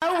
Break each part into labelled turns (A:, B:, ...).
A: Oh,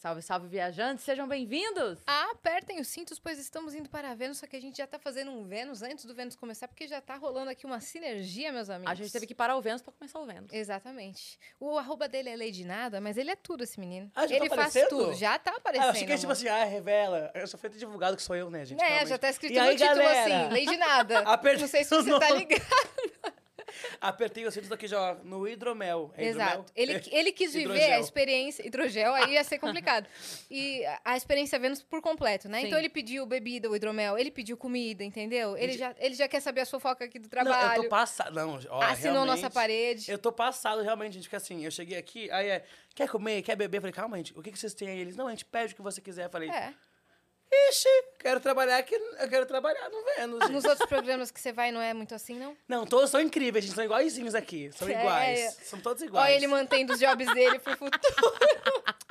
B: Salve, salve, viajantes, sejam bem-vindos!
C: Apertem os cintos, pois estamos indo para a Vênus, só que a gente já tá fazendo um Vênus antes do Vênus começar, porque já tá rolando aqui uma sinergia, meus amigos.
B: A gente teve que parar o Vênus pra começar o Vênus.
C: Exatamente. O arroba dele é Lady Nada, mas ele é tudo, esse menino.
D: Ah, já tá
C: ele faz
D: aparecendo?
C: tudo. Já tá
D: Ah,
C: aparecendo.
D: eu achei que tipo
C: amor.
D: assim, ah, revela. Eu só foi divulgado que sou eu, né, gente?
C: É,
D: Finalmente.
C: já tá escrito
D: E
C: no
D: aí,
C: título
D: galera?
C: assim, Lady Nada.
D: Apertei
C: Não sei se
D: os
C: você tá
D: nomes.
C: ligado.
D: Apertei os cintos aqui já, ó, no hidromel. É hidromel?
C: Exato. Ele, ele quis viver a
D: Hidrogel.
C: experiência. Hidrogel, aí ia ser complicado. E a- a experiência Vênus por completo, né?
B: Sim.
C: Então ele pediu bebida, o hidromel, ele pediu comida, entendeu? Ele já, ele já quer saber a fofoca aqui do
D: Não,
C: trabalho.
D: eu tô passado. Não, ó,
C: assinou
D: realmente,
C: nossa parede.
D: Eu tô passado, realmente, gente, porque assim, eu cheguei aqui, aí é, quer comer, quer beber? Eu falei, calma, gente, o que, que vocês têm aí? Eles, não, a gente pede o que você quiser. Eu falei,
C: É.
D: ixi, quero trabalhar aqui, eu quero trabalhar no Vênus. gente.
C: Ah, Nos outros programas que você vai, não é muito assim, não?
D: Não, todos são incríveis, gente, são iguaizinhos aqui, são
C: É.
D: iguais, são todos iguais.
C: Olha ele mantendo os jobs dele pro futuro.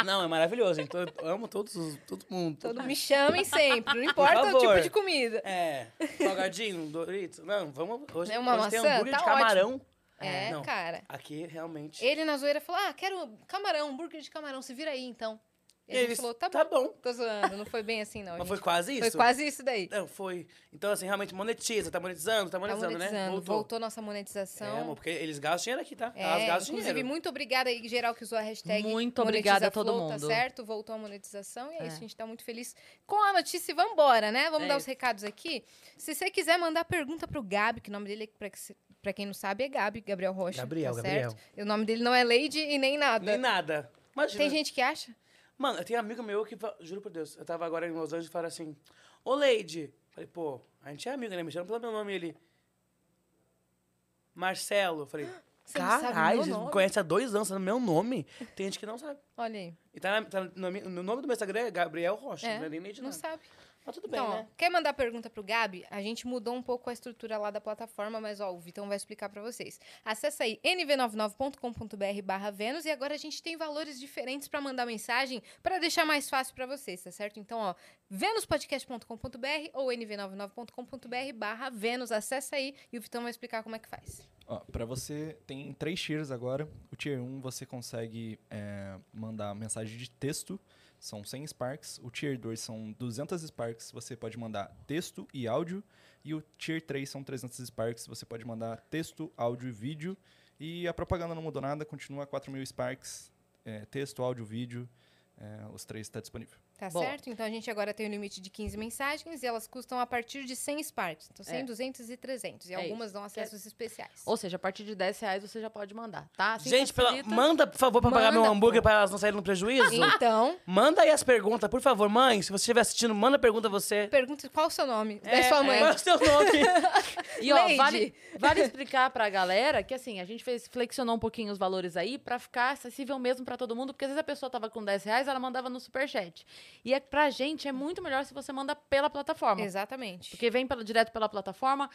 D: Não, é maravilhoso, gente, eu amo todos, os- todo mundo.
C: Todo me chamem sempre, não importa o tipo
D: favor.
C: de comida.
D: É, salgadinho, Doritos. Não, vamos. Hoje,
C: É uma
D: hoje tem
C: maçã?
D: hambúrguer
C: Tá
D: de
C: ótimo.
D: camarão.
C: É,
D: não,
C: cara.
D: Aqui realmente.
C: Ele na zoeira falou: ah, quero camarão, hambúrguer de camarão, se vira aí então. E a gente
D: Eles-
C: falou: tá,
D: tá
C: bom.
D: bom.
C: Tô zoando, não foi bem assim, não.
D: Mas
C: gente.
D: foi quase isso?
C: Foi
D: Tá
C: quase isso daí.
D: Não, foi. Então, assim, realmente monetiza, tá monetizando, tá
C: Tá
D: monetizando, né?
C: monetizando, voltou. nossa
D: É, amor,
C: monetização.
D: porque eles gastam dinheiro aqui, tá?
C: É,
D: Elas gastam
C: inclusive,
D: dinheiro.
C: muito obrigada aí, geral, que usou a hashtag.
B: Muito obrigada a
C: monetiza
B: todo
C: flow,
B: mundo.
C: Tá certo, voltou a monetização. E é,
B: É.
C: isso, a gente tá muito feliz com a notícia. E vambora, né? Vamos
B: É
C: dar os
B: isso.
C: recados aqui. Se você quiser mandar pergunta pro Gabi, que o nome dele, é- pra, que se- pra quem não sabe, é Gabi, Gabriel Rocha.
D: Gabriel,
C: tá
D: Gabriel.
C: Certo? E o nome dele não é Lady e nem nada.
D: Nem nada. né? Imagina.
C: Tem gente que acha?
D: Mano, eu tenho um amigo meu que, fa- juro por Deus, eu tava agora em Los Angeles e falaram assim: Ô Leide. Falei, pô, a gente é amigo, né? Me chama pelo meu nome ele. Marcelo. Falei,
C: Você não sabe o
D: caralho,
C: meu
D: vocês me
C: nome?"
D: conhecem há dois anos, sabe o meu nome. Tem gente que não sabe.
C: Olha aí.
D: E tá, na- tá no, mi- no nome do meu Instagram é Gabriel Rocha,
C: É,
D: não é nem Lady
C: não
D: nada.
C: sabe.
D: Mas tudo bem,
C: Então, ó,
D: né?
C: quer mandar pergunta pro Gabi? A gente mudou um pouco a estrutura lá da plataforma, mas ó, o Vitão vai explicar pra vocês. Acessa aí nv99.com.br barra Vênus e agora a gente tem valores diferentes pra mandar mensagem pra deixar mais fácil pra vocês, tá certo? Então, ó, venuspodcast.com.br ou nv99.com.br barra Vênus. Acessa aí e o Vitão vai explicar como é que faz.
E: Ó, pra você, tem três tiers agora. O tier 1 você consegue é, mandar mensagem de texto, são 100 Sparks. O tier 2 são 200 Sparks, você pode mandar texto e áudio. E o tier 3 são 300 Sparks, você pode mandar texto, áudio e vídeo. E a propaganda não mudou nada, continua 4.000 Sparks, é, texto, áudio, vídeo. é, os três está disponível.
C: Tá
B: Boa.
C: certo? Então a gente agora tem um limite de 15 mensagens e elas custam a partir de 100 Sparks. Então 100,
B: É.
C: 200 e 300. E
B: É
C: algumas
B: isso.
C: dão acessos especiais.
B: Ou seja, a partir de 10 reais você já pode mandar, tá? Assim
D: gente, pela-
B: facilita.
D: manda, por favor, pra pagar meu
C: Manda,
D: hambúrguer
C: pô.
D: pra elas não saírem no prejuízo.
C: Então...
D: Manda aí as perguntas, por favor, mãe. Se você estiver assistindo, manda pergunta a você.
C: Pergunta qual o seu nome da sua mãe.
D: Qual é o seu nome?
B: E ó,
C: Lady.
B: vale, vale explicar pra galera que assim, a gente fez, flexionou um pouquinho os valores aí pra ficar acessível mesmo pra todo mundo, porque às vezes a pessoa tava com 10 reais, ela mandava no superchat. E é, pra gente é muito melhor se você manda pela plataforma.
C: Exatamente.
B: Porque vem pela- direto pela plataforma,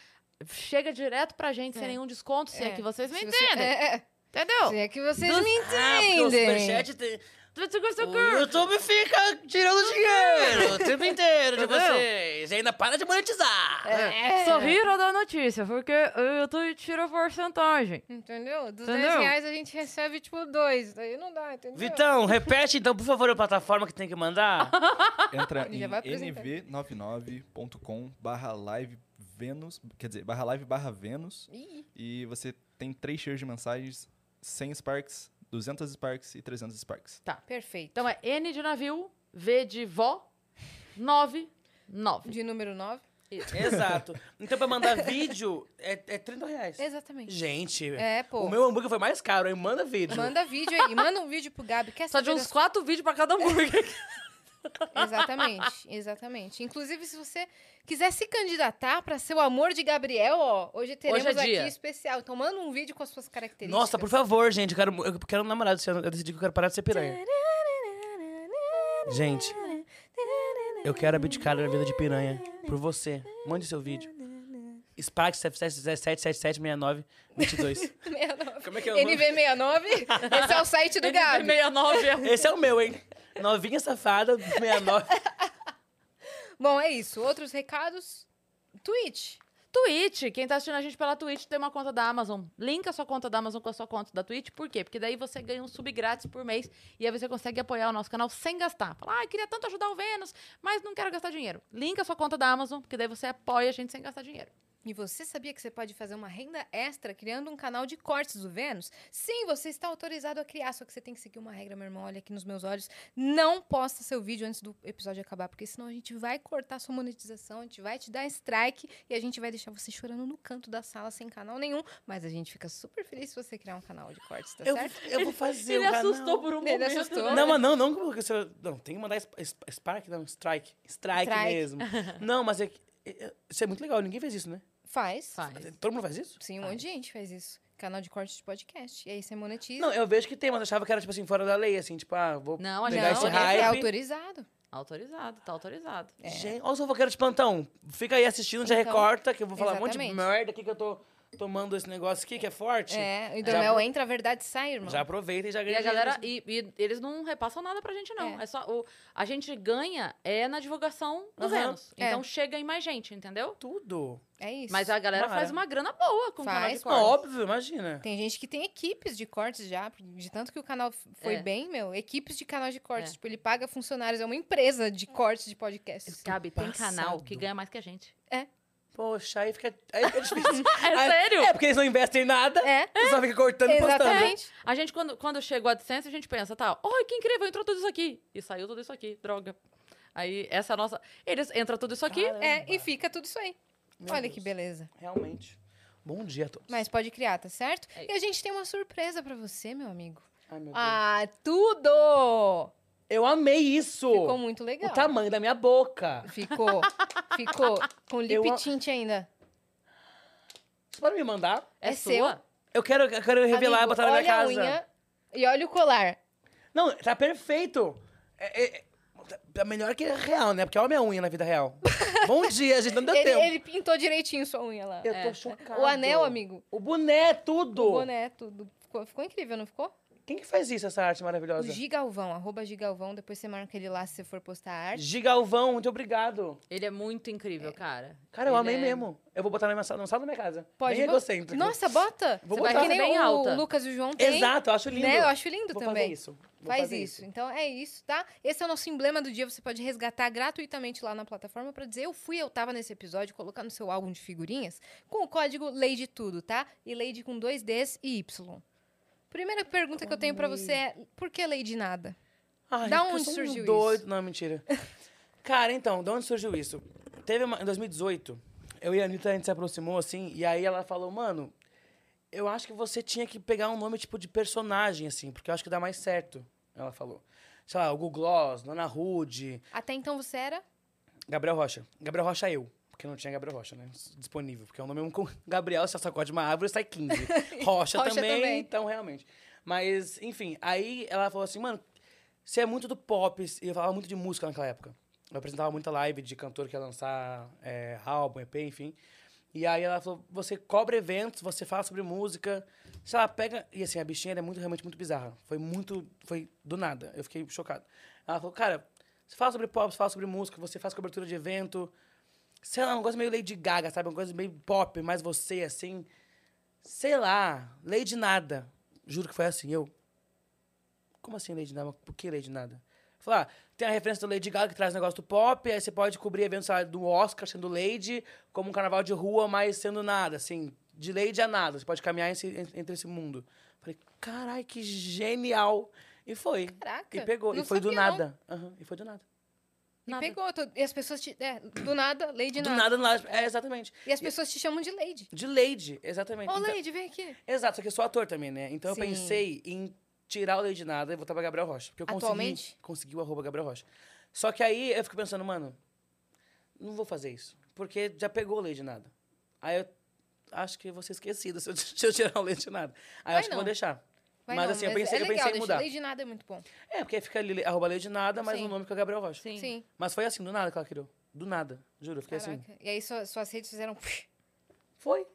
B: chega direto pra gente sem
C: É.
B: nenhum desconto, se é,
C: É.
B: que vocês me
C: Se você-
B: entendem.
C: É, é.
B: Entendeu?
C: Se é que vocês
B: Do-
C: me
D: Ah, porque o
C: entendem.
D: superchat tem...
B: Tu- tu- tu- tu-
D: O YouTube fica tirando dinheiro o tempo inteiro de
B: Entendeu?
D: vocês. E ainda para de monetizar.
C: É.
B: Sorriram da notícia, porque o YouTube tirou porcentagem.
C: Entendeu? Dos
B: Entendeu?
C: 10 reais a gente recebe, tipo, dois. Daí não dá, entendeu?
D: Vitão, repete então, por favor, a plataforma que tem que mandar.
E: Entra
C: Ele
E: em
C: já vai apresentar.
E: nv99.com barra live Vênus, quer dizer, barra live barra Vênus.
C: Ih,
E: E você tem três cheiros de mensagens, 100 Sparks, 200 Sparks e 300 Sparks.
C: perfeito.
B: Então é N de navio, V de vó, 9, 9.
C: De número 9.
D: Exato. Então, pra mandar vídeo, é, é 30 reais.
C: Exatamente.
D: Gente,
C: É, pô.
D: o meu hambúrguer foi mais caro, hein? Manda vídeo.
C: Manda vídeo aí, manda um vídeo pro Gabi. Quer
B: Só de
C: saber
B: uns quatro vídeos pra cada hambúrguer.
C: das- Exatamente, exatamente. Inclusive, se você quiser se candidatar pra ser o amor de Gabriel, ó, hoje teremos aqui
B: dia.
C: especial. Então manda um vídeo com as suas características.
D: Nossa, por favor, gente, eu quero, eu quero um namorado esse ano. Eu decidi que eu quero parar de ser piranha. Gente, eu quero a Bitcara na vida de piranha. Por você. Mande seu vídeo. Sparks 77776922.
C: 69.
D: Como é que é o nome?
C: NV69, esse é o site do Gabi.
B: 69 é
D: Esse é o meu, hein? Novinha safada 69.
C: Bom, é isso. Outros recados? Twitch.
B: Twitch, quem tá assistindo a gente pela Twitch tem uma conta da Amazon. Linka a sua conta da Amazon com a sua conta da Twitch. Por quê? Porque daí você ganha um sub grátis por mês e aí você consegue apoiar o nosso canal sem gastar. Fala, ah, eu queria tanto ajudar o Vênus, mas não quero gastar dinheiro. Linka a sua conta da Amazon, porque daí você apoia a gente sem gastar dinheiro.
C: E você sabia que você pode fazer uma renda extra criando um canal de cortes do Vênus? Sim, você está autorizado a criar, só que você tem que seguir uma regra, meu irmão. Olha aqui nos meus olhos. Não posta seu vídeo antes do episódio acabar, porque senão a gente vai cortar sua monetização, a gente vai te dar strike e a gente vai deixar você chorando no canto da sala sem canal nenhum. Mas a gente fica super feliz se você criar um canal de cortes, tá
D: Eu,
C: certo?
D: eu vou fazer
B: Ele
D: o canal.
B: assustou por um
C: Ele
B: momento.
C: assustou.
B: né?
D: Não, mas não, não porque você. Não, tem que mandar sp- sp- Spark, não, Strike. Strike,
C: Strike.
D: mesmo. Não, mas é, que- é- é- isso é muito legal, ninguém fez isso, né?
C: Faz.
B: Faz.
D: Todo mundo faz isso?
C: Sim, um monte de gente faz isso. Canal de cortes de podcast. E aí você monetiza.
D: Não, eu vejo que tem, mas eu achava que era, tipo assim, fora da lei, assim, tipo, ah, vou
B: Não, a
D: pegar
B: gente-
D: esse
C: não
B: Não,
D: hype.
C: é autorizado.
B: Autorizado, tá autorizado.
D: Gente, olha os fofoqueiros de plantão. Fica aí assistindo, já
C: Então,
D: recorta, que eu vou falar um monte de
C: exatamente.
D: merda aqui que eu tô tomando esse negócio aqui, que é forte.
C: É, o
D: Já
C: Daniel
D: apro-
C: entra, a verdade sai, irmão.
D: Já aproveita e já
B: E
D: ganha
B: a
D: dinheiro
B: galera, e, e eles não repassam nada pra gente, não. É,
C: É.
B: só o, a gente ganha é na divulgação do
D: Aham.
B: Vênus.
C: É.
B: Então chega em mais gente, entendeu?
D: com Tudo.
C: É isso.
B: Mas a galera
D: Não,
B: faz
D: é.
B: uma grana boa com o canal de
C: Faz,
D: Não,
B: cortes.
D: óbvio, imagina.
C: Tem gente que tem equipes de cortes já, de tanto que o canal f- foi
B: É.
C: bem, meu, equipes de canal de cortes.
B: É.
C: Tipo, ele paga funcionários, é uma empresa de cortes de podcasts.
B: Gabi, tem canal que
D: passado.
B: ganha mais que a gente.
D: Poxa, aí fica. Aí é difícil.
B: É
D: Aí-
B: sério?
D: É porque eles não investem em nada,
C: É,
D: só fica cortando e tá postando.
C: exatamente.
B: A gente, quando, quando chega o AdSense, a gente pensa, tá, olha que incrível, entrou tudo isso aqui. E saiu tudo isso aqui, droga. Aí, essa nossa... Eles entram tudo isso aqui.
D: Caramba.
C: É, e fica tudo isso aí.
D: Meu
C: Olha
D: Deus.
C: que beleza.
D: Realmente. Bom dia a todos.
C: Mas pode criar, tá certo?
B: É
C: E a gente tem uma surpresa pra você, meu amigo.
D: Ai, meu Deus.
C: Ah, tudo!
D: Eu amei isso!
C: Ficou muito legal.
D: o tamanho da minha boca.
C: Ficou. Ficou com lip
D: Eu a-
C: tint ainda.
D: Você pode me mandar?
B: é
C: é
B: sua.
D: Eu quero, eu quero revelar e
C: Amigo,
D: botar na minha
C: olha
D: casa.
C: a unha e olha o colar.
D: Não, tá perfeito. É, é, é, tá melhor que real, né? Porque olha a minha unha na vida real. Bom dia, gente. Não deu
C: Ele,
D: tempo.
C: ele pintou direitinho sua unha lá.
D: Eu
B: É.
D: tô chocado.
C: O anel, amigo.
D: O boné, é tudo.
C: O boné, tudo. Ficou, ficou incrível, não ficou?
D: Quem que faz isso, essa arte
C: O
D: maravilhosa?
C: Gigalvão, arroba Gigalvão. Depois você marca ele lá se você for postar a arte.
D: Gigalvão, muito obrigado.
B: Ele é muito incrível, cara.
D: Cara, eu
B: Ele
D: amei
B: é-
D: mesmo. Eu vou botar na minha sala, na sala da minha casa.
C: Pode
D: Bem
C: bo-
D: egocêntrico.
C: Nossa, bota!
D: Vou
C: Você vai
D: botar.
C: que nem
B: Bem
C: o
B: alta.
C: Lucas e o João tem.
D: Exato, eu acho lindo.
C: Né? Eu acho lindo
D: Vou
C: também.
D: fazer isso. Vou
C: Faz
D: fazer
C: isso. Então é isso, tá? Esse é o nosso emblema do dia. Você pode resgatar gratuitamente lá na plataforma pra dizer eu fui, eu tava nesse episódio, colocar no seu álbum de figurinhas com o código Lei de Tudo, tá? E Lei de com dois Ds e Y. Primeira pergunta que eu tenho pra você é: por que Lei de Nada?
D: Ai,
C: Da
D: porque eu
C: onde
D: sou um
C: surgiu
D: doido.
C: isso?
D: Não, mentira. Cara, então, de onde surgiu isso? Teve uma, em 2018, eu e a Anitta, a gente se aproximou, assim, e aí ela falou, mano, eu acho que você tinha que pegar um nome, tipo, de personagem, assim, porque eu acho que dá mais certo, ela falou. Sei lá, o Gloss, Nona Rude,
C: Até então você era
D: Gabriel Rocha. Gabriel Rocha eu. Porque não tinha Gabriel Rocha, né? Disponível. Porque é o nome é um com Gabriel, se sacode uma árvore, sai 15. Rocha,
C: Rocha
D: também,
C: também.
D: Então, realmente. Mas, enfim. Aí ela falou assim, mano, você é muito do pop. E eu falava muito de música naquela época. Eu apresentava muita live de cantor que ia lançar é, álbum, EP, enfim. E aí ela falou, você cobra eventos, você fala sobre música. Sei lá, pega... E assim, a bichinha era muito, realmente muito bizarra. Foi muito... Foi do nada. Eu fiquei chocado. Ela falou, cara, você fala sobre pop, você fala sobre música, você faz cobertura de evento. Sei lá, uma coisa meio Lady Gaga, sabe? Uma coisa meio pop, mais você, assim. Sei lá, Lady Nada. Juro que foi assim, eu... Como assim Lady Nada? Mas Por que Lady Nada? Falar, tem a referência do Lady Gaga que traz o negócio do pop, aí você pode cobrir eventos sei lá, do Oscar sendo Lady, como um carnaval de rua, mas sendo nada, assim, de Lady a nada. Você pode caminhar esse- en- entre esse mundo. Falei, carai, que genial! E foi.
C: Caraca,
D: E pegou. E
C: não
D: foi do
C: sabia, não.
D: nada. Aham, e foi do nada.
C: e
B: Nada.
C: pegou. tô- E as pessoas te. É, do nada, Lei de
D: do
C: Nada.
D: nada, do nada. É, exatamente.
C: E as pessoas te chamam de Lady.
D: De Lady, exatamente.
C: Ô,
D: Então-
C: Lady, vem aqui.
D: Exato, só que eu sou ator também, né? Então
C: Sim.
D: eu pensei em tirar o Lady Nada e voltar pra Gabriel Rocha. Porque eu consegui-
C: Atualmente?
D: consegui, o arroba Gabriel Rocha. Só que aí eu fico pensando, mano, não vou fazer isso. Porque já pegou o Lady Nada. Aí eu acho que eu vou ser esquecida se eu, se eu tirar o Lady Nada. Aí eu
C: Ai,
D: acho que
C: não.
D: eu vou deixar. Mas, assim, eu pensei-
C: é
D: eu
C: legal,
D: pensei em
C: deixa-
D: mudar.
C: Lei de nada é muito bom.
D: É, porque fica ali, arroba lei de nada, mas
C: Sim.
D: o nome que é o Gabriel Voz.
B: Sim.
C: Sim.
D: Mas foi assim, do nada que ela criou. Do nada, juro, eu fiquei assim.
C: Caraca. E aí sua- suas redes fizeram. um
D: Foi.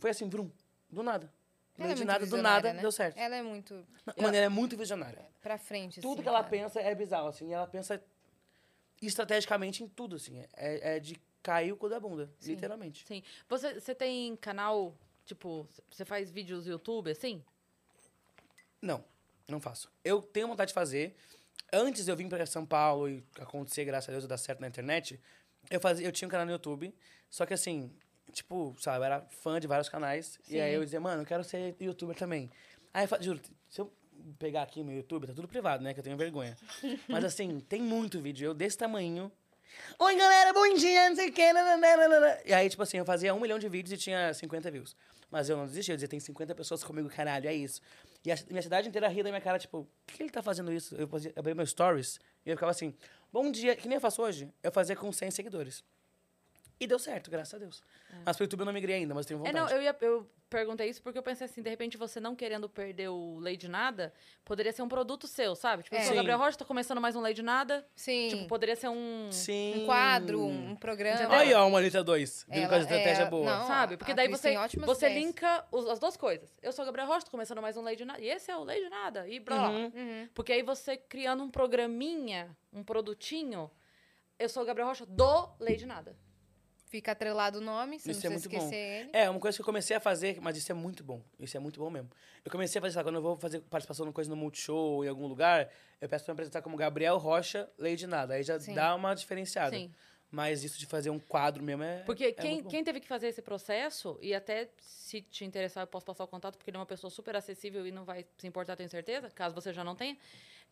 D: Foi assim, vrum. Do nada.
C: Ela
D: Lei
C: é
D: de
C: muito
D: nada, do
C: visionária,
D: nada,
C: né?
D: deu certo.
C: Ela é muito
D: Não, Mano, ela é muito visionária.
C: pra frente.
D: Tudo
C: assim,
D: que ela
C: cara.
D: pensa é bizarro, assim. Ela pensa estrategicamente em tudo, assim. É, é de cair o cu da bunda, literalmente.
B: Sim. Você, você tem canal, tipo, você faz vídeos no YouTube, assim?
D: Não, não faço. Eu tenho vontade de fazer. Antes eu vim pra São Paulo e acontecer, graças a Deus, dar certo na internet. Eu, fazia, eu tinha um canal no YouTube, só que assim, tipo, sabe, eu era fã de vários canais. E aí
B: Sim.
D: eu dizia, mano, eu quero ser youtuber também. Aí eu fa- juro, se eu pegar aqui meu YouTube, tá tudo privado, né? Que eu tenho vergonha. Mas assim, tem muito vídeo. Eu desse tamanho. Oi, galera, bom dia, não sei o que. nananana." E aí, tipo assim, eu fazia um milhão de vídeos e tinha 50 views. Mas eu não desistia, eu dizia, tem 50 pessoas comigo, caralho, é isso. E a ci- minha cidade inteira ria da minha cara, tipo, por que ele tá fazendo isso? Eu fazia- eu abria meus stories e eu ficava assim, bom dia, que nem eu faço hoje, eu fazia com 100 seguidores. E deu certo, graças a Deus. Mas pro YouTube eu É. não migrei ainda, mas eu tenho
B: É,
D: vontade.
B: não, eu, ia, eu perguntei isso porque eu pensei assim, de repente você não querendo perder o Lei de Nada, poderia ser um produto seu, sabe? Tipo,
C: É.
B: eu sou
D: Sim.
B: o Gabriel Rocha, tô começando mais um Lei de Nada.
C: Sim.
B: Tipo, poderia ser um...
D: Sim.
C: um quadro,
D: hum.
C: um um programa.
D: Olha aí, ó, uma lista 2. Vindo com a
C: Ela-
D: estratégia
C: é,
D: boa.
C: não.
B: Sabe? Porque
C: a
B: daí
C: Cris
B: você,
C: tem ótimas
B: você
C: ideias.
B: linka os- as duas coisas. Eu sou a Gabriel Rocha, tô começando mais um Lei de Nada. E esse é o Lei de Nada. E blá, blá.
D: Uhum.
C: Uhum.
B: Porque aí você criando um programinha, um produtinho, eu sou o Gabriel Rocha do Lei de Nada.
C: Fica atrelado o nome, você
D: Isso é
C: não
D: muito
C: precisa
D: bom.
C: esquecer ele.
D: É, uma coisa que eu comecei a fazer, mas isso é muito bom. Isso é muito bom mesmo. Eu comecei a fazer, sabe, quando eu vou fazer participação numa coisa no Multishow ou em algum lugar, eu peço pra me apresentar como Gabriel Rocha, Lei de Nada. Aí já
C: Sim.
D: dá uma diferenciada.
B: Sim.
D: Mas isso de fazer um quadro mesmo é.
B: Porque
D: é
B: quem,
D: muito bom.
B: quem teve que fazer esse processo, e até se te interessar, eu posso passar o contato, porque ele é uma pessoa super acessível e não vai se importar, tenho certeza, caso você já não tenha,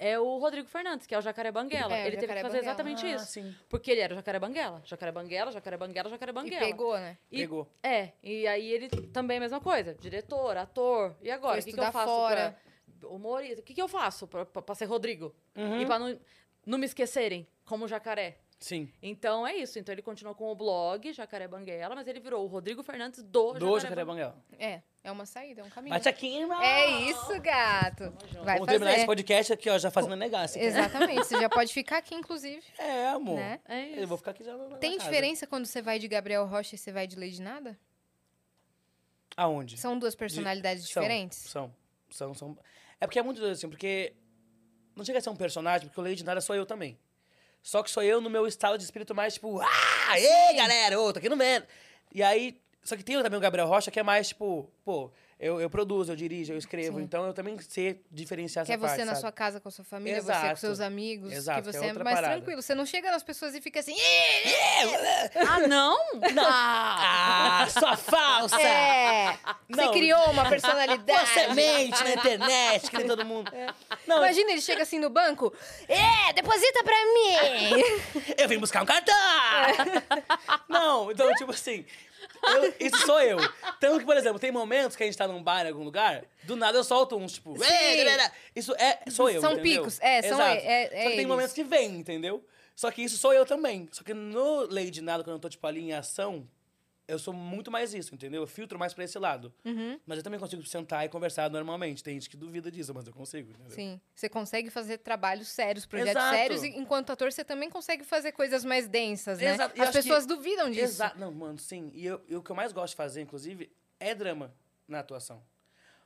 B: é o Rodrigo Fernandes, que é o Jacaré Banguela.
C: É, o
B: ele teve
C: Jacaré
B: que fazer
C: Banguela.
B: exatamente
D: Ah,
B: isso.
D: sim.
B: Porque ele era o Jacaré Banguela. Jacaré Banguela, Jacaré Banguela, Jacaré
C: E
B: Banguela.
C: pegou, né?
B: E-
D: Pegou.
B: É, e aí ele também é a mesma coisa. Diretor, ator. E agora?
C: Foi
B: O que, que
C: estudar
B: eu faço
C: fora.
B: pra... Humorista. O que, que eu faço pra, pra, pra ser Rodrigo?
D: Uhum.
C: Hum?
B: E pra não, não me esquecerem, como jacaré.
D: Sim.
B: Então é isso. Então ele continuou com o blog Jacaré Banguela, mas ele virou o Rodrigo Fernandes do,
D: Do
B: Jacaré
D: Jacaré
B: Banguela.
D: Banguela.
C: É, é uma saída, é um caminho.
D: Bate aqui, irmão.
C: É isso, gato. Vai
D: Vamos terminar esse
C: fazer.
D: podcast aqui, ó, já fazendo a negaça.
C: Exatamente, você já pode ficar aqui, inclusive.
D: É, amor.
C: Né?
B: É
D: Eu
B: isso.
D: vou ficar aqui já. na- na
C: Tem
D: casa.
C: diferença quando você vai de Gabriel Rocha e você vai de Lady Nada?
D: Aonde?
C: São duas personalidades
D: São,
C: diferentes?
D: São, são, são. É porque é muito doido, assim, porque. Não chega a ser um personagem, porque o Lady Nada sou eu também. Só que sou eu no meu estado de espírito mais tipo, ah, ei, galera, ô, tô aqui no meio. E aí. Só que tem também o Gabriel Rocha, que é mais tipo, pô, eu, eu produzo, eu dirijo, eu escrevo,
C: Sim.
D: então eu também sei diferenciar
C: Que é
D: essa parte.
C: você na
D: sabe?
C: sua casa com a sua família, você com
D: Exato.
C: seus amigos,
D: Exato,
C: que
D: que é
C: você é,
D: outra
C: mais
D: parada.
C: tranquilo. Você não chega nas pessoas e fica assim, "Ih,
B: Ah, não? Ah!
D: Ah, sua falsa!
C: é! Você
D: Não.
C: criou uma personalidade.
D: Você mente na internet, que nem todo mundo.
C: É.
D: Não,
C: Imagina, ele chega assim no banco, é, deposita pra mim!
D: Eu vim buscar um cartão! Não, então, tipo assim, eu- isso sou eu. Tanto que, por exemplo, tem momentos que a gente tá num bar em algum lugar, do nada eu solto uns, tipo, "Ei, galera!" isso é, sou eu.
C: São
D: entendeu?
C: picos, é, são-
D: Exato.
C: é- é
D: Só que tem
C: eles.
D: momentos que vem, entendeu? Só que isso sou eu também. Só que no Lady Nada, quando eu tô, tipo, ali em ação, eu sou muito mais isso, entendeu? Eu filtro mais pra esse lado.
C: Uhum.
D: Mas eu também consigo sentar e conversar normalmente. Tem gente que duvida disso, mas eu consigo, entendeu?
C: Sim, você consegue fazer trabalhos sérios, projetos
D: Exato.
C: sérios, e enquanto ator você também consegue fazer coisas mais densas, né?
D: Exato, e
C: As
D: acho que-
C: pessoas duvidam disso.
D: Exato. Não, mano, sim. E, eu, e o que eu mais gosto de fazer, inclusive, é drama na atuação.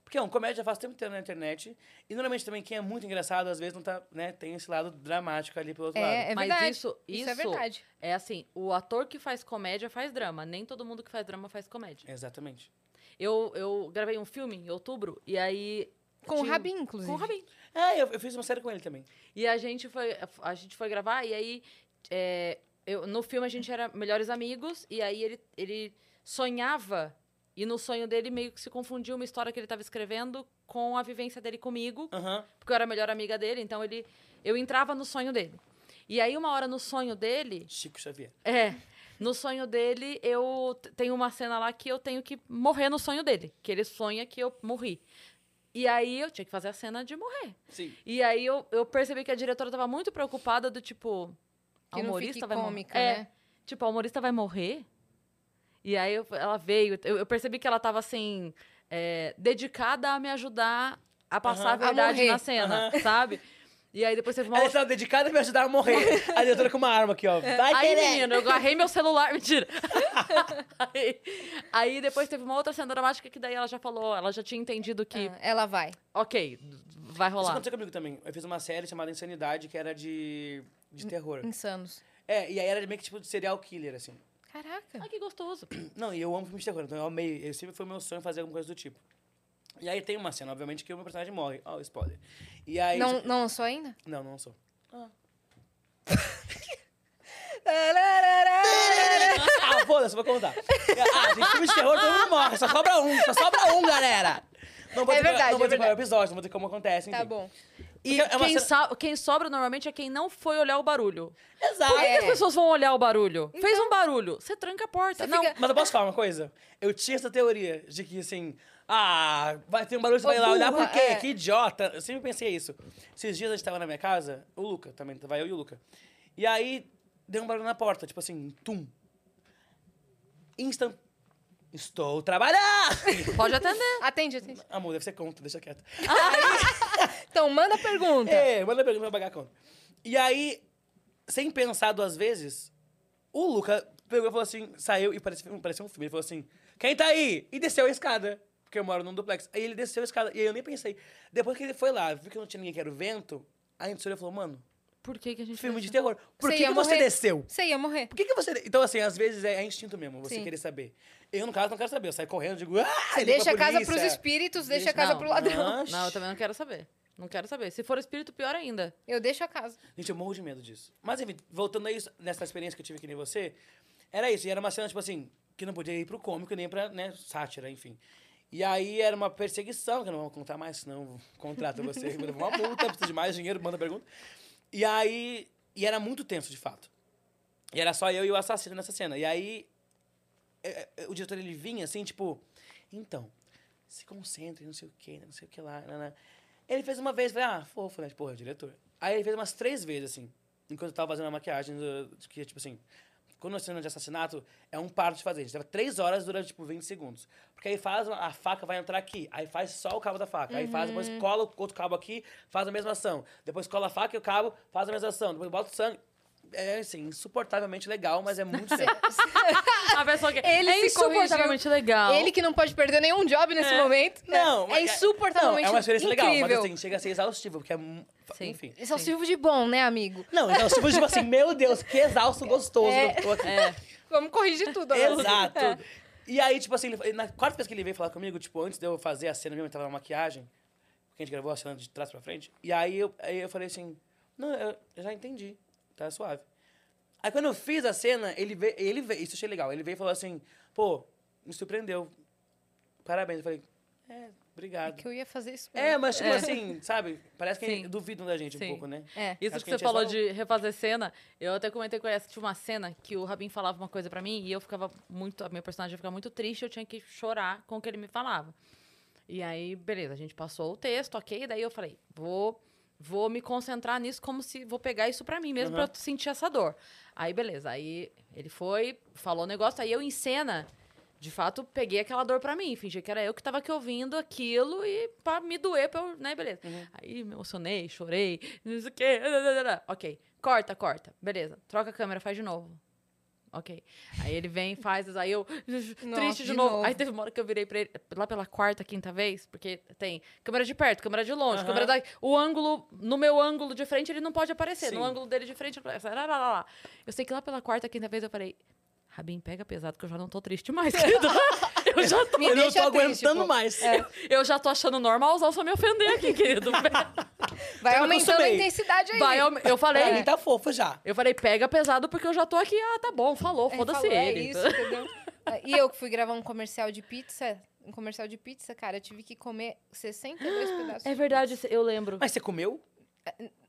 D: Porque, um, comédia eu faço o tempo inteiro na internet. E, normalmente, também, quem é muito engraçado, às vezes, não tá, né, tem esse lado dramático ali pelo outro
C: É,
D: lado.
C: é
B: Mas
C: verdade.
B: isso-
C: é
B: isso-
C: verdade.
B: É assim, o ator que faz comédia faz drama. Nem todo mundo que faz drama faz comédia.
D: Exatamente.
B: Eu, eu gravei um filme em outubro, e aí...
C: Com o
B: tinha-
C: Rabin, inclusive.
B: Com o Rabin.
D: É, eu, eu fiz uma série com ele também.
B: E a gente foi, a gente foi gravar, e aí. é, eu- no filme a gente era melhores amigos, e aí ele, ele sonhava, e no sonho dele meio que se confundiu uma história que ele estava escrevendo com a vivência dele comigo,
D: Aham.
B: porque eu era a melhor amiga dele, então ele eu entrava no sonho dele. E aí, uma hora no sonho dele.
D: Chico Xavier.
B: É. No sonho dele, eu t- tenho uma cena lá que eu tenho que morrer no sonho dele. Que ele sonha que eu morri. E aí eu tinha que fazer a cena de morrer.
D: Sim.
B: E aí eu, eu percebi que a diretora tava muito preocupada do tipo.
C: Que
B: A
C: não
B: humorista
C: fique
B: vai morrer.
C: cômica,
B: É,
C: né?
B: tipo, a humorista vai morrer. E aí eu- ela veio. Eu, eu percebi que ela tava assim. é, dedicada a me ajudar a a passar
C: Aham.
B: a
C: A
B: verdade
C: morrer.
B: na cena, sabe? E aí depois teve uma
D: Ela
B: outra.
D: estava dedicada a me ajudar a morrer. A diretora com uma arma aqui, ó. Vai,
B: É. Aí,
D: Tereza.
B: menino, eu agarrei meu celular, mentira. aí, aí depois teve uma outra cena dramática que daí ela já falou, ela já tinha entendido que,
C: Ah, ela vai.
B: ok, vai
D: É. Isso
B: rolar.
D: aconteceu comigo também. Eu fiz uma série chamada Insanidade, que era de, de terror.
C: Insanos.
D: É, e aí era meio que tipo de serial killer, assim.
C: Caraca.
B: Ai, que gostoso.
D: Não, e eu amo filmes de terror, então eu amei. Eu sempre foi meu sonho fazer alguma coisa do tipo. E aí tem uma cena, obviamente, que o meu personagem morre. Ó, spoiler. E aí. tipo,
C: Não, não lançou ainda?
D: Não, não sou. Ah, foda-se, vou contar. Ah, gente, filme de terror, todo mundo morre. Só sobra um, só sobra um, galera. Não vou
C: É
D: ter
C: verdade,
D: não vou
C: é
D: ter qual o
C: verdade.
D: episódio, não vou ter como acontece, enfim.
C: Tá bom.
D: E é uma
B: quem,
D: cena...
B: sa- quem sobra normalmente é quem não foi olhar o barulho.
D: Exato.
B: Por que, que as
C: É.
B: pessoas vão olhar o barulho? Fez
D: Então
B: um barulho, você tranca a porta.
C: Você
B: não,
C: fica-
D: Mas eu posso falar uma coisa? Eu tinha essa teoria de que, assim, ah, vai ter um barulho, você
C: Ô,
D: vai lá olhar,
C: burra,
D: por quê?
C: é.
D: Que idiota. Eu sempre pensei isso. Esses dias a gente tava na minha casa, o Luca também, tava eu e o Luca. E aí, deu um barulho na porta, tipo assim, tum. Instant. Estou trabalhando!
B: pode atender.
C: Atende, atende.
D: Amor, deve ser conta, deixa quieto.
C: Então, manda pergunta.
D: É, manda pergunta pra pagar a conta. E aí, sem pensar duas vezes, o Luca pegou e falou assim, saiu e parecia, parecia um filme. Ele falou assim, quem tá aí? E desceu a escada, porque eu moro num duplex. Aí ele desceu a escada, e aí eu nem pensei. Depois que ele foi lá, viu que não tinha ninguém que era o vento, aí a gente olhou e falou, mano, um
B: Por que, que a gente
D: filme
B: fez
D: de
B: isso?
D: terror. Por
C: Você
D: que,
C: ia
D: que você
C: morrer.
D: desceu?
C: Você ia morrer.
D: Por que, que você. Então, assim, às vezes é, é instinto mesmo, você
C: Sim.
D: querer saber. Eu, no caso, não quero saber. Eu saio correndo, digo, ah! ligo
C: Deixa
D: pra
C: a casa
D: polícia.
C: pros espíritos, deixa a
D: Deixa-
C: casa
B: Não,
C: pro ladrão.
D: Nossa.
B: Não, eu também não quero saber. Não quero saber. Se for espírito, pior ainda.
C: Eu deixo a casa.
D: Gente, eu morro de medo disso. Mas enfim, voltando a isso, nessa experiência que eu tive que nem você, era isso. E era uma cena, tipo assim, que não podia ir pro cômico nem pra né, sátira, enfim. E aí era uma perseguição, que eu não vou contar mais, senão contrata você, me leva uma multa, precisa de mais dinheiro, manda pergunta. E aí. E era muito tenso, de fato. E era só eu e o assassino nessa cena. E aí. é, é, O diretor ele vinha assim, tipo. Então, se concentre, não sei o quê, não sei o que lá. nanã." Ele fez uma vez, falei, ah, fofo, né? Porra, diretor. Aí ele fez umas três vezes, assim, enquanto eu tava fazendo a maquiagem, do- do que, tipo assim, quando é cena de assassinato, é um par de fazer. A gente leva três horas durante, tipo, 20 segundos. Porque aí faz, uma- a faca vai entrar aqui, aí faz só o cabo da faca, aí faz, depois cola o outro cabo aqui, faz a mesma ação. Depois cola a faca e o cabo, faz a mesma ação. Depois bota o sangue. É, assim, insuportavelmente legal, mas é muito sério.
B: A pessoa que
C: Ele
B: é
C: se corrigiu.
B: insuportavelmente legal.
C: Ele que não pode perder nenhum job nesse momento.
D: Não,
C: É, é
D: mas-
C: insuportavelmente
D: Não, é uma experiência
C: incrível.
D: legal, mas assim, chega a ser exaustivo, porque é... mu-
B: Sim.
D: Enfim.
C: Esse é o Silvio de bom, né, amigo?
D: Não, exaustivo, tipo assim, meu Deus, que exausto gostoso que eu tô aqui.
C: Vamos corrigir tudo. né?
D: Exato. E aí, tipo assim, ele- na quarta vez que ele veio falar comigo, tipo, antes de eu fazer a cena mesmo, eu tava na maquiagem, porque a gente gravou a cena de trás pra frente, e aí eu, aí eu falei assim, não, eu, eu já entendi, tá suave. Aí quando eu fiz a cena, ele veio, ele veio, isso eu achei legal, ele veio e falou assim, pô, me surpreendeu, parabéns. Eu falei, é, obrigado.
C: Que eu ia fazer isso.
D: É,
C: mesmo.
D: mas tipo assim, sabe, parece que
B: Sim.
D: duvidam da gente
B: Sim.
D: um pouco, né?
C: É.
B: Isso
D: Acho
B: que
D: que
B: você
D: a gente é
B: falou
D: só-
B: de refazer cena, eu até comentei com essa, tinha uma cena que o Rabin falava uma coisa pra mim e eu ficava muito, a minha personagem ficava muito triste, eu tinha que chorar com o que ele me falava. E aí, beleza, a gente passou o texto, ok, daí eu falei, vou vou me concentrar nisso como se vou pegar isso pra mim mesmo pra eu sentir essa dor. Aí beleza, aí ele foi, falou o negócio, aí eu em cena de fato, peguei aquela dor pra mim, fingi que era eu que tava aqui ouvindo aquilo e pra me doer, pra eu, né, beleza. Aí me emocionei, chorei, não sei o quê. Ok, corta, corta, beleza. Troca a câmera, faz de novo. Ok. Aí ele vem, faz, aí eu. triste de,
C: de
B: novo.
C: novo.
B: Aí teve uma hora que eu virei pra ele, lá pela quarta, quinta vez, porque tem câmera de perto, câmera de longe,
D: Aham.
B: câmera da. O ângulo, no meu ângulo de frente, ele não pode aparecer. No
D: Sim.
B: ângulo dele de frente, ele aparece. Lá, lá, lá, lá. Eu sei que lá pela quarta, quinta vez eu falei. Rabin, pega pesado que eu já não tô triste mais, querido. Eu já tô,
C: Me
D: eu não tô
C: deixa triste,
D: aguentando
C: pô. É,
D: mais.
B: eu já tô achando normalzão só me ofender aqui, querido.
C: Vai
D: Então, Eu me
C: aumentando a
D: acostumei.
C: intensidade aí.
B: Vai, eu, eu
D: Pra
C: é.
B: falei,
D: mim tá fofo já.
B: eu falei, pega pesado porque eu já tô aqui. Ah, tá bom, falou,
C: É,
B: foda-se
C: falou, é
B: ele.
C: isso, entendeu? E eu que fui gravar um comercial de pizza, um comercial de pizza, cara, eu tive que comer 62 pedaços.
B: É verdade, eu lembro.
D: Mas você comeu?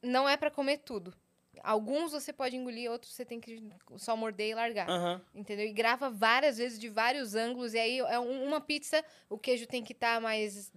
C: Não é pra comer tudo. Alguns você pode engolir, outros você tem que só morder e largar.
D: Aham.
C: Entendeu? E grava várias vezes de vários ângulos. E aí é um- uma pizza, o queijo tem que estar mais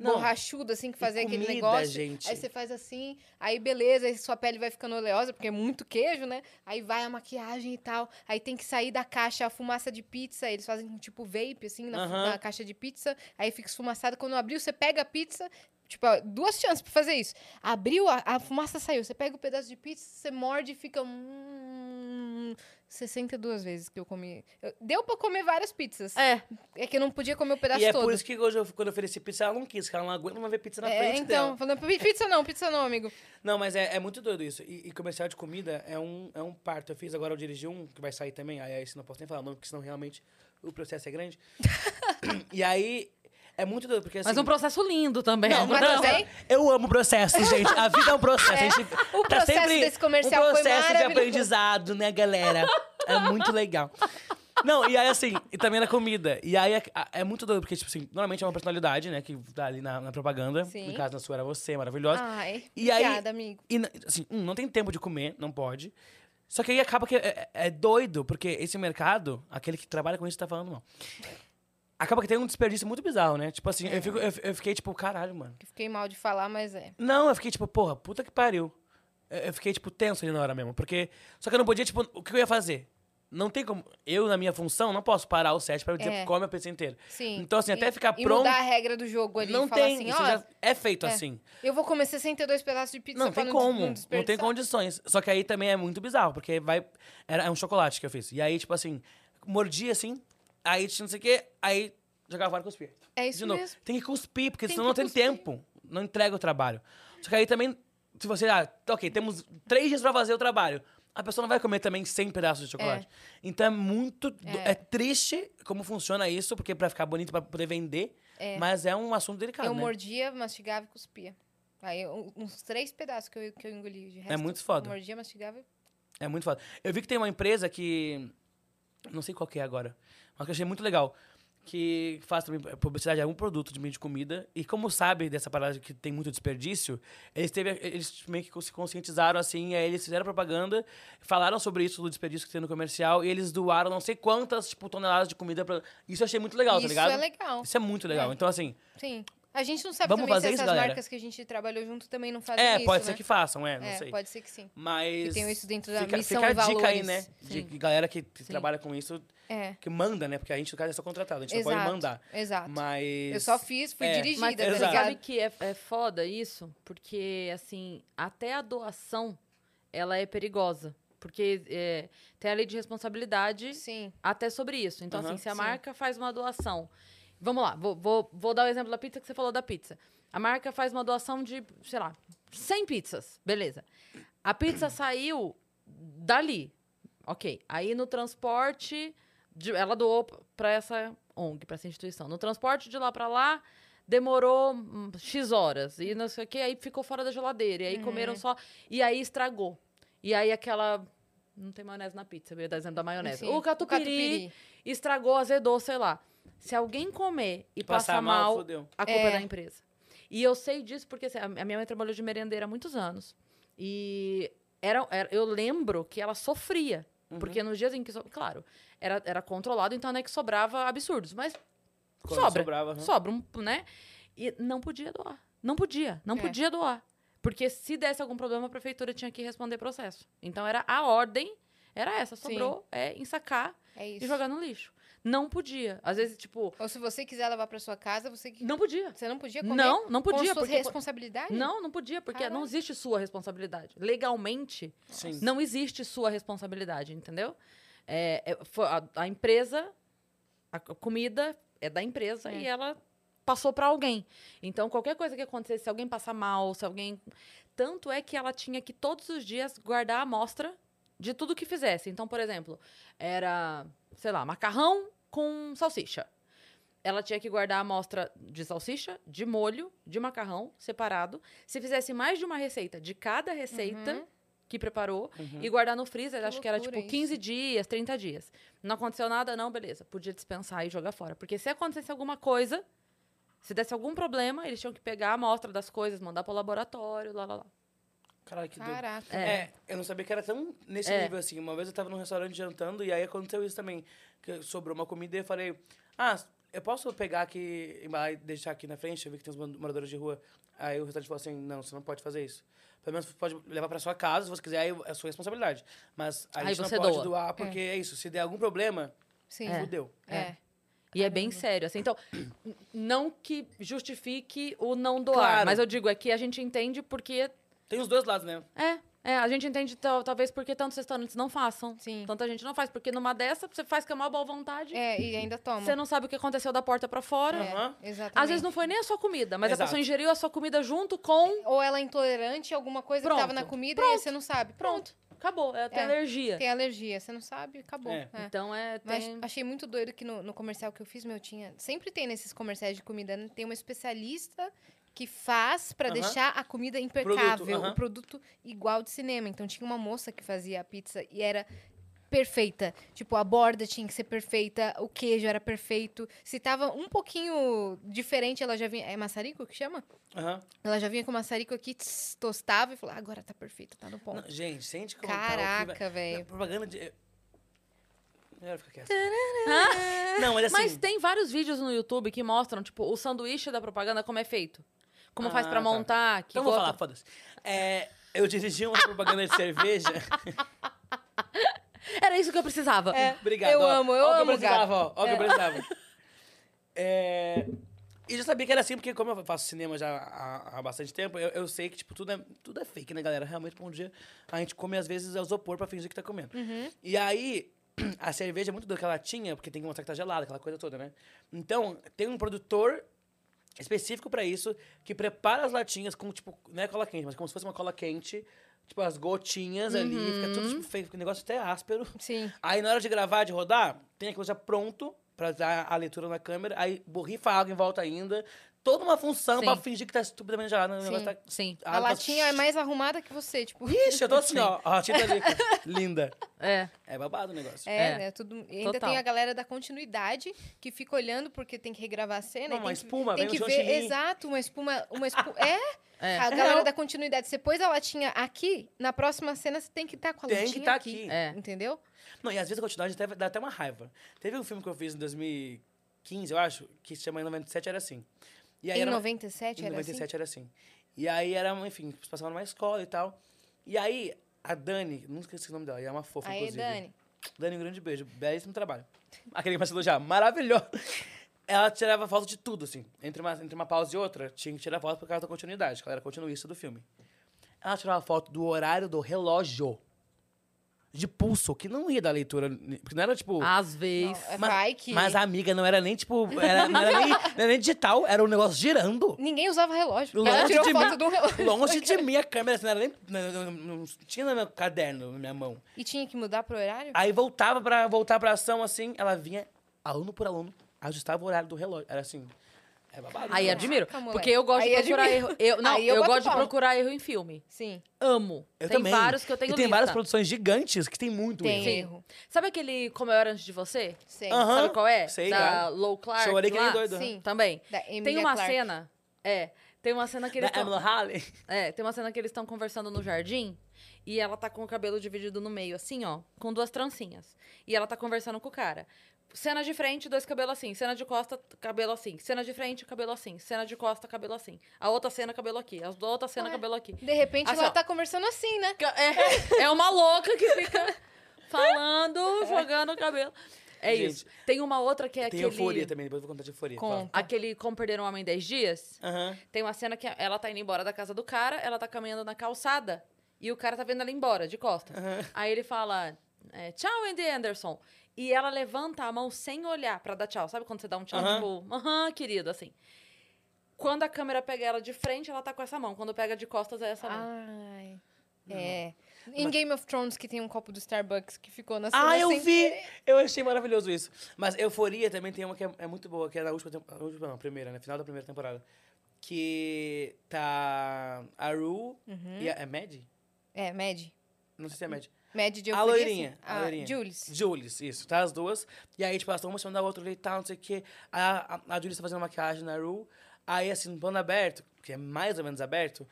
D: Não.
C: borrachudo, assim, que fazer aquele
D: comida,
C: negócio.
D: gente.
C: Aí você faz assim, aí beleza, aí sua pele vai ficando oleosa, porque é muito queijo, né? Aí vai a maquiagem e tal. Aí tem que sair da caixa a fumaça de pizza. Eles fazem um tipo vape, assim, na, fu-
D: Aham.
C: na caixa de pizza. Aí fica esfumaçado. Quando abriu, você pega a pizza, Tipo, ó, duas chances pra fazer isso. Abriu, a, a fumaça saiu. Você pega o pedaço de pizza, você morde e fica. Hum, 62 vezes que eu comi. Eu- deu pra comer várias pizzas. É.
B: É,
C: que eu não podia comer o pedaço
D: E é
C: todo.
D: por isso que hoje, eu- quando eu ofereci pizza, ela não quis, que ela não aguenta mais ver pizza na
C: é,
D: frente
C: então,
D: dela.
C: falando, "Pi- pizza não, pizza não, amigo.
D: Não, mas é, é muito doido isso. E, e comercial de comida é um, é um parto. Eu fiz agora, eu dirigi um, que vai sair também. Aí esse não posso nem falar o nome, porque senão realmente o processo é grande. e aí, é muito doido, porque assim...
B: mas um processo lindo também. né?
C: Não, mas é também
D: Eu amo processo, gente. A vida é um processo. A gente
C: O
D: tá
C: processo
D: sempre
C: desse comercial
D: um
C: foi
D: processo de
C: maravilhoso.
D: aprendizado, né, galera? É muito legal. Não, e aí assim, e também na comida. E aí é, é muito doido, porque, tipo assim, normalmente é uma personalidade, né, que tá ali na, na propaganda.
C: Sim. Ah,
D: No caso, na sua era você, maravilhosa.
C: Ai,
D: E aí-
C: obrigada, amigo.
D: E n- assim, um, não tem tempo de comer, não pode. Só que aí acaba que é, é- é doido, porque esse mercado, aquele que trabalha com isso tá falando mal. Acaba que tem um desperdício muito bizarro, né? Tipo
C: É.
D: assim, eu, fico- eu- eu fiquei tipo, caralho, mano.
C: Que fiquei mal de falar, mas é.
D: Não, eu fiquei tipo, porra, puta que pariu. Eu eu fiquei, tipo, tenso ali na hora mesmo. Porque. Só que eu não podia, tipo, o que eu ia fazer? Não tem como. Eu, na minha função, não posso parar o set pra eu dizer,
C: É.
D: come a pizza inteira.
C: Sim.
D: Então, assim, até
C: E-
D: ficar
C: e
D: pronto-
C: mudar a regra do jogo ali.
D: não
C: e falar
D: tem.
C: assim,
D: isso
C: ó,
D: já é feito
C: é.
D: assim.
C: eu vou comer 62 pedaços de pizza
D: Não
C: pra
D: tem
C: des-
D: como. Não tem
C: desperdiçar.
D: condições. Só que aí também é muito bizarro, porque vai. Era, é um chocolate que eu fiz. E aí, tipo assim, mordi assim, aí tinha não sei o quê, aí jogava fora e cuspia.
C: É isso
D: De novo.
C: mesmo.
D: Tem que cuspir, porque
C: Tem
D: senão
C: que
D: não tem
C: cuspir.
D: tempo. Não entrega o trabalho. Só que aí também, se você. Ah, tá, ok, temos três dias pra fazer o trabalho. A pessoa não vai comer também 100 pedaços de chocolate. Então é muito. do- É.
C: É.
D: triste como funciona isso, porque pra ficar bonito, pra poder vender. Mas é um assunto delicado.
C: eu
D: né?
C: mordia, mastigava e cuspia. Aí eu- uns três pedaços que eu, que eu engoli. De resto,
D: É muito foda.
C: Eu mordia, mastigava e...
D: É muito foda. Eu vi que tem uma empresa que. Não sei qual que é agora, mas que eu achei muito legal. Que faz também publicidade de algum produto de meio de comida. E como sabe dessa parada que tem muito desperdício, eles, teve, eles meio que se conscientizaram assim, aí eles fizeram propaganda, falaram sobre isso do desperdício que tem no comercial, e eles doaram não sei quantas tipo, toneladas de comida pra. Isso eu achei muito legal, tá
C: Isso
D: ligado?
C: é legal.
D: Isso é muito legal.
C: É.
D: Então, assim,
C: Sim. A gente não sabe
D: Vamos
C: também
D: fazer
C: se
D: isso,
C: essas
D: galera?
C: marcas que a gente trabalhou junto também não fazem
D: é,
C: isso,
D: pode
C: né?
D: ser que façam, é, não
C: É,
D: sei.
C: pode ser que sim.
D: Mas.
C: Que tenham isso dentro da
D: fica,
C: missão
D: fica a
C: e valores.
D: dica aí, né? De
C: Sim.
D: que galera que que trabalha com isso
C: É.
D: que manda, né? Porque a gente, no caso, é só contratado, a gente
C: exato,
D: não pode mandar.
C: Exato.
D: Mas.
C: Eu só fiz, fui
D: É,
C: dirigida,
B: Mas
C: tá
D: exato.
B: você sabe
C: ligado?
B: que é, é foda isso? Porque, assim, até a doação, ela é perigosa. Porque é, tem a lei de responsabilidade
C: Sim.
B: até sobre isso. Então,
D: Aham.
B: assim, se a
C: Sim.
B: marca faz uma doação... Vamos lá, vou, vou, vou dar o exemplo da pizza que você falou da pizza. A marca faz uma doação de, sei lá, 100 pizzas. Beleza. A pizza saiu dali. Ok. Aí no transporte, de- ela doou para essa ONG, para essa instituição. No transporte de lá para lá, demorou hum, X horas. E não sei o quê, aí ficou fora da geladeira. E aí comeram só. E aí estragou. E aí aquela. Não tem maionese na pizza, eu ia dar exemplo da maionese.
C: Sim.
B: O, catupiry estragou, azedou, sei lá. Se alguém comer e passar, mal,
D: fodeu.
B: a culpa é.
C: É.
B: da empresa. E eu sei disso porque assim, a a minha mãe trabalhou de merendeira há muitos anos. E era, era- eu lembro que ela sofria.
C: Uhum.
B: Porque nos dias em que... so- Claro, era, era controlado, então não é que sobrava absurdos. Mas
D: Quando
B: sobra.
D: sobrava,
C: Uhum.
D: aham.
B: Sobra, um, né? E não podia doar. Não podia. Não
C: É.
B: podia doar. Porque se desse algum problema, a prefeitura tinha que responder processo. Então era a ordem, era essa.
C: Sim.
B: Sobrou, é ensacar
C: É isso.
B: e jogar no lixo. Não podia. Às vezes, tipo,
C: Ou se você quiser levar pra sua casa, você, que-
B: não podia.
C: você não podia comer?
B: Não, não
C: Como
B: podia.
C: se fosse
B: Porque,
C: responsabilidade?
B: não, não podia, porque não
C: Caralho.
B: existe sua responsabilidade. Legalmente,
D: Sim.
B: não existe sua responsabilidade, entendeu? É, é, foi a, a empresa, a co- comida é da empresa
C: É.
B: e ela passou para alguém. Então, qualquer coisa que acontecesse, se alguém passar mal, se alguém. Tanto é que ela tinha que todos os dias guardar a amostra de tudo que fizesse. Então, por exemplo, era, sei lá, macarrão com salsicha. Ela tinha que guardar a amostra de salsicha, de molho, de macarrão, separado. Se fizesse mais de uma receita de cada receita
C: Uhum.
B: que preparou,
D: Uhum.
B: e guardar no freezer,
C: Que
B: acho que era
C: loucura
B: tipo
C: isso.
B: 15 dias, 30 dias. Não aconteceu nada, não, beleza. Podia dispensar e jogar fora. Porque se acontecesse alguma coisa, se desse algum problema, eles tinham que pegar a amostra das coisas, mandar pro laboratório, lá, lá, lá.
D: Caralho, que doido.
C: Caraca.
D: É. eu não sabia que era tão nesse
B: É.
D: nível assim. Uma vez eu tava num restaurante jantando e aí aconteceu isso também. Que sobrou uma comida e eu falei: Ah, eu posso pegar aqui, embalar e deixar aqui na frente? Eu vi que tem uns mo- moradores de rua. Aí o restaurante falou assim: Não, você não pode fazer isso. Pelo menos pode levar pra sua casa, se você quiser, aí é sua responsabilidade. Mas a
B: Aí
D: gente não
B: você
D: pode é
B: doa.
D: doar, porque é. isso. Se der algum problema,
C: Sim.
D: fudeu.
C: É.
B: É. E é bem sério, assim. Então, n- não que justifique o não doar,
D: Claro.
B: mas eu digo aqui a gente entende porque
D: Tem os dois lados, né?
B: é, é, a gente entende tal- talvez porque tantos restaurantes não façam.
C: Sim.
B: Tanta gente não faz, porque numa dessa você faz com a maior boa vontade,
C: É, e ainda toma.
B: você não sabe o que aconteceu da porta pra fora.
D: É. Aham.
C: Exatamente.
B: Às vezes não foi nem a sua comida, mas a
D: Exato.
B: pessoa ingeriu a sua comida junto com.
C: Ou ela é intolerante a alguma coisa que tava
B: Pronto.
C: na comida e
B: Pronto.
C: você não sabe. Pronto.
B: Pronto, acabou, é até
C: É.
B: alergia.
C: Tem alergia, você não sabe, acabou.
D: É.
C: É.
B: Então é.
C: Mas
B: Tem...
C: achei muito doido que no, no comercial que eu fiz, meu, tinha. Sempre tem nesses comerciais de comida, né? Tem uma especialista que faz pra
D: Aham.
C: deixar a comida impecável,
D: aham.
C: o produto igual de cinema. Então tinha uma moça que fazia a pizza e era perfeita. Tipo, a borda tinha que ser perfeita, o queijo era perfeito. Se tava um pouquinho diferente, ela já vinha. É maçarico que chama?
D: Aham.
C: Ela já vinha com o maçarico aqui, tss, tostava e falava, agora tá perfeito, tá no ponto.
D: Não, gente, sente como
C: Caraca, velho.
D: Propaganda de. eh, Melhor ficar quieto. Não, mas assim.
B: Mas tem vários vídeos no YouTube que mostram, tipo, o sanduíche da propaganda, como é feito. Como faz
D: Ah,
B: pra
D: tá.
B: montar, que
D: Então vou
B: gosta-
D: falar, foda-se. É, eu dirigi uma propaganda de cerveja.
B: Era isso que eu precisava.
D: Obrigado.
C: É, Eu
D: ó.
C: amo, eu
D: Ó o que
C: amo,
D: eu precisava, ó. Ó o que eu precisava. É, E já sabia que era assim, porque como eu faço cinema já há, há bastante tempo, eu, eu sei que, tipo, tudo é, tudo é fake, né, galera? Realmente, um dia, a gente come, às vezes, é isopor pra fingir que tá comendo.
C: Uhum.
D: E aí, a cerveja é muito doida que ela tinha, porque tem que mostrar que tá gelada, aquela coisa toda, né? Então, tem um produtor específico pra isso, que prepara as latinhas com, tipo, não é cola quente, mas como se fosse uma cola quente, tipo, as gotinhas ali, fica
C: Uhum.
D: tudo, tipo, feio, fica um negócio até áspero.
C: Sim.
D: Aí na hora de gravar, de rodar, tem aquilo já pronto pra dar a leitura na câmera, aí borrifa água em volta ainda. Toda uma função
C: Sim.
D: pra fingir que tá estupidamente gelado. né? O
C: Sim.
D: negócio tá-
B: Sim.
C: A
D: água-
C: latinha é mais arrumada que você, tipo.
D: Ixi, eu tô assim, ó. A latinha tá ali. Linda.
B: É.
D: É babado o negócio.
C: É,
B: É.
C: né? Tudo... E ainda
B: Total.
C: tem a galera da continuidade que fica olhando porque tem que regravar a cena.
D: Não,
C: e
D: uma
C: tem que-
D: espuma,
C: tem
D: vem um
C: que
D: no
C: ver.
D: seu cheirinho.
C: Exato, uma espuma. Uma espuma. é?
B: É.
C: A
D: É
C: galera
D: real.
C: da continuidade. Você pôs a latinha aqui, na próxima cena você tem que estar com a
D: Tem que
C: latinha
D: tá
C: aqui.
D: aqui.
B: É.
C: Entendeu?
D: Não, e às vezes a continuidade até, dá até uma raiva. Teve um filme que eu fiz em 2015, eu acho, que se chama Em 97 Era Assim. E aí
C: em
D: era uma-
C: 97
D: Em
C: era
D: 97
C: assim.
D: era assim. E aí era, enfim, passava numa escola e tal. E aí, a Dani, nunca esqueci o nome dela, e é uma fofa,
C: Aí,
D: inclusive.
C: Dani.
D: Dani, um grande beijo. Belíssimo trabalho. Aquele que vai se elogiar. Maravilhoso. Ela tirava foto de tudo, assim. Entre uma, entre uma pausa e outra, tinha que tirar foto por causa da continuidade. que Ela era continuista do filme. Ela tirava foto do horário do relógio. De pulso, que não ia da leitura. Porque não era, tipo...
B: Às vezes.
C: Não, é- vai que-
D: mas a amiga não era nem, tipo... era- não, era nem, não era nem digital, era um negócio girando.
C: Ninguém usava relógio.
D: Longe
C: ela tirou
D: de
C: foto
D: mim.
C: de um relógio.
D: Longe de mim a câmera, assim, não, era nem, não, não- não- não tinha no meu caderno, na minha mão.
C: E tinha que mudar pro horário?
D: Aí voltava pra voltar pra ação, assim, ela vinha aluno por aluno, ajustava o horário do relógio. Era assim, é babado.
B: Aí
D: né?
B: admiro.
C: Caraca, moleque.
B: porque eu gosto
C: Aí
B: de procurar
C: admiro.
B: erro. Eu, não,
C: Aí eu
B: eu,
C: bato
B: gosto de
C: palma.
B: procurar erro em filme.
C: Sim.
B: Amo.
D: Eu
B: tem
D: também.
B: vários que eu tenho tá?
D: E tem
B: lista.
D: várias produções gigantes que tem muito
C: Tem
D: erro.
C: erro.
B: Sabe aquele Como Eu Era Antes de Você?
C: Sei.
D: Aham.
B: Sabe qual é?
D: sei,
B: da
D: claro.
B: Low Clark.
D: Chorei que nem
B: lá?
D: doido, né?
C: Sim. aham.
B: Também.
C: Da
B: tem
C: Emilia
B: uma
C: Clarke.
B: cena. É. Tem uma cena que
D: Da
B: eles tão-
D: Amanda Halley.
B: É, tem uma cena que eles estão conversando no jardim e ela tá com o cabelo dividido no meio, assim, ó, com duas trancinhas. E ela tá conversando com o cara. Cena de frente, dois cabelos assim. Cena de costa, cabelo assim. Cena de frente, cabelo assim. Cena de costa, cabelo assim. A outra cena, cabelo aqui. A outra cena,
C: Ué.
B: cabelo aqui.
C: De repente
B: Assim, ó.
C: ela tá conversando assim, né?
B: Ca- É, é uma louca que fica falando, jogando o cabelo. É
D: Gente,
B: isso. Tem uma outra que é
D: Tem
B: aquele...
D: euforia também, depois eu vou contar de euforia.
C: Com-
B: Aquele Como Perder um Homem em 10 Dias.
D: fala. Aham.
B: Tem uma cena que ela tá indo embora da casa do cara, ela tá caminhando na calçada e o cara tá vendo ela ir embora, de costas. Aí ele fala: é, Tchau, Andy Anderson. E ela levanta a mão sem olhar pra dar tchau. Sabe quando você dá um tchau,
D: Aham.
B: tipo, aham, querido, assim. Quando a câmera pega ela de frente, ela tá com essa mão. Quando pega de costas, é essa
C: Ah.
B: mão.
C: Ai. É. Em Game of Thrones, que tem um copo do Starbucks que ficou na cena
D: Ah, eu
C: sem
D: vi!
C: querer.
D: Eu achei maravilhoso isso. Mas Euforia também tem uma que é, é muito boa, que é da última temporada. Última, não, primeira, né? Final da primeira temporada. Que tá a Ru
C: Uhum.
D: e a, é Mad?
C: É, Mad.
D: Não
C: Hum.
D: sei se é Mad.
C: Mad de euforia,
D: A loirinha.
C: assim.
D: A loirinha.
C: Jules.
D: Jules, isso. Tá as duas. E aí, tipo, elas estão uma chamando a outra ali e tal, não sei o quê. A, a, a Jules tá fazendo maquiagem na Rue. Aí, assim, no plano aberto, que é mais ou menos aberto,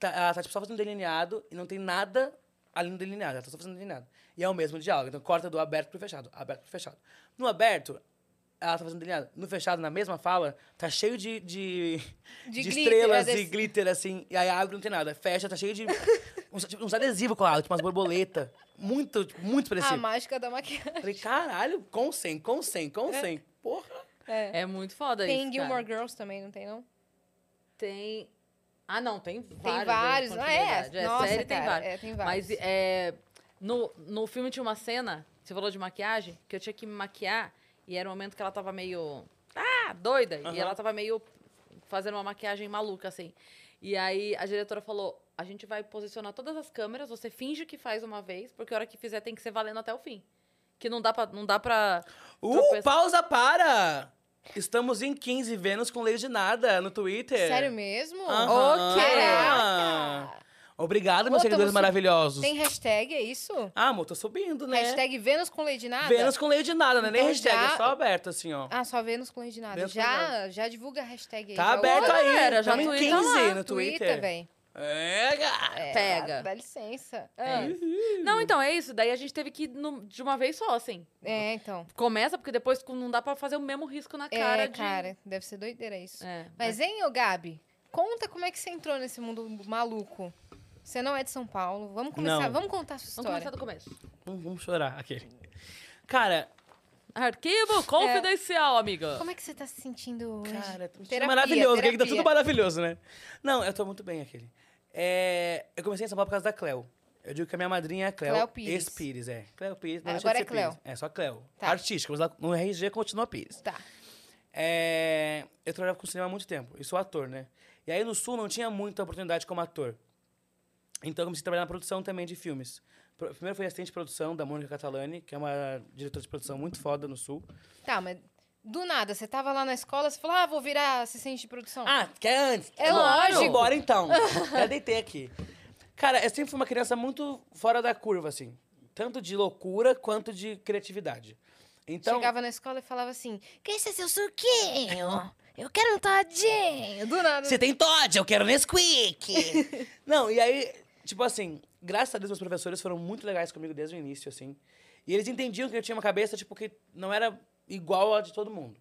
D: tá, ela tá, tipo, só fazendo delineado e não tem nada ali no delineado. Ela tá só fazendo delineado. E é o mesmo diálogo. Então, corta do aberto pro fechado. Aberto pro fechado. No aberto, ela tá fazendo delineado. No fechado, na mesma fala, tá cheio de... De,
C: De glitter, né,
D: estrelas
C: desse-
D: e glitter, assim. E aí, abre não tem nada. Fecha, tá cheio de... uns, tipo, uns adesivos colados, tipo umas borboletas. Muito, tipo, muito
C: A
D: parecido.
C: mágica da Ah, maquiagem.
D: Falei, caralho, com 100, com 100, com 100. Porra.
C: É.
B: É muito foda isso.
C: Tem
B: cara.
C: Gilmore Girls também, não tem, não?
B: Tem. Ah, não, tem vários.
C: Tem vários.
B: né,
C: Ah, é.
B: continuidade.
C: Nossa,
B: série tem
C: cara,
B: vários.
C: É, tem vários.
B: Mas é, no, no filme tinha uma cena, você falou de maquiagem, que eu tinha que me maquiar e era o momento que ela tava meio. Ah, doida!
D: Aham.
B: E ela tava meio fazendo uma maquiagem maluca, assim. E aí a diretora falou: a gente vai posicionar todas as câmeras, você finge que faz uma vez, porque a hora que fizer tem que ser valendo até o fim. Que não dá pra. Não dá pra
D: Uh,
B: pensa-
D: pausa para! Estamos em 15 Vênus com Lei de Nada no Twitter.
C: Sério mesmo?
D: Aham.
C: Ok.
D: Caraca! Obrigado,
C: Ô,
D: meus seguidores
C: tamo su-
D: maravilhosos.
C: Tem hashtag, é isso?
D: Ah, amor, tô subindo, né?
C: Hashtag Vênus com Lady Nada?
D: Vênus com Lei de Nada, né? Nem
C: Então
D: hashtag,
C: já-
D: é só aberto, assim, ó.
C: Ah, só Vênus com Lady Nada.
D: Vênus com Lady
C: já, já divulga a hashtag aí. tá
D: Tá
C: já
D: aberto
C: usa.
D: aí,
B: galera, já
D: já em
B: tuita
D: 15
B: tá lá, Ah,
D: no Twitter.
C: Twitter, véi.
D: É, cara.
C: É,
B: Pega.
C: Dá, dá licença. Ah,
B: É isso. Não, então, é isso. Daí a gente teve que ir no- de uma vez só, assim.
C: é, então.
B: Começa, porque depois não dá pra fazer o mesmo risco na
C: É,
B: cara de.
C: cara, deve ser doideira isso.
B: É,
C: Mas, hein, ô Gabi, conta como é que você entrou nesse mundo maluco. Você não é de São Paulo. Vamos começar,
D: Não.
C: vamos contar a sua
B: Vamos começar
C: história.
B: do começo.
D: Vamos vamos chorar, aquele. Cara,
B: Arquivo confidencial, amiga.
C: Como é que você tá se sentindo hoje?
D: Ah. Cara, tô me sentindo
C: Terapia,
D: maravilhoso, que aqui tá
C: terapia.
D: tudo maravilhoso, né? Não, eu tô muito bem aquele. É, eu comecei em São Paulo por causa da Cleo. Eu digo que a minha madrinha é a Cleo.
C: Cleo Pires.
D: Ex-Pires, é. Cleo Pires,
C: Ah,
D: mas não deixa de
C: agora é
D: ser Pires.
C: Cleo.
D: É, só Cleo.
C: Tá.
D: Artística, mas lá no RG continua Pires.
C: Tá.
D: É, eu trabalhava com cinema há muito tempo, e sou ator, né? E aí no Sul não tinha muita oportunidade como ator. Então eu comecei a trabalhar na produção também de filmes. Pro- Primeiro foi assistente de produção da Mônica Catalani, que é uma diretora de produção muito foda no Sul.
C: Tá, mas do nada, você tava lá na escola, você falou, ah, vou virar assistente de produção.
D: Ah, quer antes?
C: É
D: Bom,
C: lógico.
D: Embora então. Já deitei aqui. Cara, eu sempre fui uma criança muito fora da curva, assim. Tanto de loucura quanto de criatividade. Então,
C: Chegava na escola e falava assim, quer ser seu suquinho? Eu quero um todinho. Do nada.
D: você tem Todd, eu quero Nesquik. Não, e aí, tipo assim, graças a Deus, meus professores foram muito legais comigo desde o início, assim. E eles entendiam que eu tinha uma cabeça, tipo, que não era igual a de todo mundo.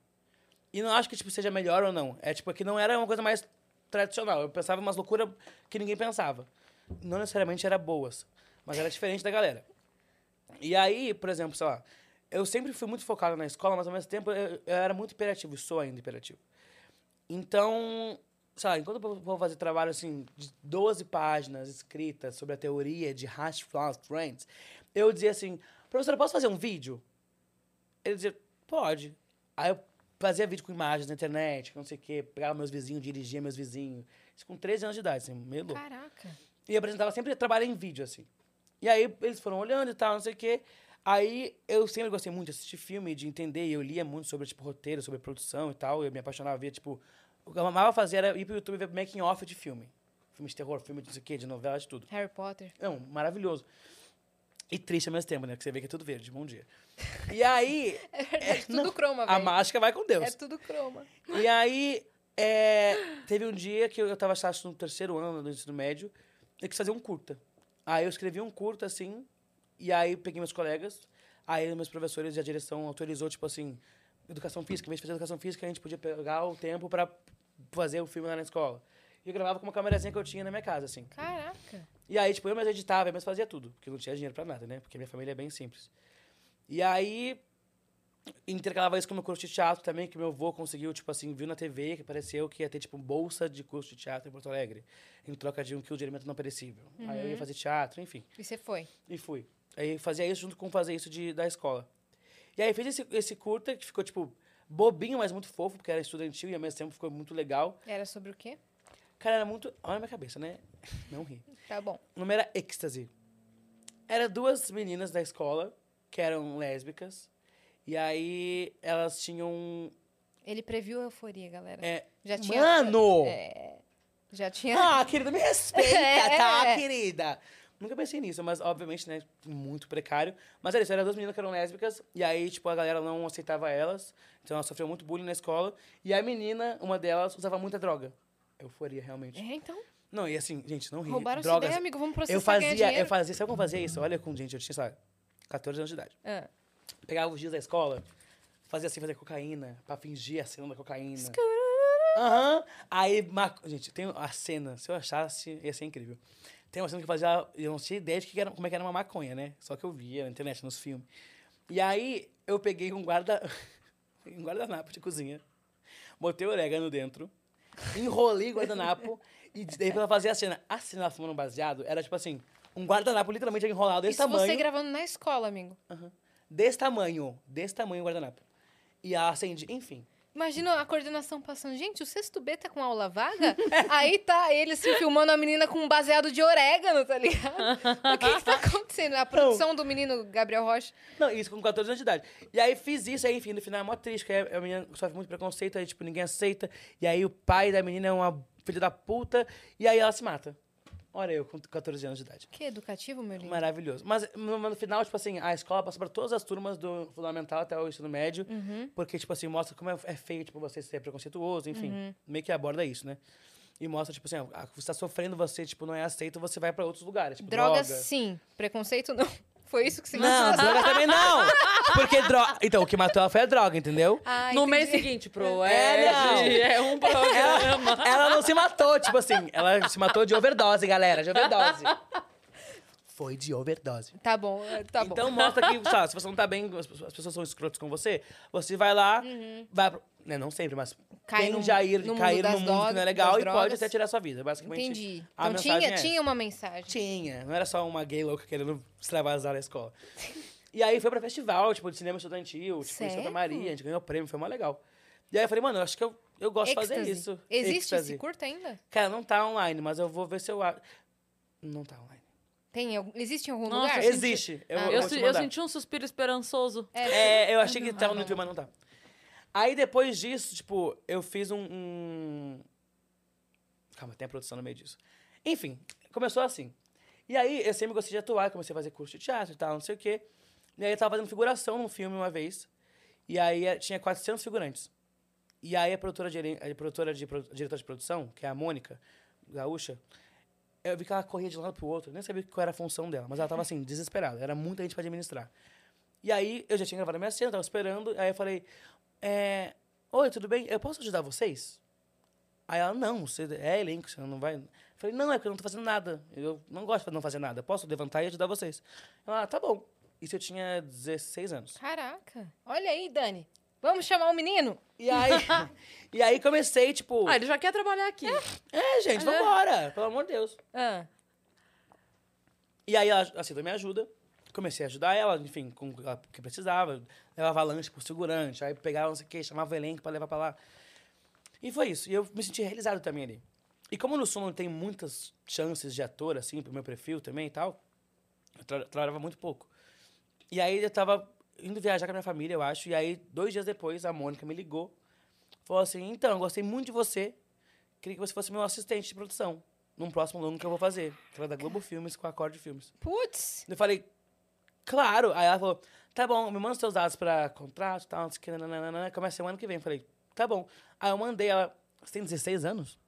D: E não acho que, tipo, seja melhor ou não. É, tipo, que não era uma coisa mais tradicional. Eu pensava umas loucuras que ninguém pensava. Não necessariamente era boas, mas era diferente da galera. E aí, por exemplo, sei lá, eu sempre fui muito focado na escola, mas ao mesmo tempo eu, eu era muito imperativo, e sou ainda imperativo. Então, sei lá, enquanto eu vou fazer trabalho, assim, de 12 páginas escritas sobre a teoria de Hashflash Friends, eu dizia assim, professora, posso fazer um vídeo? Ele dizia, pode. Aí eu fazia vídeo com imagens na internet, não sei o quê, pegava meus vizinhos, dirigia meus vizinhos. Isso com 13 anos de idade, assim, meio louco.
C: Caraca.
D: E apresentava sempre trabalho em vídeo, assim. E aí eles foram olhando e tal, não sei o quê. Aí eu sempre gostei muito de assistir filme, de entender, e eu lia muito sobre, tipo, roteiro, sobre produção e tal. Eu me apaixonava, via, tipo... O que eu amava fazer era ir pro YouTube ver making off de filme. Filme de terror, filme de não sei o quê, de novela, de tudo.
C: Harry Potter.
D: Não, maravilhoso. E triste ao mesmo tempo, né? Porque você vê que é tudo verde, bom dia. E aí...
C: É verdade, tudo
D: não,
C: croma,
D: A
C: velho.
D: mágica vai com Deus.
C: É tudo croma.
D: E aí, é, teve um dia que eu eu tava, acho, no terceiro ano do ensino médio, eu quis fazer um curta. Aí eu escrevi um curta, assim, e aí peguei meus colegas, aí meus professores e a direção autorizou, tipo assim, educação física, em vez de fazer educação física, a gente podia pegar o tempo pra fazer o filme lá na escola. E eu gravava com uma camerazinha que eu tinha na minha casa, assim.
C: Caraca.
D: E aí, tipo, eu mesmo editava, eu mesmo fazia tudo, porque eu não tinha dinheiro pra nada, né? Porque minha família é bem simples. E aí, intercalava isso com o meu curso de teatro também, que meu avô conseguiu, tipo assim, viu na TV que apareceu que ia ter, tipo, bolsa de curso de teatro em Porto Alegre, em troca de um quilo de alimento não perecível. Aí eu ia fazer teatro, enfim.
C: E você foi.
D: E fui. Aí fazia isso junto com fazer isso de, da escola. E aí fiz esse, esse curta, que ficou, tipo, bobinho, mas muito fofo, porque era estudantil e ao mesmo tempo ficou muito legal.
C: Era sobre o quê?
D: Cara, era muito. Olha a minha cabeça, né? Não ri.
C: Tá bom.
D: O nome era Ecstasy. Era duas meninas da escola que eram lésbicas. E aí elas tinham. um,
C: Ele previu a euforia, galera.
D: É,
C: Já tinha.
D: Mano!
C: É, já tinha.
D: Ah, querida, me respeita,
C: É.
D: tá, querida? Nunca pensei nisso, mas obviamente, né? Muito precário. Mas era isso, eram duas meninas que eram lésbicas. E aí, tipo, a galera não aceitava elas. Então ela sofreu muito bullying na escola. E a menina, uma delas, usava muita droga. Euforia, realmente.
C: É, então.
D: Não, e assim, gente, não ri.
C: Roubaram sua
D: Drogas.
C: ideia, amigo. Vamos processar
D: eu
C: ganhar
D: fazia,
C: dinheiro.
D: eu fazia, sabe como eu fazia isso? Olha com gente, eu tinha, sabe, 14 anos de idade.
C: Ah.
D: pegava os dias da escola, fazia assim, fazer cocaína, pra fingir a cena da cocaína. Aham. Aí, ma- gente, tem a cena, se eu achasse, ia ser incrível. Tem uma cena que eu fazia, eu não tinha ideia de que era, como é que era uma maconha, né? Só que eu via na internet, nos filmes. E aí, eu peguei um guarda... em guardanapo de cozinha. Botei orégano dentro, enrolei o guardanapo e daí pra fazer a cena. A cena fumando baseado era tipo assim, um guardanapo literalmente enrolado desse
C: Isso
D: tamanho.
C: você gravando na escola, amigo.
D: Aham. Desse tamanho, desse tamanho o guardanapo. E ela acendi, enfim.
C: Imagina a coordenação passando. Gente, o sexto B tá com aula vaga? Aí tá ele se filmando a menina com um baseado de orégano, tá ligado? O que que tá acontecendo? A produção do menino Gabriel Rocha.
D: Não, isso com 14 anos de idade. E aí fiz isso, aí, enfim, no final é mó triste, porque aí a menina sofre muito preconceito, aí, tipo, ninguém aceita. E aí o pai da menina é uma filha da puta, e aí ela se mata. Olha eu, com 14 anos de idade.
C: Que educativo, meu lindo.
D: Maravilhoso. Mas no, no final, tipo assim, a escola passa pra todas as turmas do fundamental até o ensino médio, porque, tipo assim, mostra como é, é feio, tipo, você ser preconceituoso, enfim. Meio que aborda isso, né? E mostra, tipo assim, ah, você tá sofrendo, você, tipo, não é aceito, você vai pra outros lugares. Tipo,
C: Drogas,
D: droga.
C: sim. Preconceito, não. Foi isso que você
D: Não, droga também não! Porque droga. Então, o que matou ela foi a droga, entendeu?
C: Ah,
B: no
C: entendi.
B: mês seguinte, pro
D: É, não.
B: Ed, tá é um programa.
D: Ela não se matou, tipo assim, ela se matou de overdose, galera, de overdose. Foi de overdose.
C: Tá bom, tá bom.
D: então mostra que, sabe, se você não tá bem, as as pessoas são escrotas com você, você vai lá, vai pro- né, não sempre, mas
C: Uhum. Cai
D: tem
C: no-
D: já ir,
C: no mundo
D: cair
C: das
D: no mundo que não
C: drogas,
D: é legal
C: das
D: e pode
C: drogas.
D: até tirar sua vida, basicamente.
C: Entendi.
D: a
C: Então
D: mensagem
C: tinha,
D: é essa.
C: tinha uma mensagem.
D: Tinha, não era só uma gay louca querendo extravasar na escola. E aí foi pra festival, tipo, de cinema estudantil, tipo, em Santa
C: Sério?
D: Maria, a gente ganhou prêmio, foi mó legal. E aí eu falei, mano, eu acho que eu, eu gosto de fazer
C: Êxtase.
D: isso.
C: Existe
D: Êxtase.
C: esse curta ainda?
D: Cara, não tá online, mas eu vou ver se eu... a- Não tá online.
C: Tem, algum- existe em algum
B: Nossa,
C: lugar?
B: eu senti-
D: Existe. Eu,
C: Ah,
D: vou-
B: Eu,
D: vou te
B: se- eu
D: mandar.
B: senti um suspiro esperançoso.
D: É, eu achei que
C: não,
D: tava
C: ah,
D: no
C: não.
D: YouTube, mas não tá. Aí depois disso, tipo, eu fiz um. um- Calma, tem a produção no meio disso. Enfim, começou assim. E aí eu sempre gostei de atuar, comecei a fazer curso de teatro e tal, não sei o quê. E aí eu tava fazendo figuração num filme uma vez. E aí eh, tinha 400 figurantes. E aí a produtora, geren- a produtora de pro- diretora de produção, que é a Mônica, gaúcha, eu vi que ela corria de um lado pro outro, nem sabia qual era a função dela, mas ela tava assim, desesperada, era muita gente pra administrar. E aí eu já tinha gravado a minha cena, tava esperando, aí eu falei: é, Oi, tudo bem? Eu posso ajudar vocês? Aí ela, não, você é elenco, você não vai. Eu falei, não, é porque eu não tô fazendo nada. Eu não gosto de não fazer nada. Eu posso levantar e ajudar vocês. Ela, tá bom. Isso eu tinha 16 anos.
C: Caraca. Olha aí, Dani. Vamos chamar o menino?
D: E aí, e aí comecei, tipo,
B: Ah, ele já quer trabalhar aqui.
D: é, gente, vambora, pelo amor de Deus.
C: Ah,
D: E aí ela aceitou minha ajuda. Comecei a ajudar ela, enfim, com o que precisava. Levava lanche pro segurante, aí pegava não sei o que, chamava o elenco pra levar pra lá. E foi isso. E eu me senti realizado também ali. E como no Sul não tem muitas chances de ator, assim, pro meu perfil também e tal, eu tra- trabalhava muito pouco. E aí eu tava indo viajar com a minha família, eu acho, e aí dois dias depois a Mônica me ligou, falou assim, então, eu gostei muito de você, queria que você fosse meu assistente de produção num próximo longo que eu vou fazer, que era da Globo Filmes com a Acorde Filmes.
C: putz.
D: Eu falei, claro. Aí ela falou, tá bom, me manda os seus dados pra contrato e tal, não sei o que, nananana. começa semana que vem. Eu falei, tá bom. Aí eu mandei ela, você tem 16 anos?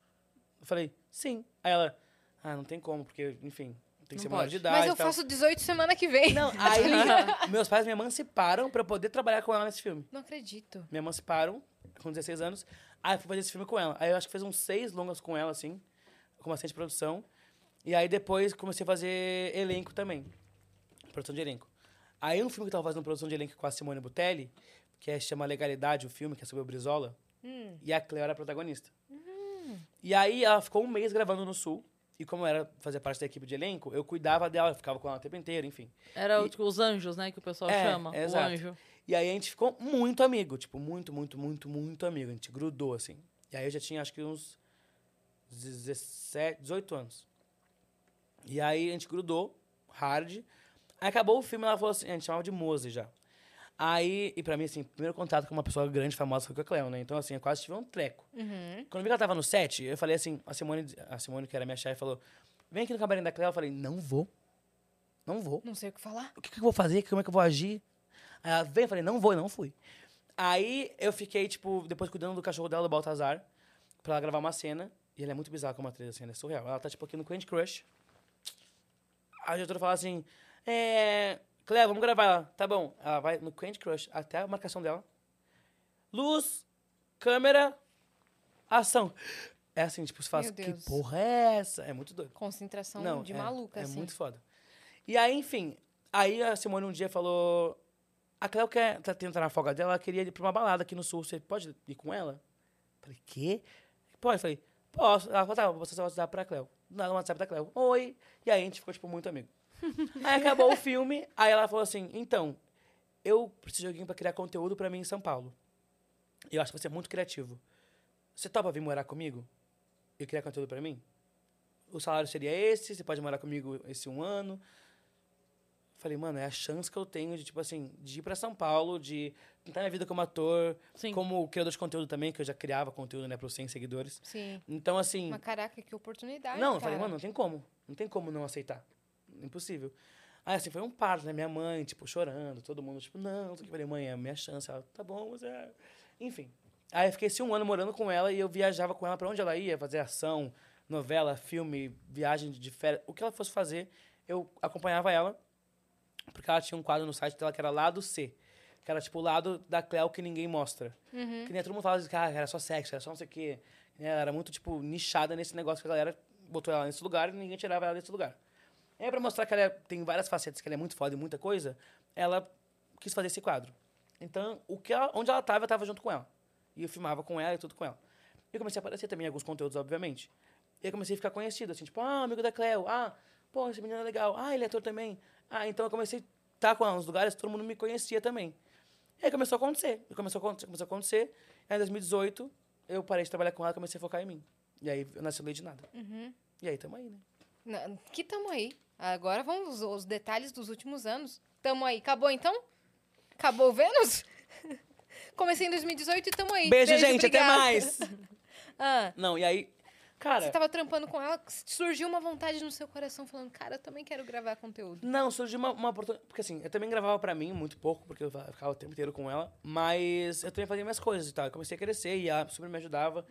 D: Eu falei, sim. Aí ela, ah, não tem como, porque, enfim, tem que
B: Não
D: ser menor
B: pode.
D: de idade.
C: Mas eu
D: e tal."
C: faço 18 semana que vem. Tá
D: Não, aí meus pais me emanciparam pra eu poder trabalhar com ela nesse filme.
C: Não acredito.
D: Me emanciparam com 16 anos. Aí eu fui fazer esse filme com ela. Aí eu acho que fez uns seis longas com ela, assim, como assistente de produção. E aí depois comecei a fazer elenco também. Produção de elenco. Aí um filme que eu tava fazendo produção de elenco com a Simone Butelli, que é, chama Legalidade, o filme, que é sobre o Brizola. E a Cleo era a protagonista. E aí ela ficou um mês gravando no Sul. E como eu era fazer parte da equipe de elenco, eu cuidava dela, ficava com ela o tempo inteiro, enfim.
B: Era o- tipo, os anjos, né, que o pessoal
D: É,
B: chama.
D: é
B: o
D: exato.
B: anjo.
D: E aí a gente ficou muito amigo, tipo, muito, muito, muito, muito amigo. A gente grudou, assim. E aí eu já tinha, acho que uns 17, 18 anos. E aí a gente grudou, hard. Aí acabou o filme, ela falou assim, a gente chamava de Mose já. Aí, e pra mim, assim, primeiro contato com uma pessoa grande, famosa, foi com a Cleo, né? Então, assim, eu quase tive um treco. Quando eu vi que ela tava no set, eu falei assim, a Simone, a Simone que era minha chefe, falou, vem aqui no cabaré da Cleo. Eu falei, não vou. Não vou
C: Não sei o que falar.
D: o que, que eu vou fazer? Como é que eu vou agir? Aí ela veio, eu falei, não vou, e não fui. Aí eu fiquei, tipo, depois cuidando do cachorro dela, do Baltazar, pra ela gravar uma cena. E ela é muito bizarra como atriz, assim, ela é surreal. Ela tá, tipo, aqui no Candy Crush. Aí a diretora fala assim, é... Cleo, vamos gravar ela. Tá bom. Ela vai no Candy Crush até a marcação dela. Luz, câmera, ação. É assim, tipo, você fala,
C: Meu
D: que
C: Deus.
D: porra é essa? É muito doido
C: Concentração de
D: é,
C: maluca,
D: é
C: assim.
D: muito foda. E aí, enfim, aí a Simone um dia falou: A Cleo quer tá, tentar na folga dela, ela queria ir pra uma balada aqui no sul. Você pode ir com ela? Falei, quê? Pode? Falei, posso. Ela falou, tá, vou passar o WhatsApp pra Cleo. Do nada, o WhatsApp da Cleo. Oi. E aí a gente ficou, tipo, muito amigo. aí acabou o filme, aí ela falou assim, então, eu preciso de alguém pra criar conteúdo pra mim em São Paulo. Eu acho que você é muito criativo. Você topa vir morar comigo? E criar conteúdo pra mim? O salário seria esse, você pode morar comigo esse um ano. Falei, mano, é a chance que eu tenho de, tipo assim, de ir pra São Paulo, de tentar minha vida como ator,
B: Sim.
D: como criador de conteúdo também, que eu já criava conteúdo, né, pros 100 seguidores.
C: Sim.
D: Então, assim.
C: Mas caraca, que oportunidade.
D: Não, eu
C: cara.
D: falei, mano, não tem como. Não tem como não aceitar. Impossível. Aí, assim, foi um parto, né? Minha mãe, tipo, chorando, todo mundo, tipo, não, eu falei, mãe, é a minha chance. Ela, tá bom, mas é. Enfim. Aí eu fiquei assim, um ano morando com ela e eu viajava com ela pra onde ela ia, fazer ação, novela, filme, viagem de férias, o que ela fosse fazer, eu acompanhava ela, porque ela tinha um quadro no site dela que era lado C, que era tipo o lado da Cleo que ninguém mostra. Que nem todo mundo falava de cara, era só sexo, era só não sei o quê. né? Ela era muito, tipo, nichada nesse negócio que a galera botou ela nesse lugar e ninguém tirava ela desse lugar. E aí, pra mostrar que ela é- tem várias facetas, que ela é muito foda e muita coisa, ela quis fazer esse quadro. Então, o que ela- onde ela tava, eu tava junto com ela. E eu filmava com ela e tudo com ela. E eu comecei a aparecer também em alguns conteúdos, obviamente. E eu comecei a ficar conhecido, assim, tipo, ah, amigo da Cleo, ah, pô, esse menino é legal, ah, ele é ator também. Ah, então eu comecei a estar com ela nos lugares, todo mundo me conhecia também. E aí É, começou a acontecer, e começou a acontecer, começou a acontecer. Aí em 2018, eu parei de trabalhar com ela, comecei a focar em mim. E aí eu nasci lei de nada.
C: Uhum.
D: E aí tamo aí, né?
C: Na- Que tamo aí. Agora vamos os detalhes dos últimos anos. Tamo aí. Acabou então? Acabou o Vênus? Comecei em 2018 e tamo aí.
D: Beijo, gente,
C: obrigada.
D: até mais!
C: Ah,
D: Não, e aí, cara,
C: você tava trampando com ela, surgiu uma vontade no seu coração falando, cara, eu também quero gravar conteúdo.
D: não, surgiu uma, uma oportunidade. Porque assim, eu também gravava pra mim muito pouco, porque eu fa- ficava o tempo inteiro com ela, mas eu também fazia minhas coisas e tal. Eu comecei a crescer e ela super me ajudava.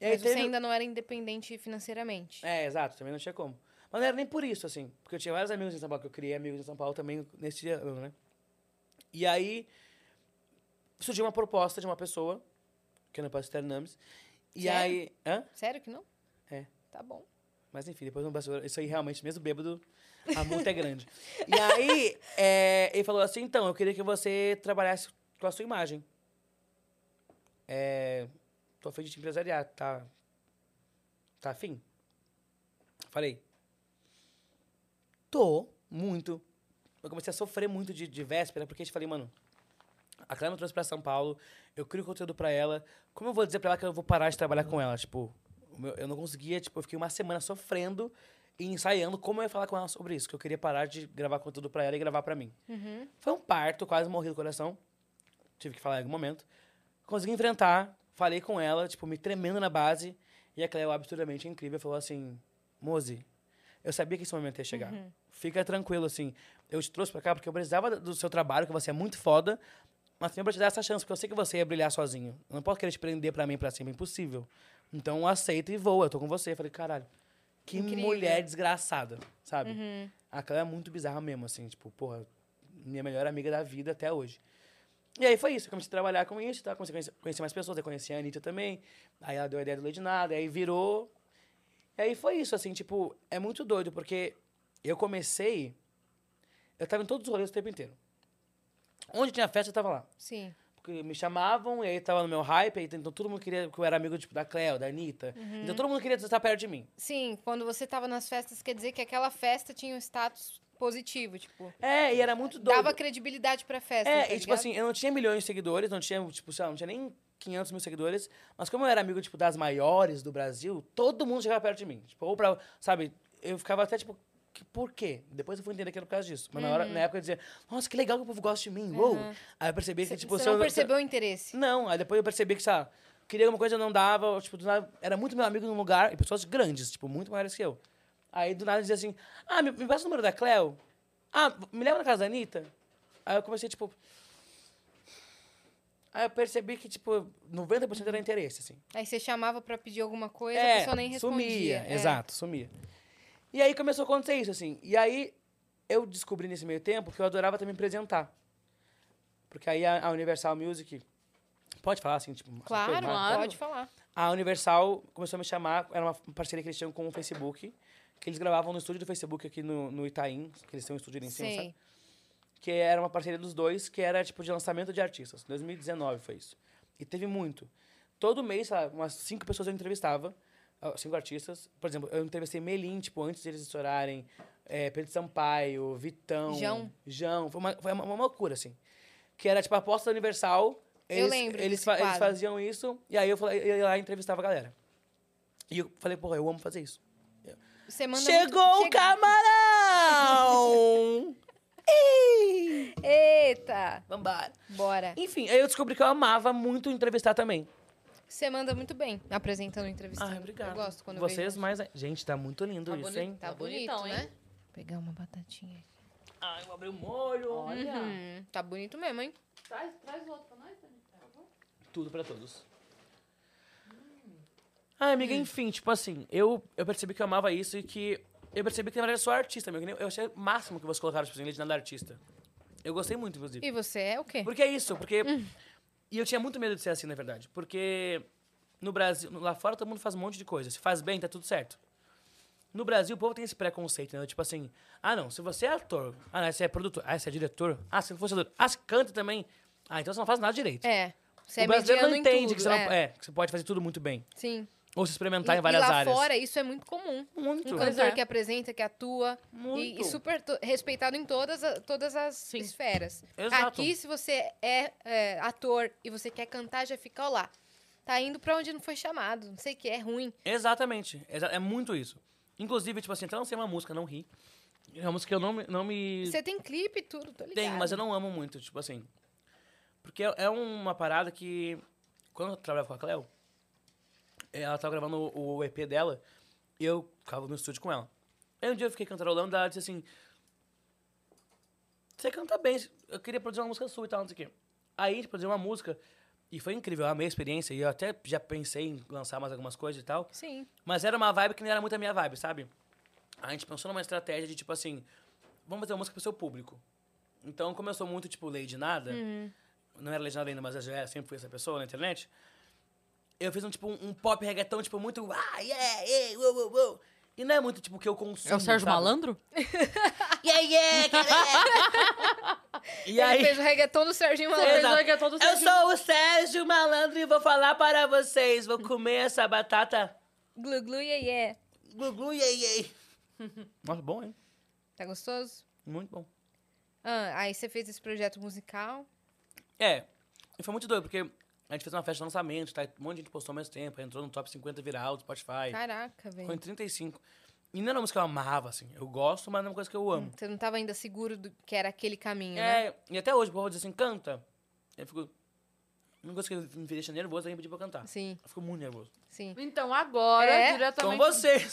D: E
C: Hum.
D: aí
C: Mas você
D: É, teve-
C: ainda não era independente financeiramente.
D: É, exato, também não tinha como. Mas não era nem por isso, assim, porque eu tinha vários amigos em São Paulo, que eu criei amigos em São Paulo também nesse ano, né? E aí surgiu uma proposta de uma pessoa, que eu não posso citar nomes, e
C: Sério?
D: aí. Hã?
C: Sério que não?
D: É.
C: Tá bom.
D: Mas enfim, depois no bastidor, isso aí realmente, mesmo bêbado, a multa é grande. E aí, é, ele falou assim, então, eu queria que você trabalhasse com a sua imagem. É, tô afim de te empresariar, tá? Tá afim? Falei, tô, muito. Eu comecei a sofrer muito de, de véspera, porque eu falei, mano, a Clara me trouxe pra São Paulo, eu crio conteúdo pra ela. Como eu vou dizer pra ela que eu vou parar de trabalhar com ela? Tipo, o meu- eu não conseguia, tipo, eu fiquei uma semana sofrendo e ensaiando como eu ia falar com ela sobre isso, que eu queria parar de gravar conteúdo pra ela e gravar pra mim. Foi um parto, quase morri do coração. Tive que falar em algum momento. Consegui enfrentar, falei com ela, tipo, me tremendo na base. E a Cleo, absurdamente incrível, falou assim: Mose, eu sabia que esse momento ia chegar. Fica tranquilo, assim. Eu te trouxe pra cá porque eu precisava do seu trabalho, que você é muito foda. Mas também pra te dar essa chance, porque eu sei que você ia brilhar sozinho. Eu não posso querer te prender pra mim pra cima, é impossível. Então aceita e voa, eu tô com você. Eu falei, caralho, que
C: Incrível.
D: mulher desgraçada, sabe? A Cleo é muito bizarra mesmo, assim, tipo, porra, minha melhor amiga da vida até hoje. E aí foi isso, eu comecei a trabalhar com isso, tá? comecei a conhecer, conhecer mais pessoas, eu conheci a Anitta também, aí ela deu a ideia do Lady Nada, aí virou. E aí foi isso, assim, tipo, é muito doido, porque eu comecei, eu tava em todos os rolês o tempo inteiro. Onde tinha festa, eu tava lá.
C: Sim.
D: Porque me chamavam, e aí tava no meu hype, aí, então todo mundo queria que eu era amigo tipo, da Cleo, da Anitta. Então todo mundo queria estar perto de mim.
C: Sim, quando você tava nas festas, quer dizer que aquela festa tinha um status positivo, tipo.
D: É, e era muito doido.
C: Dava credibilidade pra festa.
D: É,
C: tá
D: e tipo
C: ligado?
D: assim, eu não tinha milhões de seguidores, não tinha, tipo, sei lá, não tinha nem 500 mil seguidores, mas como eu era amigo, tipo, das maiores do Brasil, todo mundo chegava perto de mim. Tipo, ou pra, sabe, eu ficava até, tipo, que- por quê? Depois eu fui entender que era por causa disso. Mas na, hora,
C: Uhum.
D: na época eu dizia, nossa, que legal que o povo gosta de mim, uou! Aí eu percebi que,
C: Cê-
D: tipo...
C: você
D: se
C: não
D: eu- se-
C: percebeu o interesse.
D: Não, aí depois eu percebi que, sei lá, queria alguma coisa eu não dava, eu, tipo, do nada, era muito meu amigo num lugar, e pessoas grandes, tipo, muito maiores que eu. Aí do nada dizia assim, ah, me, me passa o número da Cleo? Ah, me leva na casa da Anitta? Aí eu comecei, tipo... Aí eu percebi que, tipo, 90% era interesse, assim.
C: Aí você chamava pra pedir alguma coisa, a pessoa nem respondia.
D: É, Sumia,
C: É.
D: exato, sumia. E aí começou a acontecer isso, assim. E aí eu descobri nesse meio tempo que eu adorava também apresentar. Porque aí a, a Universal Music. Pode falar assim, tipo. essas
C: Claro,
D: coisas, né?
B: claro.
C: pode falar.
D: A Universal começou a me chamar, era uma parceria que eles tinham com o Facebook, que eles gravavam no estúdio do Facebook aqui no, no Itaim, que eles têm um estúdio ali em cima, sabe?
C: Sim.
D: que era uma parceria dos dois, que era tipo de lançamento de artistas. 2019 foi isso. E teve muito. Todo mês, sei lá, umas cinco pessoas eu entrevistava, ah, cinco artistas. Por exemplo, eu entrevistei Melim, tipo, antes deles estourarem, eh, Pedro Sampaio, Vitão.
C: Jão.
D: Jão. Foi uma, foi uma, uma loucura, assim. Que era tipo a aposta universal.
C: Eu
D: Eles,
C: lembro
D: Eles,
C: desse
D: fa- eles
C: quadro.
D: faziam isso, e aí eu, falei, eu ia lá e entrevistava a galera. E eu falei, porra, eu amo fazer isso.
C: Você manda
D: Chegou
C: muito...
D: o camarão! Ih!
C: Eita!
D: Vambora.
C: Bora.
D: Enfim, aí eu descobri que eu amava muito entrevistar também.
C: Você manda muito bem apresentando entrevista.
D: Ai, obrigado.
C: Eu gosto quando eu
D: Vocês
C: vejo.
D: mais. Gente, tá muito lindo
B: Tá
D: isso,
B: bonito.
D: hein?
C: Tá,
B: Tá
C: bonito,
B: bonitão,
C: né?
B: hein?
C: Vou pegar uma batatinha aqui.
D: Ai, eu abri o molho. Olha.
C: Hum, tá bonito mesmo, hein?
B: Traz, traz outro pra nós, Dani, por favor.
D: Tudo pra todos. Ai, amiga, enfim, tipo assim, eu, eu percebi que eu amava isso e que. Eu percebi que na verdade eu sou artista, meu. que nem- Eu achei o máximo que vocês colocaram, tipo assim, legenda da artista. Eu gostei muito, inclusive.
C: E você é o quê?
D: Porque é isso, porque. E eu tinha muito medo de ser assim, na verdade. Porque no Brasil, lá fora todo mundo faz um monte de coisa. Se faz bem, tá tudo certo. No Brasil, o povo tem esse preconceito, né? Tipo assim, ah não, se você é ator, ah não, você é produtor, ah, você é diretor, ah, se fosse ator, ah, você canta também, ah, então você não faz nada direito.
C: É. Você é
D: o brasileiro
C: mediano
D: não
C: em
D: entende
C: tudo,
D: que, você não- é, que você pode fazer tudo muito bem.
C: Sim.
D: Ou se experimentar
C: E-
D: Tá em várias
C: e lá
D: áreas.
C: fora, isso é muito comum.
D: Muito.
C: Um
B: Pois
C: cantor
B: é.
C: que apresenta, que atua. e- E,
D: Muito.
C: super to- respeitado em todas, a- todas as esferas.
D: Exato.
C: Aqui, se você é, é, ator e você quer cantar, já fica ó lá. Tá indo pra onde não foi chamado. Não sei o que, é ruim.
D: Exatamente. Exa- É muito isso. Inclusive, tipo assim, até lancei uma música, não ri. É uma música que eu não, me- não me.
C: Você tem clipe e tudo, tô ligado.
D: Tem, mas eu não amo muito, tipo assim. Porque é é uma parada que. Quando eu trabalhava com a Cleo, ela tava gravando o o EP dela, e eu ficava no estúdio com ela. Aí um dia eu fiquei cantarolando, ela disse assim: Você canta bem, eu queria produzir uma música sua e tal, não sei o quê. Aí a gente produziu uma música, e foi incrível, eu amei a experiência, e eu até já pensei em lançar mais algumas coisas e tal.
C: Sim.
D: Mas era uma vibe que não era muito a minha vibe, sabe? A gente pensou numa estratégia de tipo assim: vamos fazer uma música pro seu público. Então, como eu sou muito tipo lei de nada,
B: Uhum.
D: não era lei de nada ainda, mas eu já era, sempre fui essa pessoa na internet. Eu fiz um tipo um, um pop reggaeton, tipo, muito. Ah, yeah, yeah, uou, uou, uou. E não é muito tipo o que eu consumo.
B: É o Sérgio
D: sabe?
B: Malandro?
D: Yeah, yeah, galera. é. e
C: Ele
D: aí.
C: fez o reggaeton do Serginho Malandro.
D: Exato.
B: que é todo
D: Eu
B: Sérgio-
D: sou o Sérgio Malandro e vou falar para vocês. Vou comer essa batata.
C: Glu, glu, yeah, yeah.
D: Glu-glu, yei, yei. Nossa, bom, hein?
C: Tá gostoso?
D: Muito bom.
C: Ah, aí você fez esse projeto musical.
D: É, e foi muito doido, porque a gente fez uma festa de lançamento, tá? um monte de gente postou ao mesmo tempo, entrou no top 50 viral do Spotify.
C: Caraca,
D: Foi em
C: velho.
D: 35. E não era uma música que eu amava, assim. Eu gosto, mas não é uma coisa que eu amo.
C: Você não tava ainda seguro do que era aquele caminho, né?
D: É, e até hoje, o povo diz assim, canta. Eu fico... Uma coisa que me deixa nervoso, alguém pediu pra eu cantar.
C: Sim,
D: Eu fico muito nervoso.
C: sim.
B: Então, agora,
C: É?
D: Com
B: diretamente...
D: vocês,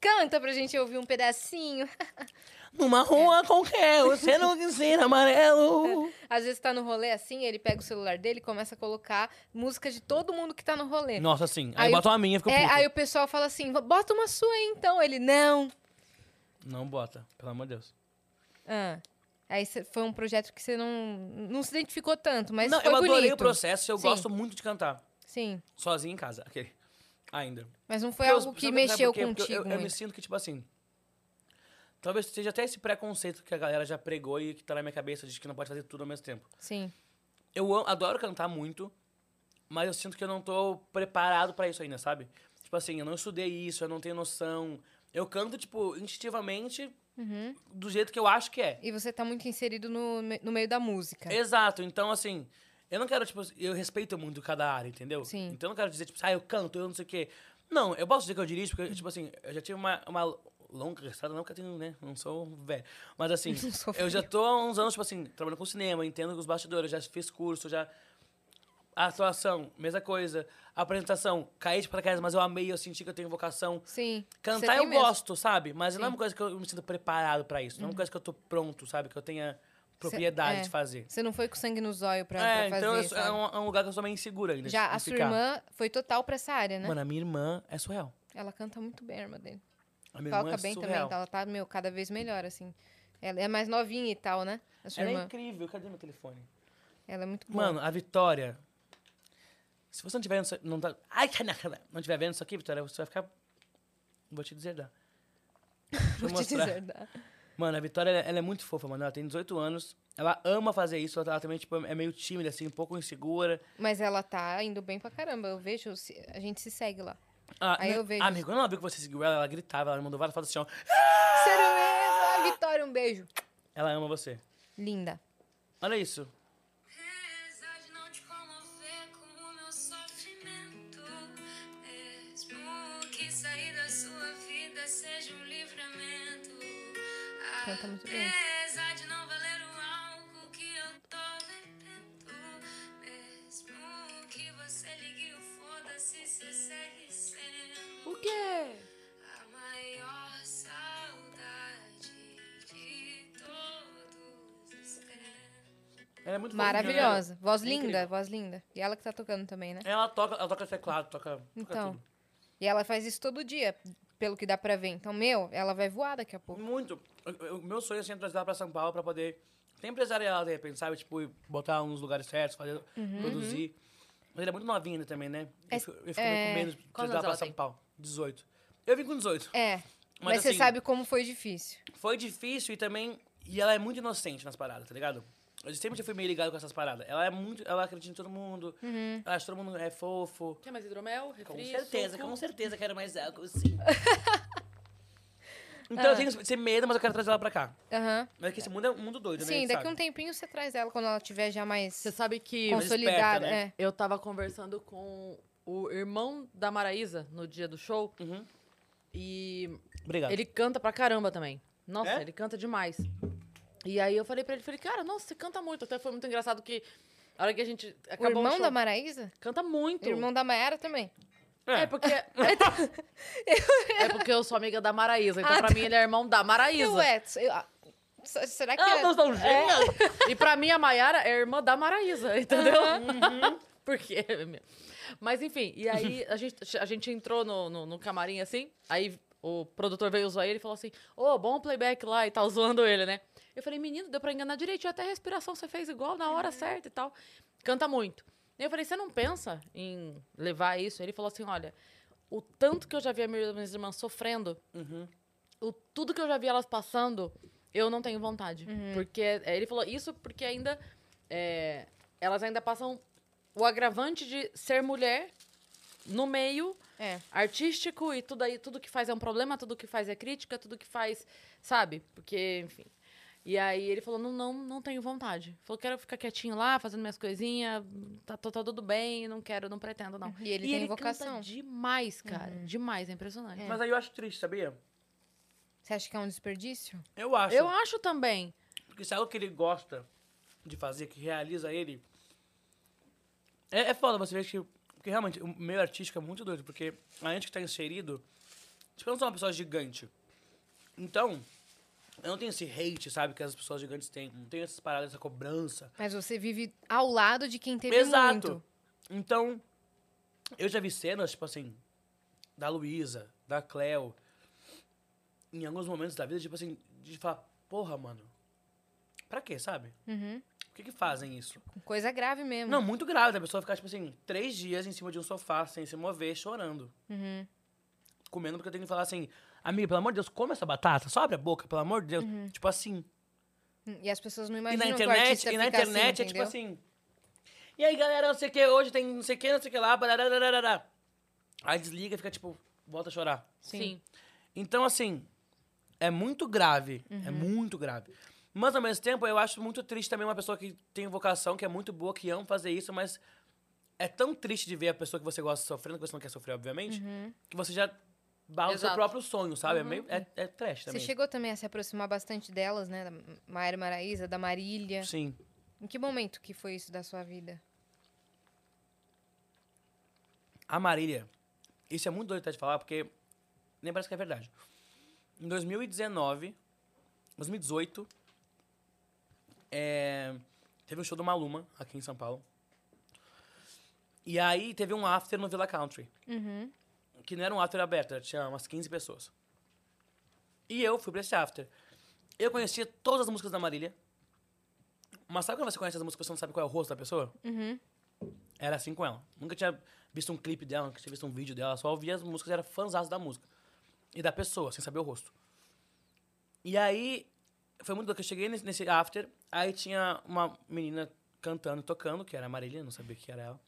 C: Canta pra gente ouvir um pedacinho.
D: numa
C: É.
D: rua qualquer, você não ensina amarelo.
C: Às vezes tá no rolê assim, ele pega o celular dele e começa a colocar música de todo mundo que tá no rolê.
D: Nossa, assim, aí,
C: Aí
D: bota uma minha, fica
C: É,
D: puto.
C: aí o pessoal fala assim, bota uma sua aí então. Ele, não.
D: Não bota, pelo amor de Deus.
C: Ah, aí cê- foi um projeto que você não, não se identificou tanto, mas
D: não,
C: foi
D: eu adorei
C: bonito.
D: o processo, eu
C: Sim.
D: gosto muito de cantar.
C: Sim,
D: Sozinho em casa, aquele. Ainda.
C: mas não foi
D: Porque eu-
C: algo que
D: sabe- sabe
C: mexeu
D: por quê? Porque
C: contigo
D: Eu, eu, eu me
C: muito.
D: sinto que, tipo assim. Talvez seja até esse preconceito que a galera já pregou e que tá na minha cabeça de que não pode fazer tudo ao mesmo tempo.
C: Sim,
D: Eu am- adoro cantar muito, mas eu sinto que eu não tô preparado pra isso ainda, sabe? Tipo assim, eu não estudei isso, eu não tenho noção. Eu canto, tipo, instintivamente
C: Uhum.
D: do jeito que eu acho que é.
C: e você tá muito inserido no, me- no meio da música.
D: Exato, então assim, eu não quero, tipo, eu respeito muito cada área, entendeu?
C: Sim.
D: Então eu não quero dizer, tipo, ah, eu canto, eu não sei o quê. Não, eu posso dizer que eu dirijo, porque, tipo assim, eu já tive uma, uma longa estrada, não que eu tenho, né? Não sou velho. Mas assim,
C: Não sou
D: eu já tô há uns anos, tipo assim, trabalhando com cinema, entendo os bastidores, já fiz curso, já. A atuação, mesma coisa. A apresentação, caí de paraquedas, mas eu amei, eu senti que eu tenho vocação.
C: Sim. você
D: Cantar
C: tem
D: eu
C: mesmo. Uhum.
D: gosto, sabe? Mas não é uma coisa que eu me sinto preparado pra isso. Não é uma coisa que eu tô pronto, sabe? Que eu tenha propriedade
C: é.
D: de fazer.
C: Você não foi com sangue nos olhos pra,
D: É,
C: pra fazer,
D: então eu sou- é
C: sabe?
D: um, é um lugar que eu sou meio insegura ainda. tipo,
C: Já
D: de
C: a sua
D: ficar.
C: irmã foi total pra essa área, né?
D: Mano, a minha irmã é surreal.
C: Ela canta muito bem, a irmã dele.
D: A minha
C: Toca
D: irmã é
C: bem também,
D: surreal.
C: então ela tá, meu, cada vez melhor, assim. Ela é mais novinha e tal, né? A sua
D: Ela é
C: irmã.
D: incrível. Cadê meu telefone?
C: Ela é muito boa.
D: Mano, a Vitória... Se você não tiver... isso- Não, tá, ai, cana- cana- não tiver vendo isso aqui, Vitória, você vai ficar... Vou te deserdar. Deixa
C: vou
D: eu
C: te
D: mostrar.
C: dizer. tá? dá.
D: Mano, a Vitória, ela, ela é muito fofa, mano. Ela tem 18 anos. Ela ama fazer isso. Ela, ela também, tipo, é meio tímida, assim, um pouco insegura.
C: Mas ela tá indo bem pra caramba. Eu vejo, se- a gente se segue lá.
D: Ah,
C: Aí
D: né?
C: eu vejo.
D: Amigo, quando ela viu que você seguiu ela, ela gritava, ela mandou várias fotos assim, ó.
C: Sério mesmo? Ai, Vitória, um beijo.
D: Ela ama você.
C: Linda.
D: Olha isso.
A: Apesar de não te comover com o meu sofrimento, mesmo que sair da sua vida seja um livramento.
C: Canta muito bem.
A: Apesar de não valer o álcool que eu tô bebendo, mesmo que você ligue o foda-se, você segue
D: Então,
A: sendo.
B: O quê?
A: A maior saudade de todos os tempos.
D: Ela é muito fofinha, né?
C: Maravilhosa. Voz
D: Incrível.
C: linda, voz linda. E ela que tá tocando também, né?
D: Ela toca, ela toca teclado, toca, toca
C: Então.
D: tudo.
C: E ela faz isso todo dia, pelo que dá pra ver. Então, meu, ela vai voar daqui a pouco.
D: Muito. O- o- O meu sonho é sempre trazer ela pra São Paulo pra poder ter empresarial, de repente, sabe? Tipo, ir botar uns lugares certos, fazer,
C: Uhum.
D: produzir. Mas ela é muito novinha ainda também, né? eu fico, eu fico meio
C: é,
D: com medo de
B: quantos
D: trazer ela pra
B: anos
D: São
B: ela tem?
D: Paulo. 18. Eu vim com 18.
C: É. Mas,
D: Mas
C: você
D: assim-
C: sabe como foi difícil.
D: Foi difícil e também. E ela é muito inocente nas paradas, tá ligado? Eu sempre fui meio ligado com essas paradas. Ela é muito. Ela acredita em todo mundo.
C: Uhum.
D: Ela acha que todo mundo é fofo.
B: Quer mais hidromel?
D: Com
B: Refri,
D: certeza,
B: suco?
D: com certeza quero mais álcool, sim. então
B: Ah.
D: eu tenho esse medo, mas eu quero trazer ela pra cá.
C: Aham.
D: Mas é que esse mundo é um mundo doido, né?
C: Sim, daqui
D: sabe?
C: um tempinho você traz ela quando ela tiver já mais
B: Você sabe que
D: Com-
C: consolidada.
D: esperta, né?
C: é.
B: eu tava conversando com o irmão da Maraísa no dia do show.
D: Uhum.
B: E
D: Obrigado.
B: Ele canta pra caramba também. Nossa,
D: É?
B: ele canta demais. E aí eu falei pra ele, falei, cara, nossa, você canta muito. Até foi muito engraçado que a hora que a gente
C: O
B: acabou
C: irmão
B: o show,
C: da Maraísa?
B: canta muito.
C: O irmão da Mayara também.
B: É porque é porque eu sou amiga da Maraísa, então
C: Ah,
B: pra
C: tá.
B: mim ele é irmão da
C: E o
B: Maraísa.
C: Edson? Eu- ah, s- será que. é-
D: Ah, nós não gêmeos!
B: E pra mim a Maiara é irmã da Maraísa, entendeu?
D: Uhum.
B: Porque é Mas enfim, e aí a gente, a gente entrou no, no, no camarim assim, aí o produtor veio zoar ele e falou assim: Ô, bom playback lá e tal, zoando ele, né? Eu falei: Menino, deu pra enganar direitinho, até a respiração você fez igual, na
D: Uhum.
B: hora certa e tal. Canta muito. E eu falei: Você não pensa em levar isso? Ele falou assim: Olha, o tanto que eu já vi as minhas irmãs sofrendo,
D: Uhum.
B: o, tudo que eu já vi elas passando, eu não tenho vontade.
C: Uhum.
B: Porque é, ele falou isso porque ainda. é, elas ainda passam o agravante de ser mulher no meio
C: É.
B: artístico e tudo aí, tudo que faz é um problema, tudo que faz é crítica, tudo que faz, sabe? Porque, enfim. E aí ele falou: "Não, não, não tenho vontade". Falou: "Quero ficar quietinho lá, fazendo minhas coisinhas, tá, tá- tá tudo bem, não quero, não pretendo não".
C: E ele tem vocação. Uhum.
B: canta demais, cara, demais, é impressionante.
D: Mas aí eu acho triste, sabia?
C: Você acha que é um desperdício?
D: Eu acho.
B: Eu acho também.
D: Porque se é algo que ele gosta de fazer, que realiza ele. É, é foda você ver que. Porque realmente, o meio artístico é muito doido, porque a gente que tá inserido. Tipo, eu não sou uma pessoa gigante. Então, eu não tenho esse hate, sabe, que as pessoas gigantes têm. Não tenho essas paradas, essa cobrança.
C: Mas você vive ao lado de quem teve
D: Exato.
C: muito.
D: Então, eu já vi cenas, tipo assim, da Luísa, da Cleo, em alguns momentos da vida, tipo assim, de falar, porra, mano, pra quê, sabe?
C: Uhum.
D: Por que que fazem isso?
C: Coisa grave mesmo.
D: Não, muito grave, da pessoa ficar, tipo assim, três dias em cima de um sofá, sem se mover, chorando.
C: Uhum.
D: Comendo, porque eu tenho que falar assim, amigo, pelo amor de Deus, come essa batata, só abre a boca, pelo amor de Deus.
C: Uhum.
D: Tipo assim.
C: E as pessoas não
D: E
C: imaginam
D: na
C: que o
D: internet,
C: um artista
D: e na
C: fica
D: internet
C: assim,
D: é tipo
C: entendeu?
D: assim. E aí, galera, não sei o que, hoje tem não sei o que, não sei o que lá, bararararará. Aí desliga e fica tipo, volta a chorar.
C: Sim.
B: Sim.
D: Então, assim, é muito grave.
C: Uhum.
D: É muito grave. Mas ao mesmo tempo, eu acho muito triste também uma pessoa que tem vocação, que é muito boa, que ama fazer isso, mas é tão triste de ver a pessoa que você gosta sofrendo, que você não quer sofrer, obviamente,
C: Uhum.
D: que você já bala o seu
B: Exato.
D: próprio sonho, sabe? É, meio, é, é trash
C: Você
D: também.
C: chegou também a se aproximar bastante delas, né? Da Mayara Maraísa, da Marília.
D: Sim.
C: Em que momento que foi isso da sua vida?
D: A Marília, isso é muito doido até de falar, porque nem parece que é verdade. Em 2019, 2018, é, teve um show do Maluma aqui em São Paulo. E aí teve um after no Villa Country. Que não era um after aberto, era- tinha umas 15 pessoas. E eu fui pra esse after. Eu conhecia todas as músicas da Marília. Mas sabe quando você conhece as músicas e você não sabe qual é o rosto da pessoa? Era assim com ela. Nunca tinha visto um clipe dela, nunca tinha visto um vídeo dela, só ouvia as músicas, era fãzaço da música. E da pessoa, sem saber o rosto. E aí, foi muito louco. Eu cheguei nesse, nesse after, aí tinha uma menina cantando, tocando, que era a Marília, não sabia que era ela.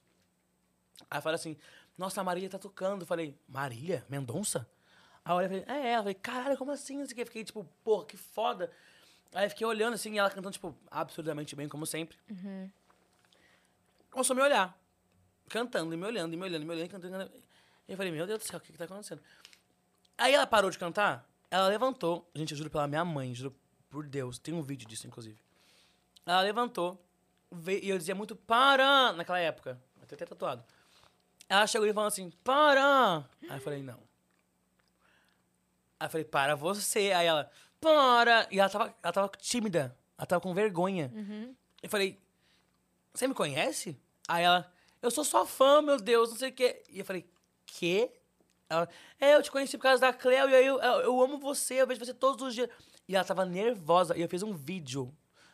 D: Aí fala assim, nossa, a Marília tá tocando. Eu falei, Marília? Mendonça? Aí eu olhei e falei, é ela. Eu falei, caralho, como assim? Não sei o quê. Eu Fiquei tipo, porra, que foda. Aí eu fiquei olhando assim, e ela cantando, tipo, absurdamente bem, como sempre. Começou a me olhar. Cantando, e me olhando, e me olhando, e me olhando, e cantando. e cantando. E eu falei, meu Deus do céu, o que que tá acontecendo? Aí ela parou de cantar, ela levantou. Gente, eu juro pela minha mãe, juro por Deus. Tem um vídeo disso, inclusive. Ela levantou, veio, e eu dizia muito para naquela época. Eu tenho até tatuado. Ela chegou e falou assim, para! Aí eu falei, não. Aí eu falei, para você. Aí ela, para! E ela tava, ela tava tímida, ela tava com vergonha. Eu falei, você me conhece? Aí ela, eu sou sua fã, meu Deus, não sei o quê. E eu falei, quê? Ela, é, eu te conheci por causa da Cleo e aí eu, eu, eu amo você, eu vejo você todos os dias. E ela tava nervosa e eu fiz um vídeo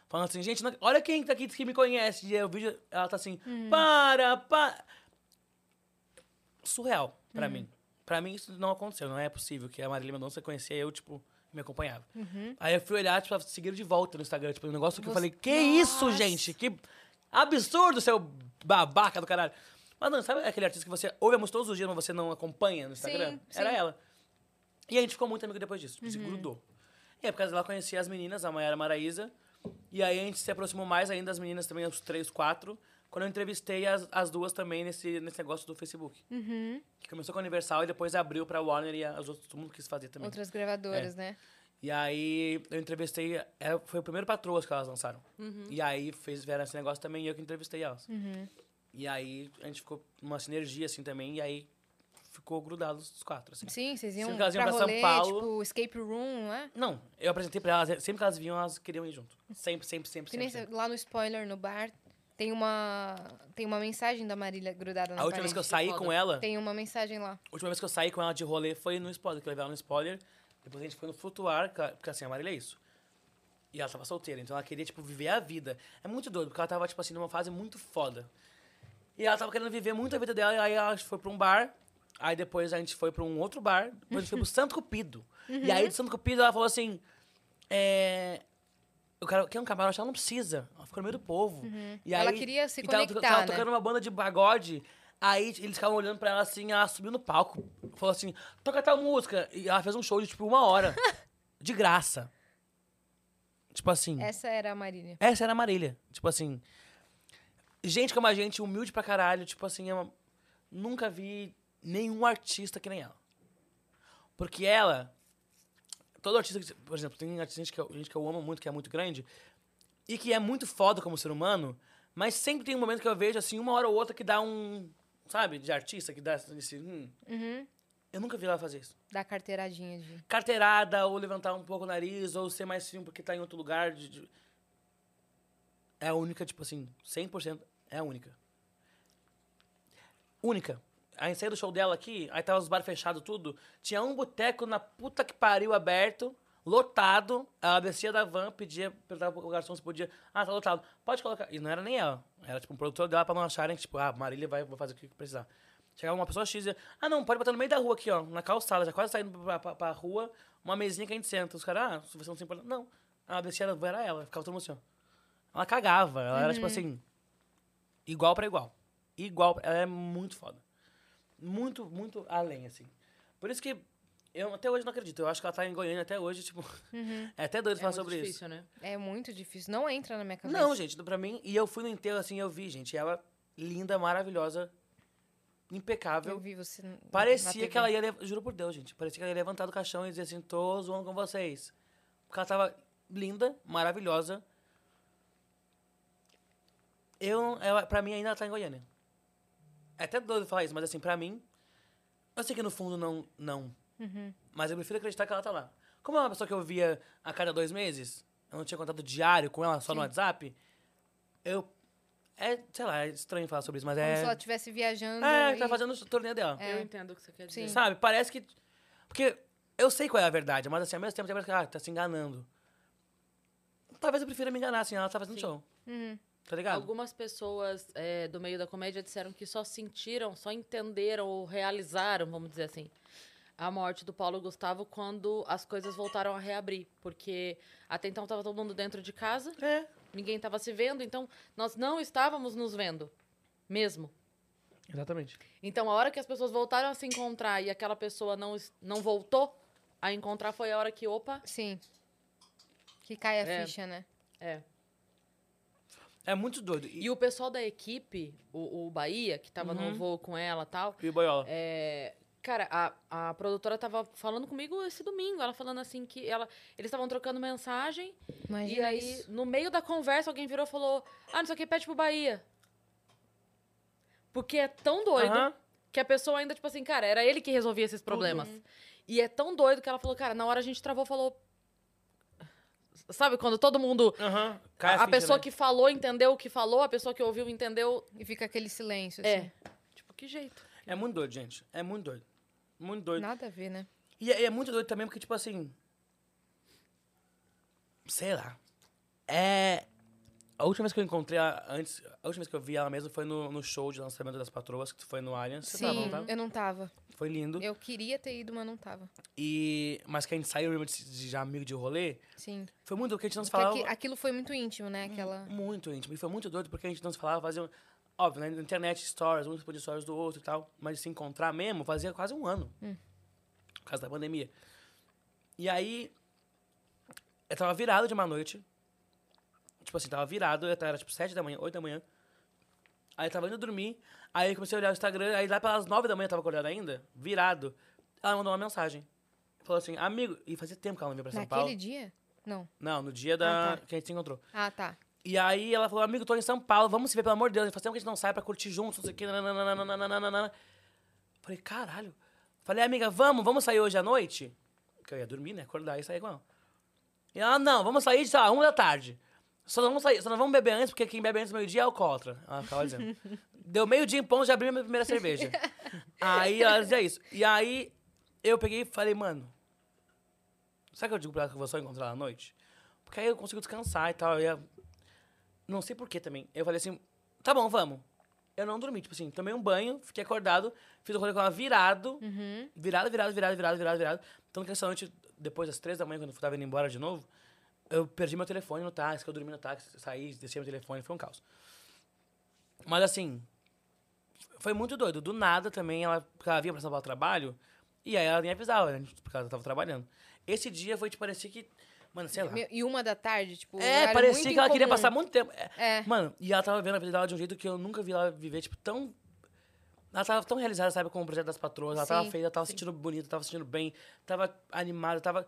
D: falando assim, gente, não- olha quem tá aqui que me conhece. E aí o vídeo, ela tá assim, para, para. Surreal
C: Uhum.
D: pra mim. Pra mim isso não aconteceu, não é possível que a Marília Mendonça conhecia eu, tipo, me acompanhava. Aí eu fui olhar, tipo, seguiram de volta no Instagram, tipo, um negócio que eu
C: Uhum. Você-
D: falei, que isso, gente? Que absurdo, seu babaca do caralho. Mas não, sabe aquele artista que você ouve a música todos os dias, mas você não acompanha no Instagram?
C: Sim, Uhum.
D: Era
C: sim.
D: ela. E a gente ficou muito amigo depois disso, tipo, se grudou. E é por causa dela conhecia as meninas, a Mayara Maraíza. E aí a gente se aproximou mais ainda das meninas também, os três, quatro. Quando eu entrevistei as, as duas também nesse, nesse negócio do Facebook.
C: Uhum.
D: Que começou com a Universal e depois abriu pra Warner e as outras, todo mundo quis fazer também.
C: Outras gravadoras,
D: É.
C: né?
D: E aí eu entrevistei, era- foi o primeiro Patroas que elas lançaram.
C: Uhum.
D: E aí fez, vieram esse negócio também e eu que entrevistei elas. E aí a gente ficou numa sinergia assim também, e aí ficou grudado os quatro, assim.
C: Sim, vocês
D: Sim,
C: iam
D: que elas iam
C: pra,
D: pra São
C: rolê,
D: Paulo.
C: tipo, escape room, né?
D: Não, eu apresentei pra elas, sempre que elas vinham, elas queriam ir junto. Sempre, sempre, sempre,
C: Que nem
D: sempre. sempre.
C: se- lá no spoiler, no bar, tem uma, tem uma mensagem da Marília grudada na
D: A última vez
C: parede.
D: que eu saí com ela,
C: Tem uma mensagem lá.
D: a última vez que eu saí com ela de rolê foi no spoiler, que eu levei ela no spoiler. Depois a gente foi no flutuar, que ela- porque assim, a Marília é isso. E ela tava solteira, então ela queria, tipo, viver a vida. É muito doido, porque ela tava, tipo assim, numa fase muito foda. E ela tava querendo viver muito a vida dela, e aí ela foi pra um bar. Aí depois a gente foi pra um outro bar, depois a gente foi pro Santo Cupido. E
C: Uhum.
D: aí do Santo Cupido ela falou assim: é. Eu quero, quer um camarote? Ela não precisa. Ela ficou no meio do povo. E
C: Uhum. Ela
D: aí-
C: queria se
D: e tava to-
C: conectar,
D: Tava
C: né?
D: tocando uma banda de bagode. Aí eles ficavam olhando pra ela assim, ela subiu no palco. Falou assim: toca tal música. E ela fez um show de tipo uma hora. de graça. Tipo assim.
C: Essa era a Marília.
D: Essa era a Marília. Tipo assim. Gente como a gente, humilde pra caralho. Tipo assim, é uma- nunca vi nenhum artista que nem ela. Porque ela. Todo artista que. Por exemplo, tem artista gente que, eu, gente que eu amo muito, que é muito grande. E que é muito foda como ser humano. Mas sempre tem um momento que eu vejo, assim, uma hora ou outra que dá um. Sabe? De artista, que dá esse. hum. Eu nunca vi ela fazer isso
C: Da carteiradinha de...
D: carteirada, ou levantar um pouco o nariz, ou ser mais fino porque tá em outro lugar. de- de- É a única, tipo assim, 100% é a única. Única. Aí saiu do show dela aqui, aí tava os bares fechados, tudo. Tinha um boteco na puta que pariu aberto, lotado. Ela descia da van, pedia, perguntava pro garçom se podia. Ah, tá lotado. Pode colocar. E não era nem ela. Era tipo um produtor dela pra não acharem que, tipo, ah, Marília vai vou fazer o que precisar. Chegava uma pessoa X e dizia, ah, não, pode botar no meio da rua aqui, ó, na calçada, já quase saindo pra, pra, pra rua, uma mesinha que a gente senta. Os caras, ah, se você não se importa. Não. Ela descia, da van, era ela, ficava todo mundo assim, ó. Ela cagava, ela era tipo assim, igual pra igual. Igual, pra- ela é muito foda muito, muito além, assim. Por isso que eu até hoje não acredito. Eu acho que ela tá em Goiânia até hoje, tipo. É até doido falar
B: muito
D: sobre isso.
B: difícil, né?
C: É muito difícil. Não entra na minha cabeça.
D: Não, gente, pra mim. E eu fui no enterro, assim, eu vi, gente, ela linda, maravilhosa,
C: Eu
D: impecável.
C: vi você... n- na
D: Parecia
C: TV.
D: que ela ia. lev- Juro por Deus, gente. Parecia que ela ia levantar do caixão e dizer assim: tô zoando com vocês. Porque ela tava linda, maravilhosa. Eu, não- ela, pra mim, ainda ela tá em Goiânia. É até doido falar isso, mas assim, pra mim. Eu sei que no fundo não. não.
C: Uhum.
D: Mas eu prefiro acreditar que ela tá lá. Como é uma pessoa que eu via a cada dois meses, eu não tinha contato diário com ela só no WhatsApp. Eu. É, sei lá, é estranho falar sobre isso, mas
C: Como
D: é.
C: se ela estivesse viajando
D: É,
C: e-
D: tá fazendo o torneio dela.
C: É.
B: Eu entendo o que você quer dizer.
C: Sim.
D: Sabe? Parece que. Porque eu sei qual é a verdade, mas assim, ao mesmo tempo, parece que ah, tá se enganando. Talvez eu prefira me enganar, assim, ela tá fazendo show.
B: Uhum.
D: Tá ligado?
B: Algumas pessoas é, do meio da comédia disseram que só sentiram, só entenderam ou realizaram, vamos dizer assim, a morte do Paulo Gustavo quando as coisas voltaram a reabrir. Porque até então estava todo mundo dentro de casa,
D: É.
B: ninguém estava se vendo, então nós não estávamos nos vendo. Mesmo.
D: Exatamente.
B: Então, a hora que as pessoas voltaram a se encontrar e aquela pessoa não, es- não voltou a encontrar, foi a hora que, opa,
C: Sim. Que cai a
B: É.
C: ficha, né?
B: é.
D: É muito doido. E, Uhum.
B: E o pessoal da equipe, o, o Bahia, que tava no voo com ela e tal,
D: e o Boiola?
B: é, Cara, a, a produtora tava falando comigo esse domingo. Ela falando assim que ela, eles estavam trocando mensagem.
C: Imagina
B: e aí,
C: isso.
B: no meio da conversa, alguém virou e falou: Ah, não sei o que, pede pro Bahia. Porque é tão doido
D: Aham.
B: que a pessoa ainda, tipo assim, cara, era ele que resolvia esses problemas. E é tão doido que ela falou, cara, na hora a gente travou, falou. Sabe quando todo mundo.
D: Aham. Cai
B: A, a
C: assim,
D: ficha,
B: pessoa
D: né?
B: que falou entendeu o que falou, a pessoa que ouviu entendeu
C: E fica aquele silêncio, assim.
B: é. Tipo, que jeito.
D: É muito doido, gente. É muito doido. Muito doido.
C: Nada a ver, né?
D: E é, é muito doido também, porque, tipo assim. Sei lá. É. A última vez que eu encontrei ela antes. A última vez que eu vi ela mesmo foi no, no show de lançamento das patroas, que foi no Allianz. Você tava,
C: Sim,
D: não tava?
C: eu não tava.
D: Foi lindo.
C: Eu queria ter ido, mas não tava.
D: E. Mas que a gente saiu mesmo de, de já amigo de rolê.
C: Sim.
D: Foi muito doido, porque a gente não se falava. Hum.
C: Porque aquilo foi muito íntimo, né? Aquela.
D: Muito íntimo. E foi muito doido, porque a gente não se falava, fazia. Óbvio, né? Na internet, stories, um respondia stories do outro e tal. Mas se encontrar mesmo fazia quase um ano.
C: Hum.
D: Por causa da pandemia. E aí. Eu tava virado de uma noite. Tipo assim, tava virado, eu tava- era tipo 7 da manhã, 8 da manhã. Aí eu tava indo dormir, aí eu comecei a olhar o Instagram, aí lá pelas 9 da manhã eu tava acordado ainda, virado. Ela mandou uma mensagem. Falou assim, amigo. E fazia tempo que ela não vinha pra São
C: Naquele
D: Paulo.
C: dia? Não.
D: Não, no dia da...
C: Ah, tá.
D: que a gente se encontrou.
C: Ah, tá.
D: E aí ela falou, amigo, tô em São Paulo, vamos se ver, pelo amor de Deus. Ele falou, tempo que a gente não sai pra curtir juntos, não sei o quê. nananana. Falei, caralho. Falei, amiga, vamos, vamos sair hoje à noite? Porque eu ia dormir, né? Acordar e sair com ela. E ela, não, vamos sair, sei lá, uma da tarde. Só não vamos sair, só não vamos beber antes, porque quem bebe antes do meio-dia é alcoólatra. Ela ficava dizendo. Deu meio-dia em ponto, já abri minha primeira cerveja. aí ela dizia isso. E aí eu peguei e falei, mano, Será que eu digo pra ela que eu vou só encontrar ela à noite? Porque aí eu consigo descansar e tal. Eu ia... Não sei porquê também. Eu falei assim, tá bom, vamos. Eu não dormi, tipo assim, tomei um banho, fiquei acordado, fiz o rolê com ela virado, virado, virado, virado, virado, virado, virado. Tanto que essa noite, depois das três da manhã, quando eu tava indo embora de novo, eu perdi meu telefone no táxi, que eu dormi no táxi, saí, deixei meu telefone, foi um caos. Mas assim, foi muito doido. Do nada também, ela, porque ela vinha pra salvar o trabalho, e aí ela nem avisava, né? Porque ela tava trabalhando. Esse dia foi, tipo, parecia que. Mano, sei lá.
C: Meu- E uma da tarde, tipo.
D: É,
C: horário
D: parecia
C: muito
D: que ela queria
C: incomum.
D: passar muito tempo. É.
C: É.
D: Mano, e ela tava vendo a vida dela de um jeito que eu nunca vi ela viver, tipo, tão. Ela tava tão realizada, sabe, com o projeto das patroas. Ela tava
C: Sim,
D: feia, ela tava se sentindo bonita, tava se sentindo bem, tava animada, tava.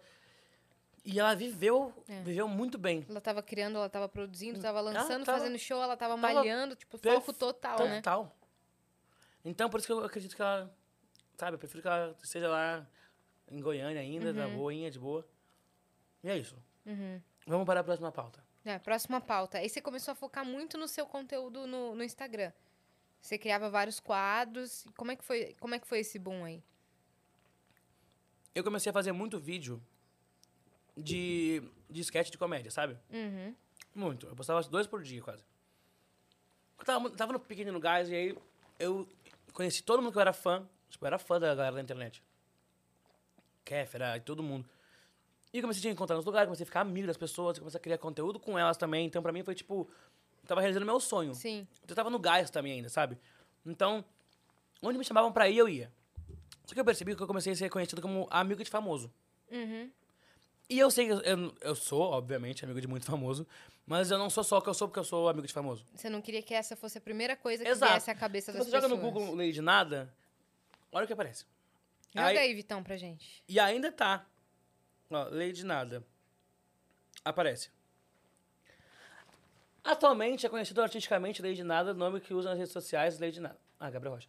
D: E ela viveu,
C: É.
D: viveu muito bem.
C: Ela tava criando, ela tava produzindo, tava lançando,
D: Hum. Ah, tava-
C: fazendo show, ela tava,
D: tava
C: malhando, tipo, foco
D: Perfe-
C: total, né?
D: Total. Então, por isso que eu acredito que ela. Sabe, eu prefiro que ela esteja lá em Goiânia ainda, na
C: Uhum.
D: boinha, de boa. E é isso. Vamos para a próxima pauta.
C: É, próxima pauta. Aí você começou a focar muito no seu conteúdo no, no Instagram. Você criava vários quadros. Como é que foi, como é que foi esse boom aí?
D: eu comecei a fazer muito vídeo de, de sketch de comédia, sabe?
C: Uhum.
D: Muito. Eu postava dois por dia, quase. Eu tava, mu- tava no Pequeno no Gás e aí eu conheci todo mundo que eu era fã. Tipo, eu era fã da galera da internet. Kéfera e todo mundo. E eu comecei a encontrar nos lugares, comecei a ficar amigo das pessoas, comecei a criar conteúdo com elas também. Então, pra mim, foi tipo... eu Tava realizando meu sonho.
C: Sim.
D: Eu tava no gás também ainda, sabe? Então, onde me chamavam pra ir, eu ia. Só que eu percebi que eu comecei a ser conhecido como amigo de famoso.
C: Uhum.
D: E eu sei que eu, eu, eu sou, obviamente, amigo de muito famoso, mas eu não sou só o que eu sou porque eu sou amigo de famoso.
C: Você não queria que essa fosse a primeira coisa que
D: Exato.
C: viesse à cabeça
D: Se
C: das
D: você
C: pessoas.
D: joga no Google Lady Nada, olha o que aparece.
C: Joga aí,
D: Aí-
C: Vitão, pra gente.
D: E ainda tá. Ó, Lady Nada. Aparece. Atualmente é conhecido artisticamente Lady Nada, nome que usa nas redes sociais Lady Nada. Ah, Gabriel Rocha.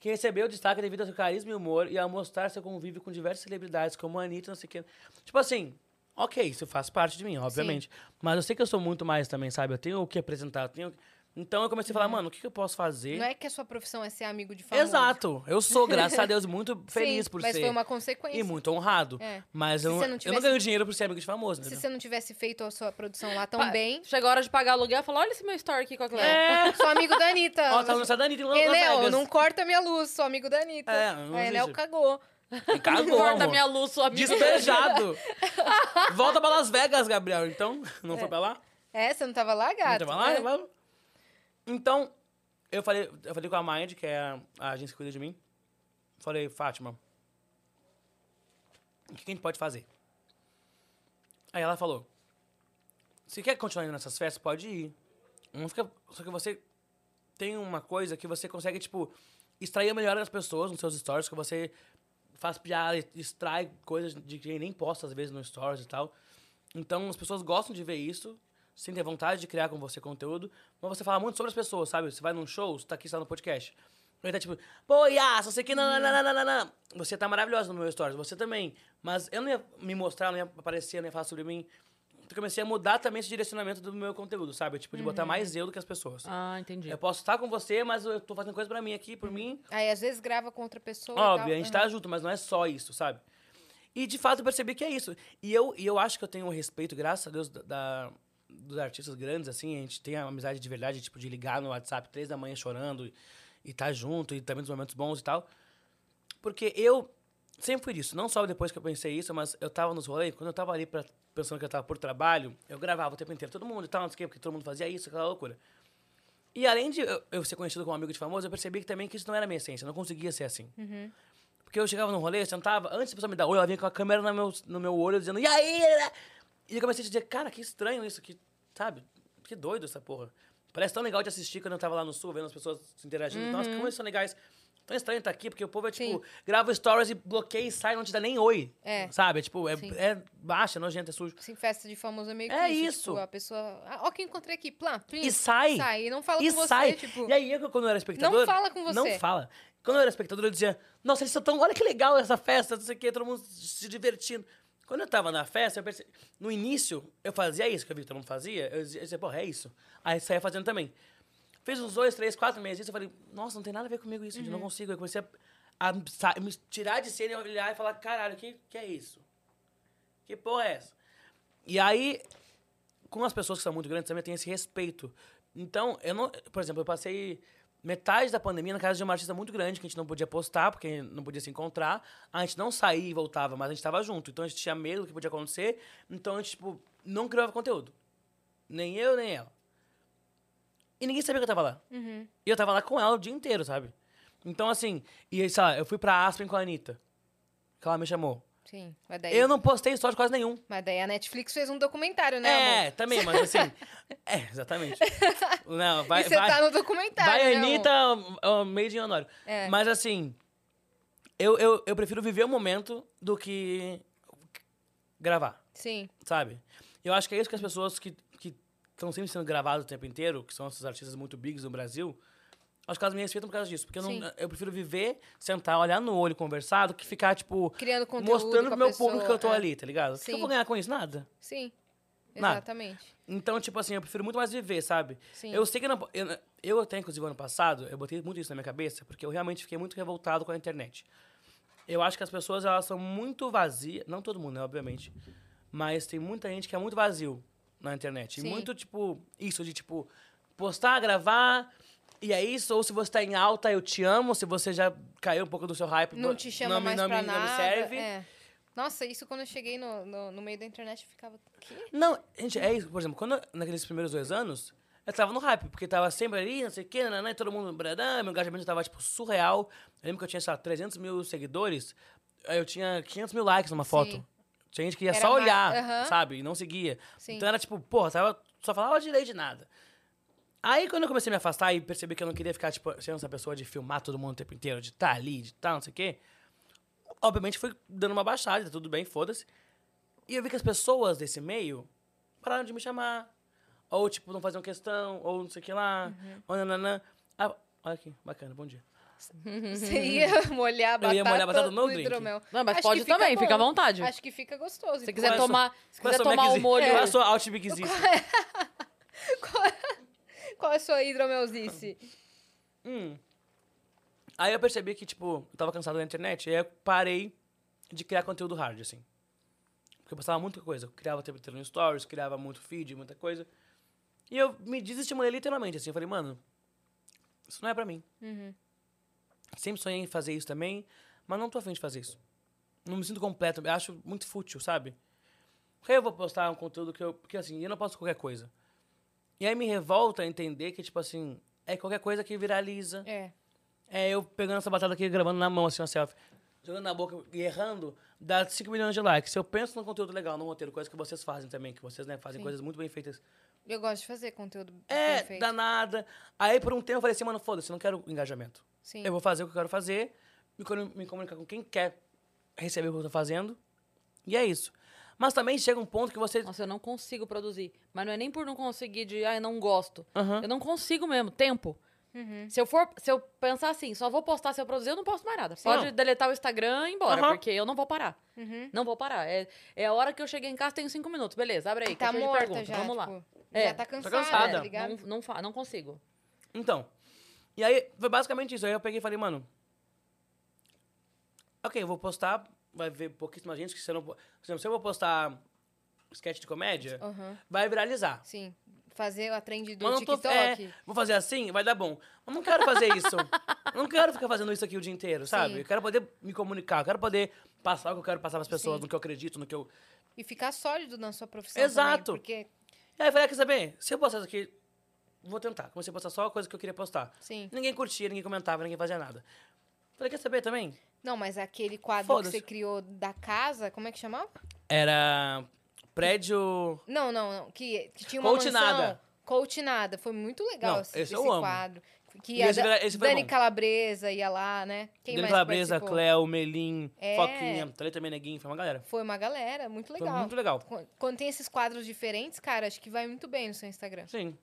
D: Que recebeu destaque devido ao seu carisma e humor e a mostrar seu convívio com diversas celebridades, como a Anitta, não sei o quê. Tipo assim, ok, isso faz parte de mim, obviamente. Mas eu sei que eu sou muito mais também, sabe? Eu tenho o que apresentar. eu tenho... Então eu comecei a falar, mano, o que, que eu posso fazer?
C: Uhum. Não é que a sua profissão é ser amigo de famoso.
D: Exato. Eu sou, graças a Deus, muito feliz
C: Sim,
D: por
C: mas
D: ser.
C: foi uma consequência.
D: E muito honrado.
C: É.
D: Mas eu,
C: Se você
D: não-
C: não
D: eu não
C: tivesse-
D: ganho dinheiro por ser amigo de famoso,
C: Se
D: entendeu?
C: você não tivesse feito a sua produção lá tão
B: Pa-
C: bem... É.
B: Chega a hora de pagar aluguel, fala: olha esse meu story aqui é?" com a Cleo.
C: Sou amigo da Anitta.
D: tá Ó, tava É. lançada a Anitta em Las
C: Ei, Léo,
D: Vegas.
C: não corta minha luz, sou amigo da Anitta.
D: É, não
C: Aí, Léo
D: existe.
C: cagou.
D: Em casa não,
B: Corta
D: tá amor.
B: minha luz, sua amiga.
D: Despejado. Volta pra Las Vegas, Gabriel. Então, não foi pra lá?
C: É, você não tava lá,
D: Não
C: gato?
D: foi pra lá? né?
C: É.
D: Vamos. Então, eu falei, eu falei com a Mind, que é a- a agência que cuida de mim. Falei, Fátima, o que que a gente pode fazer? Aí ela falou, se quer continuar indo nessas festas, pode ir. Não fica- Só que você tem uma coisa que você consegue, tipo, extrair a melhor das pessoas nos seus stories, que você faz piada, extrai coisas de quem nem posta, às vezes, nos stories e tal. Então, as pessoas gostam de ver isso, sentem vontade de criar com você conteúdo, mas você fala muito sobre as pessoas, sabe? Você vai num show, você tá aqui, você tá no podcast. Ele tá tipo, pô, Yas, você que não, não, não, não, não, não. Você tá maravilhosa no meu stories, você também. Mas eu não ia me mostrar, não ia aparecer, não ia falar sobre mim. Então, eu comecei a mudar também esse direcionamento do meu conteúdo, sabe? Tipo, de botar mais eu do que as pessoas.
B: Ah, entendi.
D: Eu posso estar com você, mas eu tô fazendo coisa pra mim aqui, por mim.
C: Aí às vezes grava com outra pessoa. e
D: Óbvio,
C: tal.
D: a gente
C: Aham.
D: tá junto, mas não é só isso, sabe? E de fato eu percebi que é isso. E eu, e eu acho que eu tenho um respeito, graças a Deus, da- da- dos artistas grandes, assim, a gente tem a amizade de verdade, tipo, de ligar no WhatsApp três da manhã chorando e, e tá junto, e também nos momentos bons e tal. Porque eu sempre fui isso, não só depois que eu pensei isso, mas eu tava nos rolês, quando eu tava ali pra, pensando que eu tava por trabalho, eu gravava o tempo inteiro todo mundo e tal, não sei o quê, porque todo mundo fazia isso, aquela loucura. E além de eu, eu ser conhecido como amigo de famoso, eu percebi que também que isso não era minha essência, eu não conseguia ser assim. Porque eu chegava no rolê, eu sentava, antes da pessoa me dar olho, ela vinha com a câmera no meu, no meu olho, dizendo, e aí? E eu comecei a dizer, cara, que estranho isso, que, sabe? Que doido essa porra. Parece tão legal de assistir quando eu tava lá no sul, vendo as pessoas se interagindo. Nossa, como eles são legais. Tão estranho estar aqui, porque o povo é tipo, grava stories e bloqueia e sai, não te dá nem oi.
C: É.
D: Sabe? É, tipo, é, é baixa, é nojento, é sujo.
C: Assim, festa de famoso é meio que
D: É isso.
C: Tipo, a pessoa... Ah, ó quem encontrei aqui. Plá, plim,
D: E sai.
C: Sai. E não fala
D: e
C: com você,
D: sai.
C: tipo...
D: E aí, eu, quando eu era
C: Não
D: espectador.
C: fala com você.
D: Não fala. Quando eu era espectador, eu dizia: Nossa, eles estão. Olha que legal essa festa, não sei o quê, todo mundo se divertindo. Quando eu tava na festa, eu percebi. No início, eu fazia isso que eu vi que todo mundo fazia. Eu dizia, eu dizia, porra, é isso. Aí saía fazendo também. Fez uns dois, três, quatro meses isso, eu falei: Nossa, não tem nada a ver comigo isso, gente, eu
C: Uhum.
D: não consigo. Eu comecei a, a sa- me tirar de cena e olhar e falar: Caralho, que, que é isso? Que porra é essa? E aí, com as pessoas que são muito grandes também, tem esse respeito. Então, eu não. Por exemplo, eu passei metade da pandemia na casa de uma artista muito grande, que a gente não podia postar, porque não podia se encontrar. A gente não saía e voltava, mas a gente estava junto. Então a gente tinha medo do que podia acontecer. Então a gente, tipo, não criava conteúdo. Nem eu, nem ela. E ninguém sabia que eu tava lá. E eu tava lá com ela o dia inteiro, sabe? Então, assim, e aí, sei lá, eu fui pra Aspen com a Anitta. Que ela me chamou.
C: Sim, mas daí...
D: Eu não postei stories quase nenhum.
C: Mas daí a Netflix fez um documentário, né,
D: É,
C: amor?
D: também, mas assim. é, exatamente. Não, vai.
C: e você
D: vai,
C: tá no documentário, né,
D: vai
C: amor?
D: Anitta, ó, ó, made in Honório.
C: É.
D: Mas assim, eu, eu, eu prefiro viver o momento do que gravar,
C: Sim.
D: sabe? Eu acho que é isso que as pessoas que estão sempre sendo gravadas o tempo inteiro, que são essas artistas muito bigs no Brasil, acho que elas me respeitam por causa disso. Porque eu,
C: Sim.
D: não, eu prefiro viver, sentar, olhar no olho, conversar, do que ficar, tipo,
C: Criando conteúdo
D: mostrando
C: com a
D: pro meu
C: pessoa,
D: público que eu tô
C: é.
D: ali, tá ligado? O que eu
C: Sim.
D: vou ganhar com isso? Nada.
C: Sim.
D: Nada.
C: Exatamente.
D: Então, tipo assim, eu prefiro muito mais viver, sabe?
C: Sim.
D: Eu sei que eu não. Eu, eu até, inclusive, ano passado, eu botei muito isso na minha cabeça, porque eu realmente fiquei muito revoltado com a internet. Eu acho que as pessoas, elas são muito vazias. Não todo mundo, né, obviamente. Mas tem muita gente que é muito vazio na internet.
C: Sim.
D: E muito, tipo, isso de, tipo, postar, gravar. E é isso, ou se você tá em alta, eu te amo. Se você já caiu um pouco do seu hype,
C: Não
D: bo-
C: te chama mais
D: não,
C: pra
D: me-
C: nada.
D: Não me serve.
C: é. Nossa, isso quando eu cheguei no, no, no meio da internet, eu ficava... Quê?
D: Não, gente, é isso. Por exemplo, quando eu- naqueles primeiros dois anos, eu tava no hype, porque tava sempre ali, não sei o quê, nananã, e todo mundo, bradã, meu engajamento tava, tipo, surreal. Eu lembro que eu tinha, sei lá, 300 mil seguidores, aí eu tinha 500 mil likes numa foto.
C: Sim.
D: Tinha gente que ia
C: Era
D: só
C: mais-
D: olhar,
C: aham.
D: sabe? E não seguia.
C: Sim.
D: Então era tipo, porra, tava, só falava direito de nada. Aí quando eu comecei a me afastar e percebi que eu não queria ficar, tipo, sendo essa pessoa de filmar todo mundo o tempo inteiro, de estar ali, de tal, não sei o quê. Obviamente foi dando uma baixada, tudo bem, foda-se. E eu vi que as pessoas desse meio pararam de me chamar. Ou, tipo, não faziam questão, ou não sei o que lá. Ou nananã. Ah, olha aqui, bacana, bom dia.
C: Você ia molhar a
D: Uhum. Eu
C: batata,
D: ia molhar a batata no drink.
C: hidromel.
B: Não, mas
C: Acho
B: pode
C: que fica
B: também,
C: bom.
B: fica à vontade.
C: Acho que fica gostoso.
B: Se
C: então.
B: quiser
D: Qual é a
B: tomar,
D: sua-
B: se
D: qual é a
B: quiser
D: sua
B: tomar o
D: Maczi-
B: molho.
D: Qual é a sua alt Biquizista?
C: Qual é- Qual é a sua hidromelzice?
D: Aí eu percebi que, tipo, eu tava cansado da internet, aí eu parei de criar conteúdo hard, assim. Porque eu postava muita coisa. Eu criava o tempo inteiro no stories, criava muito feed, muita coisa. E eu me desestimulei literalmente, assim. Eu falei, mano, isso não é pra mim. Sempre sonhei em fazer isso também, mas não tô afim de fazer isso. não me sinto completo. Eu acho muito fútil, sabe? Porque eu vou postar um conteúdo que eu. Porque assim, eu não posto qualquer coisa. E aí me revolta entender que, tipo assim, é qualquer coisa que viraliza.
C: É.
D: É eu pegando essa batata aqui, gravando na mão, assim, uma selfie. Jogando na boca e errando, dá 5 milhões de likes. Se eu penso num conteúdo legal, num roteiro, coisa que vocês fazem também, que vocês né, fazem coisas muito bem feitas.
C: Eu gosto de fazer conteúdo
D: É,
C: perfeito.
D: danada. Aí por um tempo eu falei assim, mano, foda-se, eu não quero engajamento.
C: Sim.
D: Eu vou fazer o que eu quero fazer, me, comu- me comunicar com quem quer receber o que eu tô fazendo. E é isso. Mas também chega um ponto que você.
B: Nossa, eu não consigo produzir. Mas não é nem por não conseguir de, ah, eu não gosto.
D: Aham.
B: Eu não consigo mesmo, tempo.
C: Uhum.
B: Se eu for, se eu pensar assim, só vou postar se eu produzir, eu não posto mais nada. Pode
D: Não.
B: deletar o Instagram e ir embora,
D: Aham.
B: porque eu não vou parar.
C: Uhum.
B: Não vou parar. É, é a hora que eu cheguei em casa, tenho cinco minutos. Beleza, abre aí,
C: Tá
B: tá cheio de
C: morta
B: pergunta.
C: já,
B: Vamos lá.
C: tipo,
B: É,
C: já tá
B: tô
C: cansada,
D: cansada.
C: tá ligado?
B: Não, não, fa- não consigo.
D: Então. E aí, foi basicamente isso. Aí eu peguei e falei, mano. Ok, eu vou postar. Vai ver pouquíssima gente que você não. po- Por exemplo, se eu vou postar sketch de comédia,
C: Aham.
D: vai viralizar.
C: Sim. Fazer a trend do
D: Mas não tô.
C: TikTok.
D: É, vou fazer assim, vai dar bom. Mas não quero fazer isso. não quero ficar fazendo isso aqui o dia inteiro, sabe?
C: Sim.
D: Eu quero poder me comunicar, eu quero poder passar o que eu quero passar pras pessoas, no que eu acredito, no que eu.
C: E ficar sólido na sua profissão.
D: Exato.
C: Também, porque,
D: E aí eu falei, ah, quer saber? Se eu postar isso aqui, vou tentar. Comecei a postar só a coisa que eu queria postar.
C: sim.
D: Ninguém curtia, ninguém comentava, ninguém fazia nada. Falei, quer saber também?
C: Não, mas aquele quadro
D: Foda-se.
C: que você criou da casa, como é que chamava?
D: Era prédio.
C: Não, não, não. Que, que tinha uma
D: Coutinada.
C: mansão. Coutinada. Foi muito legal
D: Não,
C: esse, esse
D: esse eu amo.
C: quadro. Que
D: E
C: a
D: esse
C: Da-
D: vira- esse foi
C: Dani
D: bom.
C: Calabresa ia lá, né? Quem
D: Dani
C: mais
D: Calabresa,
C: participou?
D: Cléo, Melim,
C: É.
D: Foquinha, Thalita Meneguinho, foi uma galera.
C: Foi uma galera, muito legal.
D: Foi muito legal.
C: Qu- Quando tem esses quadros diferentes, cara, acho que vai muito bem no seu Instagram.
D: Sim.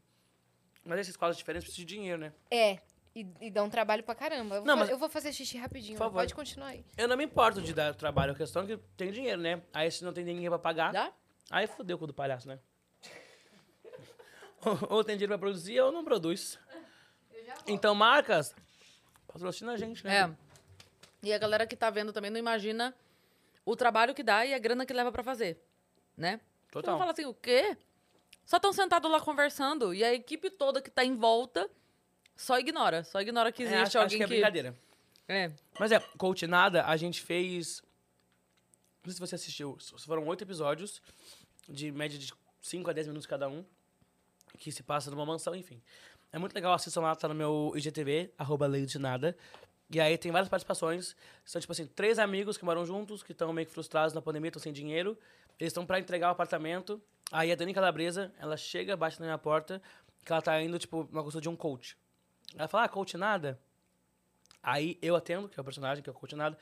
D: Mas esses quadros diferentes precisam de dinheiro, né?
C: É, e, e dá um trabalho pra caramba. Eu vou,
D: Não,
C: fa-
D: mas-
C: eu vou fazer xixi rapidinho,
D: Por favor.
C: pode continuar aí.
D: Eu não me importo de dar trabalho, a questão é que tem dinheiro, né? Aí se não tem ninguém pra pagar,
B: Dá?
D: aí fodeu com o do palhaço, né? Ou- ou tem dinheiro pra produzir ou não produz. Então, marcas, patrocina a gente, né?
B: É. E a galera que tá vendo também não imagina o trabalho que dá e a grana que leva pra fazer, né?
D: Total.
B: Você fala assim, o quê? Só estão sentados lá conversando e a equipe toda que tá em volta só ignora, só ignora que existe
D: acho- acho,
B: alguém
D: que é brincadeira.
B: É.
D: Mas é, Coutinada, a gente fez. Não sei se você assistiu. s- Foram oito episódios, de média de 5 a 10 minutos cada um, que se passa numa mansão, enfim. É muito legal, assistam lá, tá no meu IGTV, arroba Lei de Nada. E aí tem várias participações. São, tipo assim, três amigos que moram juntos, que estão meio que frustrados na pandemia, estão sem dinheiro. Eles estão pra entregar o apartamento. Aí a Dani Calabresa, ela chega, bate na minha porta, que ela tá indo, tipo, na consulta de um coach. Ela fala, ah, coach nada? Aí eu atendo, que é o personagem, que é o cotinado.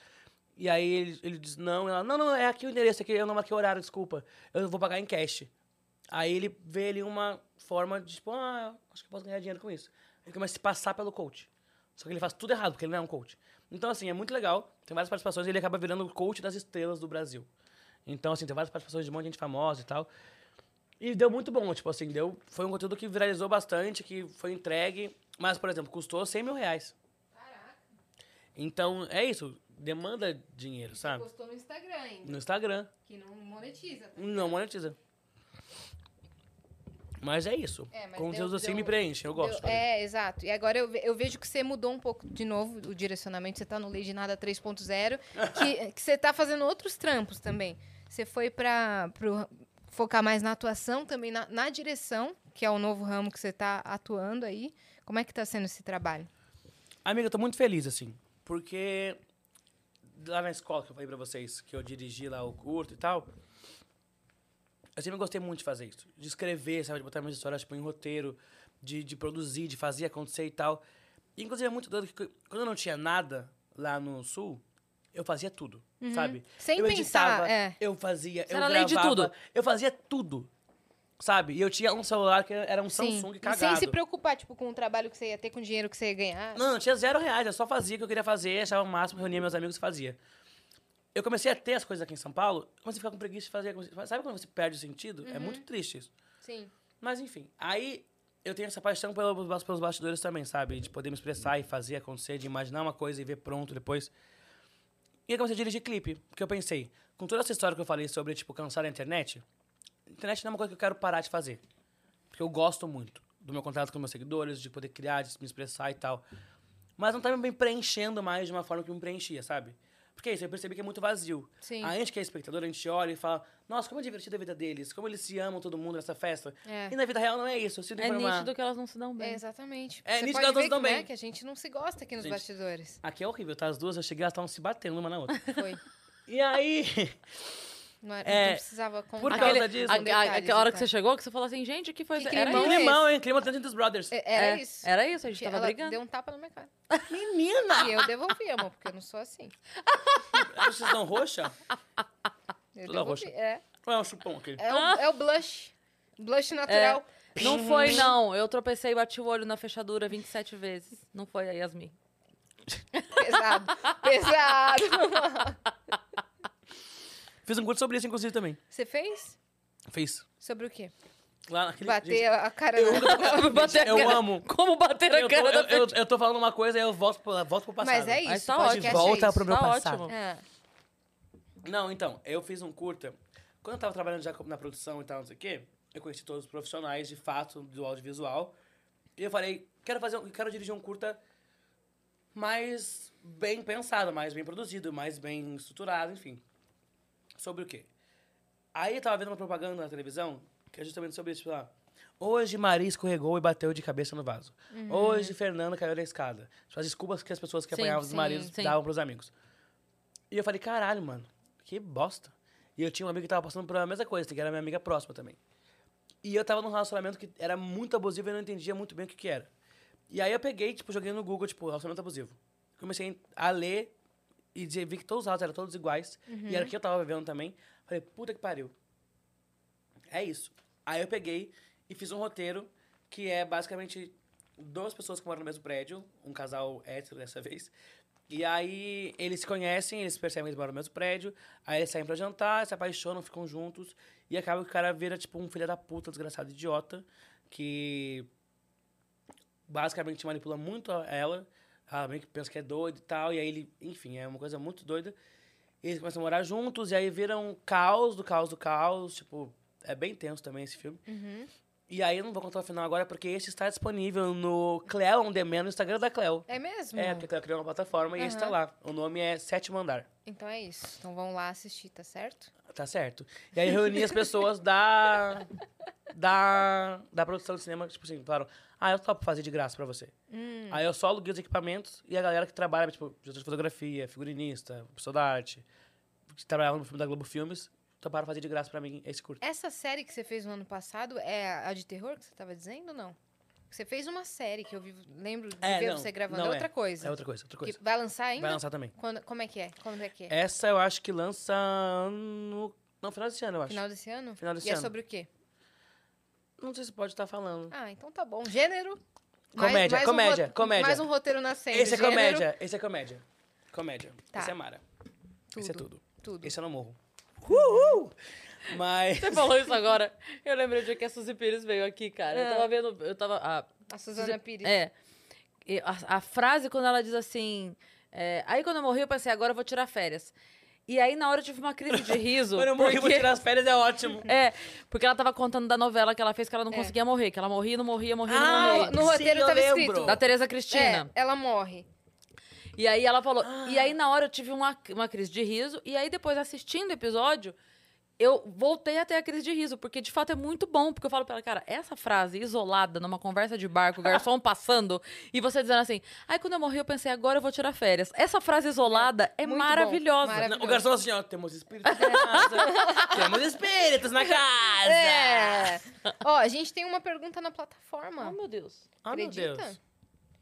D: E aí ele, ele diz, não, ela, não, não, é aqui o endereço, aqui, eu não marquei o horário, desculpa. Eu vou pagar em cash. Aí ele vê ali uma forma de, tipo, ah, acho que eu posso ganhar dinheiro com isso. Ele começa a se passar pelo coach. Só que ele faz tudo errado, porque ele não é um coach. Então, assim, é muito legal. Tem várias participações e ele acaba virando o coach das estrelas do Brasil. Então, assim, tem várias participações de um monte de gente famosa e tal. E deu muito bom, tipo assim, deu, foi um conteúdo que viralizou bastante, que foi entregue. Mas, por exemplo, custou 100 mil reais. Então, é isso. Demanda dinheiro, sabe?
C: Postou no Instagram ainda,
D: No Instagram.
C: que não monetiza.
D: Não monetiza. Mas é isso.
C: É, mas
D: Conteúdos
C: deu-
D: assim
C: deu-
D: me preenchem, eu gosto.
C: Deu- É, exato. E agora eu, ve- eu vejo que você mudou um pouco de novo o direcionamento. Você tá no Lei de Nada 3.0, que, que você tá fazendo outros trampos também. Você foi para focar mais na atuação, também na, na direção, que é o novo ramo que você tá atuando aí. Como é que tá sendo esse trabalho?
D: Amiga, eu tô muito feliz, assim, porque lá na escola que eu falei pra vocês, que eu dirigi lá o curto e tal, eu sempre gostei muito de fazer isso. De escrever, sabe? De botar minhas histórias, tipo, em roteiro, de, de produzir, de fazer acontecer e tal. E, inclusive, é muito doido que quando eu não tinha nada lá no Sul, eu fazia tudo, sabe?
C: Uhum. Sem
D: eu
C: pensar,
D: editava,
C: é.
D: eu fazia,
B: Você
D: eu
B: era
D: gravava,
B: lei de tudo.
D: eu fazia tudo, sabe? E eu tinha um celular que era um Samsung
C: E
D: cagado.
C: sem se preocupar, tipo, com o trabalho que você ia ter, com o dinheiro que você ia ganhar.
D: Não, eu tinha zero reais, eu só fazia o que eu queria fazer, achava o máximo, reunia meus amigos e fazia. Eu comecei a ter as coisas aqui em São Paulo, comecei a ficar com preguiça de fazer. comecei- Sabe quando você perde o sentido? É muito triste isso.
C: Sim.
D: Mas enfim, aí eu tenho essa paixão pelo- pelos, pelos bastidores também, sabe? De poder me expressar e fazer acontecer, de imaginar uma coisa e ver pronto depois. E aí comecei a dirigir clipe, porque eu pensei, com toda essa história que eu falei sobre, tipo, cansar a internet, internet não é uma coisa que eu quero parar de fazer. Porque eu gosto muito do meu contato com meus seguidores, de poder criar, de me expressar e tal. Mas não tá me preenchendo mais de uma forma que me preenchia, sabe? Porque é isso, eu percebi que é muito vazio.
C: Sim.
D: A gente que é espectador, a gente olha e fala, nossa, como é divertida a vida deles, como eles se amam todo mundo nessa festa.
C: É.
D: E na vida real não é isso, eu sinto
B: É
D: informar.
B: nítido que elas não se dão
C: É,
B: bem.
C: exatamente.
D: É,
C: Você
D: nisso
C: pode
D: que elas
C: ver
D: não
C: que,
D: estão
C: né,
D: bem.
C: que a gente não se gosta aqui nos
D: Gente.
C: bastidores.
D: Aqui é horrível, tá? As duas, eu cheguei, elas estavam se batendo uma na outra.
C: Foi.
D: e aí,
C: Não, era-
D: É,
C: não precisava contar.
D: por causa
B: Aquele,
D: disso,
B: a-
D: com
B: a- aquela hora que você
C: você
B: chegou, que você falou assim, gente, que foi
C: Que
B: era
C: climão
B: isso.
D: um climão, hein? Climão tanto dos brothers.
C: Era
B: É,
C: isso.
B: Era isso, a gente tava
C: Ela
B: brigando.
C: deu um tapa na minha cara.
D: Menina!
C: E eu devolvi, amor, porque eu não sou assim.
D: Vocês dão roxa?
C: Eu
D: Toda
C: devolvi.
D: roxa.
C: É,
D: Ou é um chupão aquele?
C: é, o, é o blush. Blush
B: É.
C: natural.
B: Não foi, não. Eu tropecei e bati o olho na fechadura 27 vezes. Não foi a Yasmin.
C: Pesado. Pesado.
D: Fiz um curso sobre isso, inclusive, também.
C: Você fez?
D: Fiz.
C: Sobre o quê?
D: Lá naquele...
C: Bater
D: Gente,
C: a cara
D: eu-
C: na-
B: bater
D: eu amo.
B: Como bater a
D: Eu tô,
B: cara
D: eu,
B: da
D: eu,
B: fechadura.
D: eu tô falando uma coisa e eu volto pro, volto pro passado.
C: Mas é
B: Mas
C: isso.
B: tá
C: o
D: De
B: ótimo.
C: podcast é
D: volta
C: isso.
D: pro meu
B: Tá
D: passado.
B: ótimo.
C: Ah,
D: Não, então, eu fiz um curta. Quando eu tava trabalhando já na produção e tal, não sei o quê, eu conheci todos os profissionais, de fato, do audiovisual. E eu falei, quero fazer, um- quero dirigir um curta mais bem pensado, mais bem produzido, mais bem estruturado, enfim. Sobre o quê? Aí eu tava vendo uma propaganda na televisão, que é justamente sobre isso, tipo, lá, Hoje Maria escorregou e bateu de cabeça no vaso. Hoje Fernanda caiu da escada. Tipo, As desculpas que as pessoas que
B: Uhum. Sim,
D: apanhavam os
B: sim,
D: maridos
B: sim.
D: davam pros amigos. E eu falei, caralho, mano, que bosta. E eu tinha um amigo que tava passando por a mesma coisa, que era minha amiga próxima também. E eu tava num relacionamento que era muito abusivo e eu não entendia muito bem o que que era. E aí eu peguei, tipo, joguei no Google, tipo, relacionamento abusivo. Comecei a ler e dizer- vi que todos os lados eram todos iguais. E era o que eu tava vivendo também. Falei, puta que pariu. É isso. Aí eu peguei e fiz um roteiro que é basicamente duas pessoas que moram no mesmo prédio, um casal hétero dessa vez. E aí eles se conhecem, eles percebem que eles moram no mesmo prédio, aí eles saem pra jantar, se apaixonam, ficam juntos, e acaba que o cara vira tipo um filho da puta, desgraçado, idiota, que basicamente manipula muito a- ela, ela meio que pensa que é doido e tal, e aí ele, enfim, é uma coisa muito doida. E eles começam a morar juntos, e aí vira um caos do caos do caos, tipo, é bem tenso também esse filme. E aí eu não vou contar o final agora, porque esse está disponível no Cleo On Demand, no Instagram da Cleo.
C: é mesmo?
D: É, porque a Cleo criou uma plataforma e esse tá
C: Aham.
D: lá. O nome é Sétimo Andar.
C: Então é isso. Então vão lá assistir, tá certo?
D: Tá certo. E aí eu reuni as pessoas da, da, da produção de cinema, tipo assim, falaram, ah, eu topo fazer de graça pra você.
C: Hum.
D: Aí eu só aluguei os equipamentos e a galera que trabalha, tipo, diretor de fotografia, figurinista, pessoa da arte, que trabalhava no filme da Globo Filmes, toparam fazer de graça pra mim esse curto.
C: Essa série que você fez no ano passado é a de terror que você tava dizendo ou não? Você fez uma série que eu vivo, lembro de
D: É,
C: ver
D: não,
C: você gravando.
D: não
C: é
D: é.
C: outra coisa.
D: É outra coisa, outra coisa.
C: Que vai lançar ainda?
D: Vai lançar também.
C: Quando, como é que é? Quando é que é?
D: Essa eu acho que lança no. No final desse ano, eu acho.
C: Final desse ano?
D: Final desse
C: e
D: ano.
C: é sobre o quê?
D: Não sei se pode estar falando.
C: Ah, então tá bom. Gênero.
D: Comédia,
C: mais, mais
D: comédia,
C: um ro-
D: comédia.
C: Mais um roteiro na série.
D: esse é
C: Gênero,
D: comédia, esse é comédia. Comédia.
C: Tá.
D: Esse é Mara. Esse é tudo.
C: Tudo.
D: Esse eu não morro. Uhul! Mas.
B: Você falou isso agora. Eu lembrei de que a Suzy Pires veio aqui, cara.
D: É.
B: Eu tava vendo. Eu tava. a-
C: A Suzana Pires.
B: É. E a, a frase quando ela diz assim. é, aí quando eu morri, eu pensei, agora eu vou tirar férias. E aí, na hora, eu tive uma crise de riso.
D: Quando eu morri, vou
B: porque-
D: tirar as férias, é ótimo.
B: É, porque ela tava contando da novela que ela fez que ela não conseguia morrer, que ela morria, não morria, morria,
D: É. Ah,
B: não
C: No,
B: morria.
C: no roteiro
D: eu
C: tava
D: lembro.
C: escrito.
B: Da Tereza
C: É,
B: Cristina.
C: ela morre.
B: E aí ela falou.
C: Ah.
B: E aí, na hora, eu tive uma, uma crise de riso. E aí, depois, assistindo o episódio, eu voltei até a crise de riso, porque de fato é muito bom. Porque eu falo pra ela, cara, essa frase isolada numa conversa de barco, o garçom passando, e você dizendo assim: aí quando eu morri, eu pensei, agora eu vou tirar férias. Essa frase isolada é,
C: Muito bom,
B: maravilhosa.
C: maravilhosa.
D: Não, o garçom assim, ó, temos espíritos na casa. temos espíritos na casa. Ah,
C: É. Ó, a gente tem uma pergunta na plataforma.
B: Oh, meu Deus.
D: Ah, meu
C: Acredita?
D: Deus.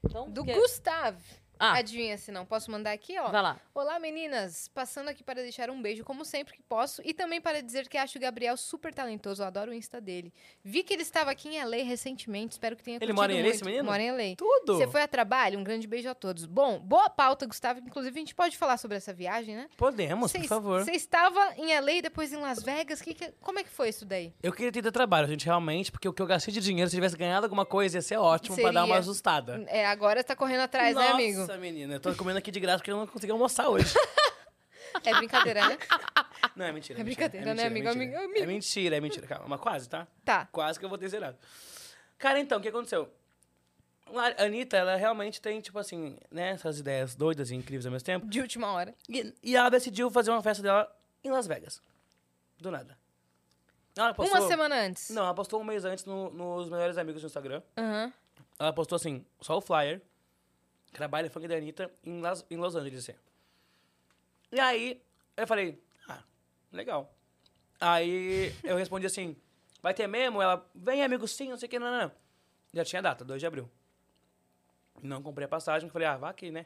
B: Então,
C: Do
B: que-
C: Gustavo.
B: Ah.
C: Adivinha se não. Posso mandar aqui, ó?
B: Vai lá.
C: Olá, meninas! Passando aqui para deixar um beijo, como sempre que posso, e também para dizer que acho o Gabriel super talentoso, eu adoro o Insta dele. Vi que ele estava aqui em LA recentemente, espero que tenha
D: Ele
C: curtido
D: mora em LA,
C: muito.
D: esse menino?
C: Mora em LA.
D: Tudo.
C: Você foi a trabalho? Um grande beijo a todos. Bom, boa pauta, Gustavo. Inclusive, a gente pode falar sobre essa viagem, né?
D: Podemos, por
C: Cês-
D: favor.
C: Você estava em LA, depois em Las Vegas. Que que- como é que foi isso daí?
D: Eu queria ter dado trabalho, gente, realmente, porque o que eu gastei de dinheiro, se eu tivesse ganhado alguma coisa, ia ser ótimo pra dar uma
C: Seria.
D: ajustada.
C: É, agora está correndo atrás,
D: Nossa,
C: né, amigo?
D: menina, eu tô comendo aqui de graça porque eu não consegui almoçar hoje.
C: É brincadeira, né?
D: Não, é mentira.
C: É
D: mentira,
C: brincadeira, né, amigo?
D: mentira, é mentira.
C: Amigo, amigo.
D: É mentira, é mentira. Calma, mas quase, tá?
C: Tá.
D: Quase que eu vou ter zerado. Cara, então, o que aconteceu? a Anitta, ela realmente tem, tipo assim, né, essas ideias doidas e incríveis ao mesmo tempo.
C: De última hora.
D: E, e ela decidiu fazer uma festa dela em Las Vegas. Do nada. Ela postou,
C: Uma semana antes.
D: Não, ela postou um mês antes no- nos Melhores Amigos no Instagram.
C: Aham.
D: Ela postou assim, só o flyer, que era baile funk da Anitta em, Las, em Los Angeles. Assim. E aí, eu falei, ah, legal. Aí eu respondi assim, vai ter mesmo? Ela, vem amigo sim, não sei o que, não, não, não. Já tinha data, 2 de abril. Não comprei a passagem, falei, ah, vá que, né?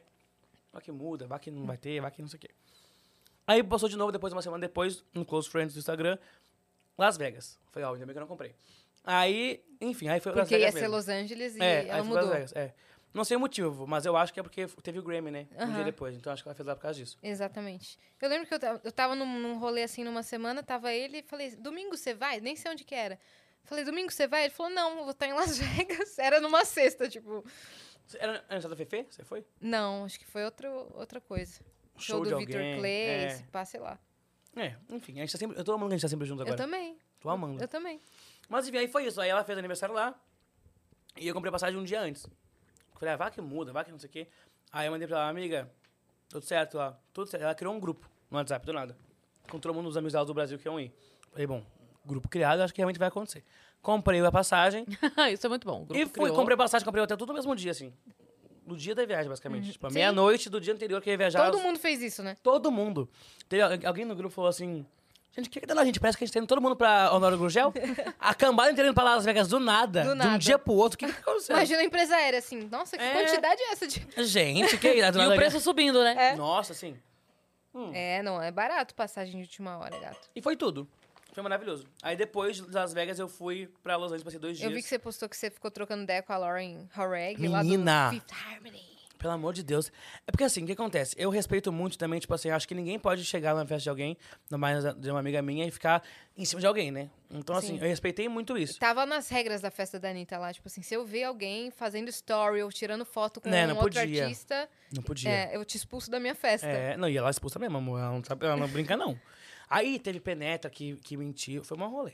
D: Vá que muda, vá que não vai ter, vá que não sei o que. Aí postou de novo, depois, uma semana depois, no Close Friends do Instagram, Las Vegas. Falei, ó, ainda bem que eu não comprei. Aí, enfim, aí foi Las
C: Porque
D: Vegas
C: ia ser
D: mesmo.
C: Los Angeles e ela
D: É, aí foi Las
C: mudou.
D: Vegas, é. Não sei o motivo, mas eu acho que é porque teve o Grammy, né? Um
C: Aham.
D: dia depois. Então acho que ela fez lá por causa disso.
C: Exatamente. Eu lembro que eu, ta- eu tava num, num rolê assim numa semana, tava ele e falei, domingo você vai? Nem sei onde que era. Falei, domingo você vai? Ele falou, não, eu vou estar em Las Vegas. Era numa sexta, tipo.
D: Cê- Era antes da Fefe? Você foi?
C: Não, acho que foi outro, outra coisa. Show,
D: Um Show de
C: do Victor
D: alguém,
C: Clay,
D: é.
C: se pá, sei lá.
D: É, enfim, a gente tá sempre. Eu tô amando que a gente tá sempre junto
C: Eu
D: agora.
C: também,
D: Tô amando.
C: eu também.
D: Mas enfim, aí foi isso. Aí ela fez aniversário lá. E eu comprei passagem um dia antes. Falei, ah, vá que muda, vá que não sei o quê. Aí eu mandei pra ela, amiga, tudo certo lá, tudo certo. Ela criou um grupo no WhatsApp, do nada. Com todo mundo dos amigos dela do Brasil que iam ir. Falei, bom, grupo criado, acho que realmente vai acontecer. Comprei a passagem.
B: Isso é muito bom. o grupo
D: E fui,
B: criou.
D: comprei passagem, comprei hotel tudo no mesmo dia, assim. No dia da viagem, basicamente. Tipo, a
C: Uhum. Sim.
D: meia-noite do dia anterior que eu ia viajar.
C: Todo
D: as-
C: mundo fez isso, né?
D: Todo mundo. Teve al- alguém no grupo falou assim. Gente, o que que tá lá, gente? Parece que a gente tá indo todo mundo pra Honório Gurgel. a cambada inteira indo pra Las Vegas do nada.
C: Do
D: De
C: nada.
D: um dia pro outro. O que que tá acontecendo?
C: Imagina a empresa aérea assim. Nossa, que
D: É.
C: quantidade é essa de.
D: Gente, que é? Do
B: E
D: nada
B: o preço subindo, né?
C: É.
D: Nossa, assim.
C: É, não, é barato passagem de última hora, gato.
D: E foi tudo. Foi maravilhoso. Aí depois de Las Vegas eu fui pra Los Angeles, passei dois dias.
C: Eu vi que você postou que você ficou trocando ideia com a Lauren Horag lá
D: Menina!
C: do Fifth Harmony.
D: Pelo amor de Deus. É porque assim, o que acontece? Eu respeito muito também, tipo assim, acho que ninguém pode chegar na festa de alguém, ainda mais de uma amiga minha, e ficar em cima de alguém, né? Então, assim,
C: Sim.
D: eu respeitei muito isso.
C: Tava nas regras da festa da Anitta lá, tipo assim, se eu ver alguém fazendo story ou tirando foto com
D: Né,
C: um
D: não
C: outro
D: podia.
C: artista,
D: Não podia. É,
C: é, eu te expulso da minha festa.
D: não, e ela é expulsa mesmo, amor. Ela não, sabe, ela não brinca, não. Aí teve penetra que, que mentiu, foi um rolê.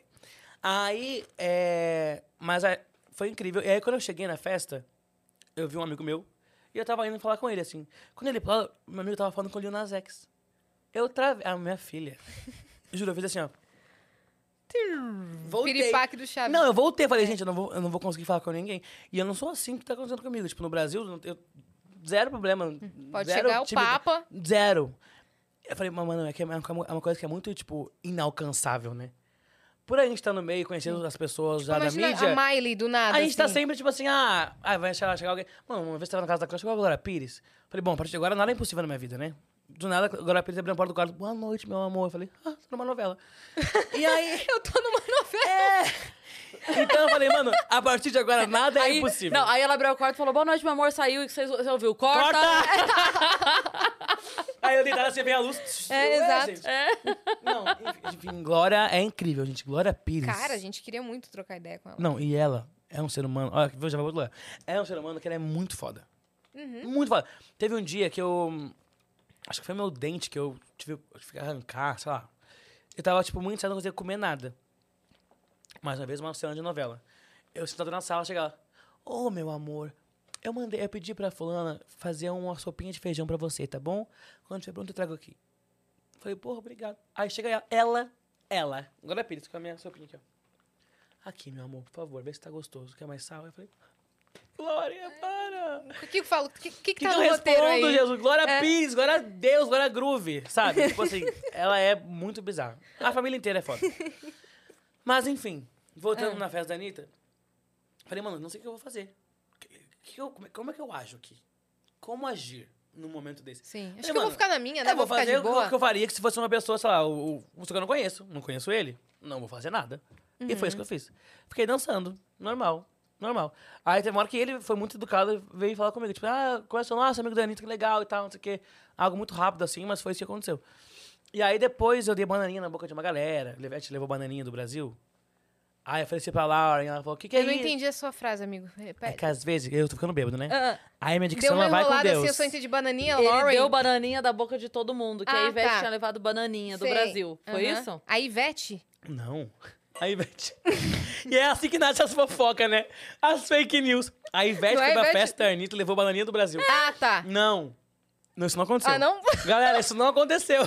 D: Aí, é. Mas é, foi incrível. E aí, quando eu cheguei na festa, eu vi um amigo meu, e eu tava indo falar com ele, assim. Quando ele falou, meu amigo tava falando com o Lil Nas X. Eu travei. A minha filha. Juro, eu fiz assim, ó. Voltei.
C: Piripaque do Chaves.
D: Não, eu voltei.
C: É.
D: Falei, gente, eu não, vou, eu não vou conseguir falar com ninguém. E eu não sou assim que tá acontecendo comigo. Tipo, no Brasil, não- eu, zero problema.
C: Hum, Pode
D: zero
C: chegar o
D: timidez.
C: Papa.
D: Zero. Eu falei, mas, mano, é, que é uma é uma coisa que é muito, tipo, inalcançável, né? Por a gente estar no meio, conhecendo as pessoas já da
C: Tipo, Imagina
D: mídia.
C: a Miley do nada.
D: A gente tá
C: assim.
D: sempre tipo assim, ah, ah vai chegar, chegar alguém. Mano, uma vez eu tava na casa da Cláudia, chegou a Glória Pires. Falei, bom, a partir de agora nada é impossível na minha vida, né? Do nada, a Glória Pires abriu a porta do quarto, boa noite, meu amor. Eu falei, ah, tô numa novela. e aí.
C: É. Eu tô numa novela.
D: Então eu falei, mano, a partir de agora nada é impossível.
B: Não, aí ela abriu o quarto e falou: boa noite, meu amor, saiu e que vocês- você ouviu. Corta!
D: Aí eu deitava assim, vem a luz.
C: É,
D: Ué,
C: exato.
D: gente. Não, enfim, enfim, Glória é incrível, gente. Glória Pires.
C: Cara, a gente queria muito trocar ideia com ela.
D: Não, e ela é um ser humano. Olha, eu já vou lá. É um ser humano que ela é muito foda. Muito foda. Teve um dia que eu. Acho que foi meu dente que eu tive que arrancar, sei lá. Eu tava, tipo, muito sério, não conseguia comer nada. Mais uma vez, uma cena de novela. Eu sentado na sala, chegava. Ô, meu amor, eu mandei, eu pedi pra fulana fazer uma sopinha de feijão pra você, tá bom? Quando tiver pronto, eu trago aqui. Falei, porra, obrigado. Aí chega ela, ela, ela. Agora é Pires, com a minha sopinha aqui, ó. Aqui, meu amor, por favor, vê se tá gostoso. Quer mais sal? Eu falei, Glória, para! O
C: O que eu falo? O que, que, que
D: que,
C: tá
D: que eu
C: É. no roteiro
D: respondo,
C: aí?
D: Jesus? Glória
C: É.
D: Pires, glória a Deus, glória a Groove, sabe? Tipo assim, ela é muito bizarra. A família inteira é foda. Mas, enfim,
C: É.
D: voltando na festa da Anitta, falei, mano, não sei o que eu vou fazer. Que- que eu- como, é- como é que eu ajo aqui? Como agir num momento desse?
C: Sim, acho
D: Falei,
C: que eu vou
D: mano,
C: ficar na minha, né?
D: eu É, vou
C: ficar
D: fazer
C: de
D: o que eu-
C: boa.
D: que eu faria que se fosse uma pessoa, sei lá, o, o, só que eu não conheço. Não conheço ele. Não vou fazer nada. E foi isso que
C: Uhum.
D: eu fiz. Fiquei dançando. Normal. Normal. Aí teve uma hora que ele foi muito educado e veio falar comigo. Tipo, ah, começou, nossa, amigo da Anitta, que legal e tal, não sei o quê. Algo muito rápido assim, mas foi isso que aconteceu. E aí depois eu dei bananinha na boca de uma galera. Levete levou bananinha do Brasil. Aí eu falei assim pra Laura, e ela falou, o que que é
C: Eu não
D: isso?"
C: entendi a sua frase, amigo.
D: É
C: Repete.
D: que às vezes, eu tô ficando bêbado, né?
C: Ah,
D: Aí minha
C: deu
D: dicção
C: uma
D: ela vai com
C: enrolada assim, eu
D: Deus.
C: só entendi bananinha,
B: Ele
C: Lauren.
B: deu bananinha da boca de todo mundo, que
C: Ah,
B: a Ivete
C: tá.
B: tinha levado bananinha do
C: Sei.
B: Brasil. Foi
C: Aham.
B: isso?
C: A Ivete?
D: Não. Aí, Ivete. e é assim que nasce as fofocas, né? As fake news. A Ivete
C: Não é
D: foi pra
C: Ivete?
D: festa, a Anitta levou a bananinha do Brasil.
C: Ah, tá.
D: Não. Não, isso não aconteceu.
C: Ah, não?
D: Galera, isso não aconteceu.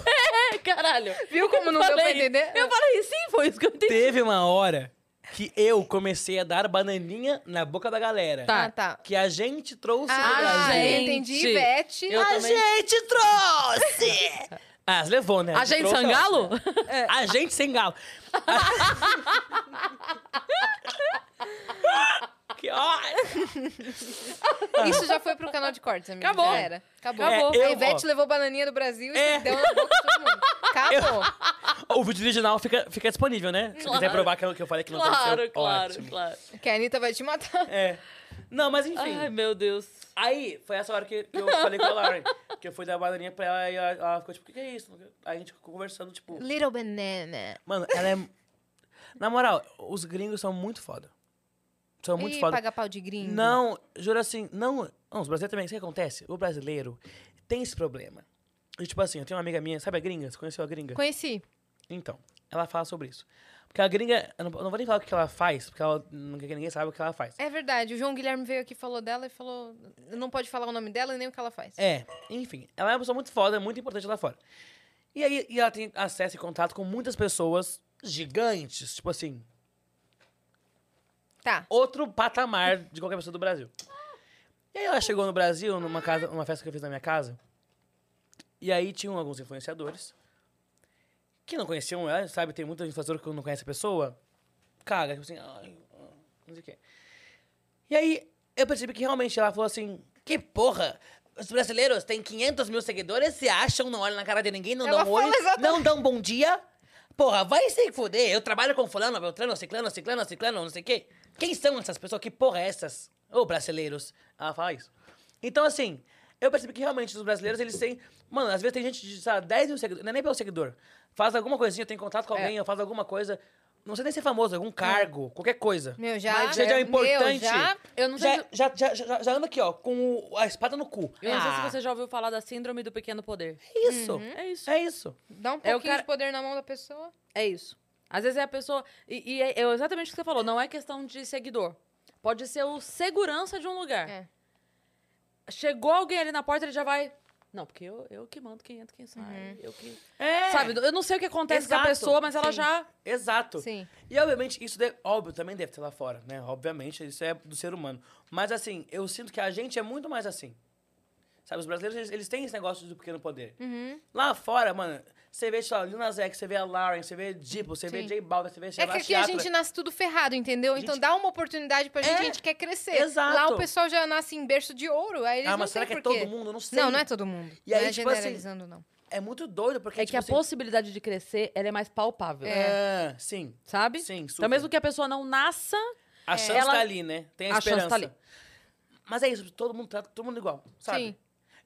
B: Caralho.
C: Viu como não deu pra
B: Falei.
C: entender?
B: Eu falei, sim, foi isso que eu entendi.
D: Teve uma hora que eu comecei a dar bananinha na boca da galera.
B: Tá.
C: Ah, tá.
D: Que a gente trouxe do
C: Ah,
D: Brasil.
C: eu
B: gente.
C: entendi, Ivete. Ah,
B: Eu
D: a
B: também.
D: gente trouxe! As levou, né?
B: A gente
D: trouxe, É.
B: sangalo?
D: ó. A gente sem galo. que ótimo!
C: Isso já foi pro canal de cortes, amiga.
B: Acabou.
C: Já era. Acabou.
D: É, eu,
C: a Ivete
D: ó.
C: levou bananinha do Brasil e
D: É.
C: deu na boca de todo mundo. Acabou.
D: O vídeo original fica, fica disponível, né? Se
B: Claro.
D: quiser provar que eu, que eu falei que não
B: Claro,
D: aconteceu,
B: claro,
D: ótimo.
B: claro.
C: Que a Anitta vai te matar.
D: É. Não, mas enfim.
B: Ai, meu Deus.
D: Aí, foi essa hora que, que eu falei com a Lauren. Que eu fui dar bananinha pra ela e ela, ela ficou tipo, o que, que é isso? Aí a gente ficou conversando, tipo...
C: Little Banana.
D: Mano, ela é... Na moral, os gringos são muito foda. São muito
C: Ih,
D: foda.
C: paga pau de gringo.
D: Não, juro assim, não. Não, os brasileiros também. Sabe o que acontece? O brasileiro tem esse problema. E, tipo assim, eu tenho uma amiga minha, sabe a gringa? Você conheceu a gringa?
C: Conheci.
D: Então, ela fala sobre isso. Porque a gringa, eu não, eu não vou nem falar o que ela faz, porque ela não quer que ninguém saiba o que ela faz.
C: É verdade. O João Guilherme veio aqui, falou dela e falou... Não pode falar o nome dela e nem o que ela faz.
D: É, enfim, ela é uma pessoa muito foda, muito importante lá fora. E aí e ela tem acesso e contato com muitas pessoas gigantes, tipo assim,
C: Tá.
D: outro patamar de qualquer pessoa do Brasil. E aí ela chegou no Brasil, numa casa, numa festa que eu fiz na minha casa. E aí tinham alguns influenciadores que não conheciam ela, sabe? Tem muita influenciador que não conhece a pessoa. Caga, tipo assim, ai, ah, não sei o quê. E aí eu percebi que realmente ela falou assim: que porra! Os brasileiros têm 500 mil seguidores, se acham, não olham na cara de ninguém, não
C: Ela
D: dão oi,
C: fala exatamente-
D: não dão bom dia. Porra, vai se fuder. Eu trabalho com fulano, beltrano, ciclano, ciclano, ciclano, não sei o quê. Quem são essas pessoas? Que porra é essas? Ô, brasileiros. Ela fala isso. Então, assim, eu percebi que realmente os brasileiros, eles têm... Mano, às vezes tem gente de, sei lá, 10 mil seguidores. Não é nem pelo seguidor. Faz alguma coisinha, tem contato com
B: É.
D: alguém, ou faz alguma coisa... Não sei nem ser famoso, algum cargo, qualquer coisa.
C: Meu, já-
D: Mas que seja
C: meu,
D: importante.
C: já-
B: eu É. não sei
D: já, já, já, já, já anda aqui, ó, com o- a espada no cu.
B: Eu não sei se
D: Ah,
B: você já ouviu falar da síndrome do pequeno poder.
D: É isso.
B: É isso.
D: É isso.
C: Dá
B: É,
C: um pouquinho
B: o cara-
C: de poder na mão da pessoa.
B: É isso. Às vezes é a pessoa. E, e é é exatamente o que você falou, não é questão de seguidor. Pode ser o segurança de um lugar.
C: É.
B: Chegou alguém ali na porta, ele já vai. Não, porque eu, eu que mando quem entra, quem sai. Eu que.
D: É.
B: Sabe, eu não sei o que acontece com a
D: Exato.
B: pessoa, mas ela já.
D: Exato.
C: Sim.
D: E obviamente, isso deve, óbvio, também deve ter lá fora, né? Obviamente, isso é do ser humano. Mas assim, eu sinto que a gente é muito mais assim. Sabe, os brasileiros, eles, eles têm esse negócio do pequeno poder.
B: Uhum.
D: Lá fora, mano, você vê, sei lá, Lil Nas X, você vê a Lauren, você vê Diplo, você vê
C: Sim.
D: J Balvin, você vê
C: É que
D: Sebastião
C: aqui a gente nasce tudo ferrado, entendeu? Então
D: Gente-
C: dá uma oportunidade pra gente,
D: É.
C: a gente quer crescer.
D: Exato.
C: Lá o pessoal já nasce em berço de ouro, aí eles
D: Ah,
C: não
D: mas
C: têm
D: será que é
C: porquê.
D: todo mundo? Eu não sei.
C: Não, não é todo mundo.
D: E aí,
C: não é
D: tipo assim,
C: generalizando, não.
D: É muito doido, porque,
B: É que
D: tipo
B: a
D: assim...
B: possibilidade de crescer ela é mais palpável.
D: É, sim.
B: Sabe?
D: Sim, super.
B: Então, mesmo que a pessoa não nasça,
C: É.
D: A chance
B: Ela-
D: tá ali, né? Tem a,
B: A chance
D: esperança.
B: tá ali.
D: Mas é isso, todo mundo trata todo mundo igual, sabe?
C: Sim.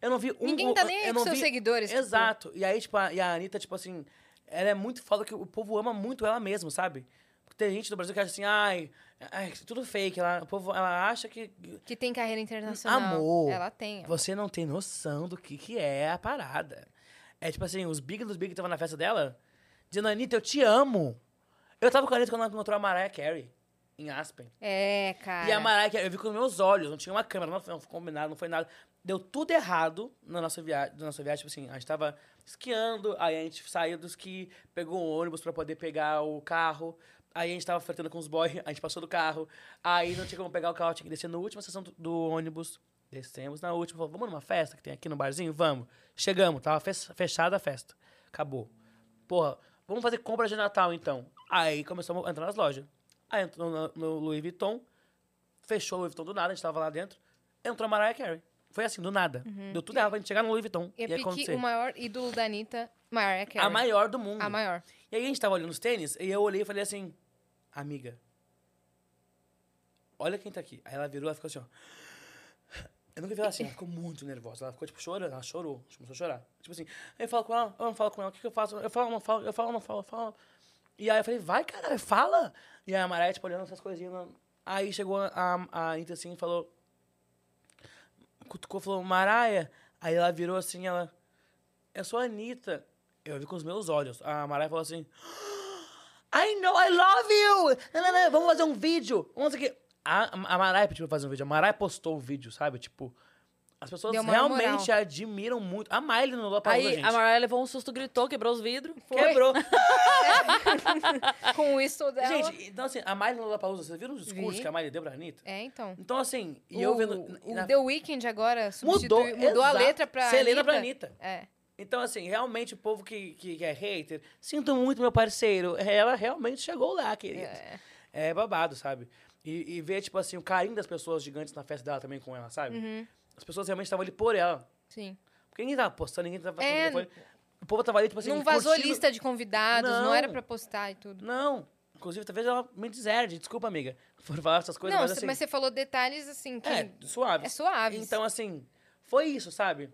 D: Eu não vi um...
C: Ninguém tá nem aí
D: eu
C: com
D: não
C: seus
D: vi-
C: seguidores, tipo.
D: Exato. E aí, tipo, a, e a Anitta, tipo assim, ela é muito foda que o povo ama muito ela mesmo, sabe? Porque tem gente no Brasil que acha assim, ai, ai tudo fake. Ela, o povo, ela acha que...
C: Que tem carreira internacional.
D: Amor.
C: Ela tem. amor.
D: Você não tem noção do que, que é a parada. É tipo assim, os big dos big que estavam na festa dela, dizendo, Anitta, eu te amo. Eu tava com a Anitta quando ela encontrou a Mariah Carey, em Aspen.
C: É, cara.
D: E a Mariah Carey, eu vi com meus olhos, não tinha uma câmera, não foi não foi combinado, não foi nada. Deu tudo errado na nossa viagem, na nossa viagem, tipo assim, a gente tava esquiando, aí a gente saiu do esqui, pegou um ônibus pra poder pegar o carro, aí a gente tava flertando com os boys, a gente passou do carro, aí não tinha como pegar o carro, tinha que descer na última sessão do, do ônibus, descemos na última, falou, vamos numa festa que tem aqui no barzinho? Vamos. Chegamos, tava fes- fechada a festa, acabou. Porra, vamos fazer compra de Natal então. Aí começamos a entrar nas lojas. Aí entrou no, no Louis Vuitton, fechou o Louis Vuitton do nada, a gente tava lá dentro, entrou a Mariah Carey. Foi assim, do nada.
C: Uhum.
D: Deu tudo errado pra gente chegar no Louis Vuitton
C: E é
D: e
C: pique
D: acontecer.
C: o maior ídolo da Anitta, Mariah Carey.
D: A maior do mundo.
C: A maior.
D: E aí a gente tava olhando os tênis, e eu olhei e falei assim, amiga, olha quem tá aqui. Aí ela virou, ela ficou assim, ó. Eu nunca vi ela assim, ela ficou muito nervosa. Ela ficou, tipo, chorando, ela chorou, começou a chorar. Tipo assim, eu falo com ela, eu não falo com ela, o que, que eu faço? Eu falo, eu não falo, eu falo, eu não falo, eu falo. E aí eu falei, vai, cara, fala. E aí a Mariah, tipo, olhando essas coisinhas. não- Aí chegou a, a Anitta assim e falou, cutucou, falou, Mariah. Aí ela virou assim, ela, eu sou a Anitta. Eu vi com os meus olhos. A Mariah Né, falou assim, I know, I love you! Não, não, não, vamos fazer um vídeo. Vamos aqui. A, a Mariah pediu pra fazer um vídeo. A Mariah postou o vídeo, sabe? Tipo, as pessoas
C: Deu uma
D: realmente
C: moral.
D: admiram muito. A Miley no Lollapalooza,
B: Aí
D: gente.
B: a Mariah levou um susto, gritou, quebrou os vidros.
D: Quebrou.
C: Com o isso dela.
D: gente, então assim, a Miley no Lollapalooza, vocês viram os discursos
C: Vi.
D: que a Miley deu pra Anitta?
C: É, então.
D: Então assim, e eu
C: O-
D: vendo...
C: O
D: na-
C: The Weeknd agora
D: mudou
C: substituiu- mudou a
D: exato.
C: letra pra.
D: Você lembra pra Anitta.
C: É.
D: Então, assim, realmente o povo que, que, que é hater, sinto muito, meu parceiro. É, Ela realmente chegou lá, querida.
C: É.
D: É, babado, sabe? E, e ver, tipo assim, o carinho das pessoas gigantes na festa dela também com ela, sabe?
C: Uhum.
D: As pessoas realmente estavam ali por ela.
C: Sim.
D: Porque ninguém tava postando, ninguém tava
C: É,
D: é, O povo tava ali, tipo assim,
C: não vazou
D: curtindo-
C: lista de convidados, não.
D: Não.
C: era pra postar e tudo.
D: Não. Inclusive, talvez ela mente zero. Desculpa, amiga, por falar essas coisas,
C: não,
D: mas
C: cê-
D: assim...
C: mas você falou detalhes assim que é,
D: É, suave.
C: suave.
D: Então, assim, foi isso, sabe?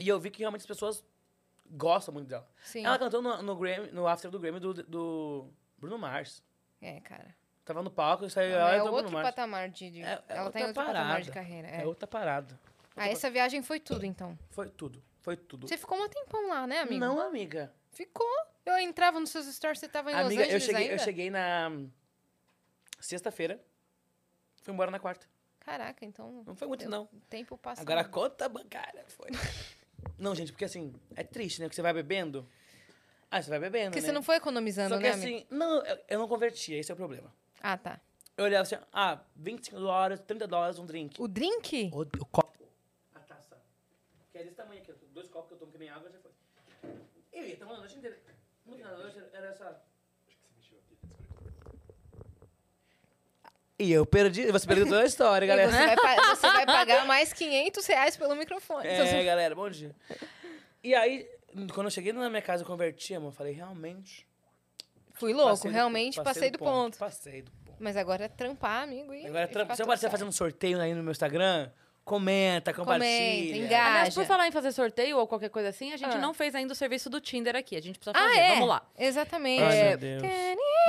D: E eu vi que realmente as pessoas gostam muito dela.
C: Sim.
D: Ela cantou no, no, Grammy, no after do Grammy do, do Bruno Mars.
C: É, cara.
D: Tava no palco, saiu
C: Ela
D: ela e
C: é
D: entrou o
C: outro
D: Bruno Mars.
C: patamar de. de-
D: É- é
C: ela tá em outro
D: outra
C: patamar de
D: parada.
C: carreira. É.
D: É outra parada.
C: Ah, essa viagem foi tudo, então.
D: Foi tudo. Foi tudo.
C: Você ficou um tempão lá, né, amigo?
D: Não, amiga.
C: Ficou. Eu entrava nos seus stories, você tava em Los
D: amiga,
C: Angeles
D: eu cheguei, eu
C: ainda?
D: cheguei na hum, sexta-feira. Fui embora na quarta.
C: Caraca, então
D: Não foi muito,
C: Eu-
D: não.
C: o tempo passou.
D: Agora a conta bancária foi. Não, gente, porque assim, é triste, né? Que você vai bebendo. Ah, você vai bebendo.
C: Porque
D: né?
C: você não foi economizando,
D: Só que
C: né, amigo?
D: assim, não, eu, eu não convertia, esse é o problema.
C: Ah, tá.
D: Eu olhava assim, ah, 25 dólares, 30 dólares um drink.
C: O drink?
D: O, copo. A taça. Que é desse tamanho aqui, ó. dois copos que eu tomo que nem água já foi. Eu ia tomando a noite inteira. No final da noite era essa. tá E eu perdi, você perdeu toda a história,
C: E
D: galera.
C: Você vai, pa- você vai pagar mais 500 reais pelo microfone. Então,
D: É, galera, bom dia. E aí, quando eu cheguei na minha casa, eu converti, amor, eu falei, realmente.
C: Fui louco,
D: passei do-
C: realmente passei, do ponto.
D: Passei do ponto.
C: Mas agora é trampar, amigo. E
D: Agora, é
C: e
D: Trump,
C: ficar
D: se eu
C: tudo
D: aparecer
C: certo.
D: fazendo sorteio aí no meu Instagram, comenta, compartilha.
C: engaja.
B: Aliás, por
C: Haja.
B: falar em fazer sorteio ou qualquer coisa assim, a gente
C: Ah.
B: não fez ainda o serviço do Tinder aqui. A gente precisa fazer.
C: Ah, é?
B: Vamos lá.
C: Exatamente.
D: Ai,
C: É,
D: meu Deus.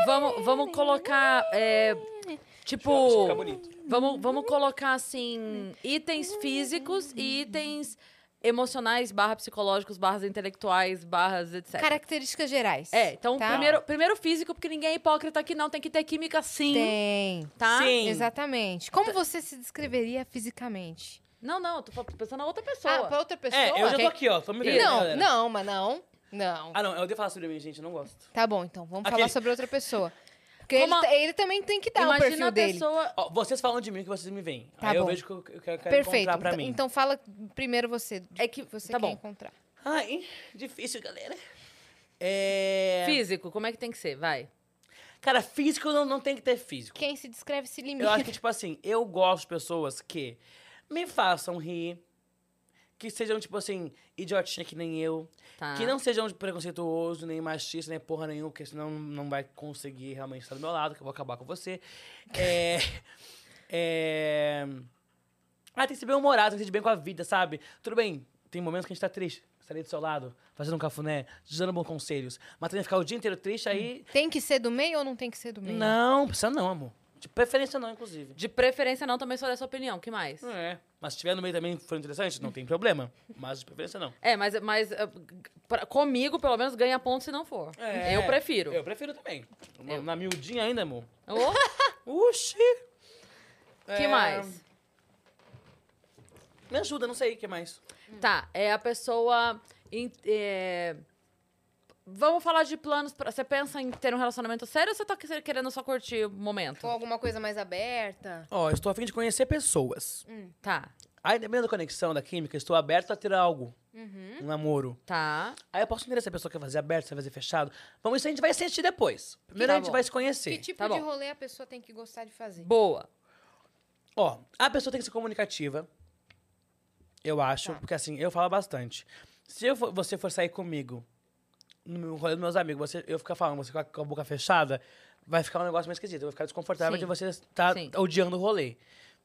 B: Vamos, vamos colocar. é,
E: Deixa
B: tipo.
E: ficar bonito.
B: Vamos, vamos colocar assim: itens físicos e itens emocionais, barra psicológicos, barras intelectuais, barras, etc.
C: Características gerais.
B: é, então
C: tá?
B: primeiro, primeiro físico, porque ninguém é hipócrita aqui, não. Tem que ter química sim,
C: Tem.
B: tá?
D: Sim.
C: Exatamente. Como
D: Tá.
C: você se descreveria fisicamente?
B: Não, não, tô fa- pensando na outra
C: Ah,
B: pessoa.
C: pra outra pessoa?
D: É, eu já tô aqui, ó. Tô me vendo, né,
C: Não,
D: galera?
C: não, mas não. Não.
D: Ah, não, eu odeio falar sobre mim, gente, eu não gosto.
C: Tá bom, então. Vamos
D: Aquele-
C: falar sobre outra pessoa. Porque
B: Como
C: ele,
B: a-
C: ta- ele também tem que dar o perfil
B: Imagina a
C: dele.
B: pessoa.
D: Ó, vocês falam de mim que vocês me veem.
C: Tá
D: Aí eu
C: bom.
D: vejo que eu, que eu quero
C: Perfeito.
D: encontrar pra
C: Então-
D: mim.
C: Então fala primeiro você. de
B: É que-
C: que você
B: tá
C: quer
B: bom.
C: encontrar.
D: Ai, difícil, galera. É...
B: Físico, como é que tem que ser? Vai.
D: Cara, físico não, não tem que ter físico.
C: Quem se descreve se limita.
D: Eu acho que, tipo assim, eu gosto de pessoas que me façam rir, que sejam, tipo assim, idiotinha que nem eu,
B: Tá.
D: que não sejam preconceituoso, nem machista, nem porra nenhuma, porque senão não vai conseguir realmente estar do meu lado, que eu vou acabar com você. É. é... Ah, tem que ser bem humorado, tem que ser de bem com a vida, sabe? Tudo bem, tem momentos que a gente tá triste. Estarei do seu lado, fazendo um cafuné, te dando bons conselhos. Mas também ficar o dia inteiro triste, aí.
C: Tem que ser do meio ou não tem que ser do meio?
D: Não, precisa não, amor. De preferência não, inclusive.
B: De preferência, não, também sou dessa opinião. que mais?
D: Não é. Mas se tiver no meio também for interessante, não tem problema. Mas de preferência não.
B: É, mas, mas eh, pra- comigo, pelo menos, ganha ponto se não for.
D: É.
B: Eu prefiro.
D: Eu prefiro também. Na- Na miudinha ainda, amor.
B: Ô,
D: Uxi!
B: que
D: É,
B: mais?
D: Me ajuda, não sei o que mais.
B: Tá, é a pessoa. em- é, Vamos falar de planos. Pra... Você pensa em ter um relacionamento sério ou você tá que- querendo só curtir o momento?
C: Ou alguma coisa mais aberta?
D: Ó, estou a fim de conhecer pessoas.
B: Tá,
D: Aí, dependendo da conexão, da química, estou aberto a ter algo.
B: Uhum.
D: Um namoro.
B: tá.
D: Aí eu posso entender se a pessoa quer fazer aberto, se vai fazer fechado. Vamos, isso a gente vai sentir depois. Primeiro
B: Tá
D: a gente
B: bom.
D: vai se
C: Que
D: conhecer.
C: tipo
B: tá
C: de
B: bom.
C: rolê a pessoa tem que gostar de fazer?
B: Boa.
D: Ó, a pessoa tem que ser comunicativa. Eu acho,
C: Tá.
D: porque assim, eu falo bastante. Se eu for- você for sair comigo, no meu rolê dos meus amigos, você, eu ficar falando, você com a, com a boca fechada, vai ficar um negócio meio esquisito. Vai ficar desconfortável
B: Sim.
D: de você estar
B: Sim.
D: odiando o rolê.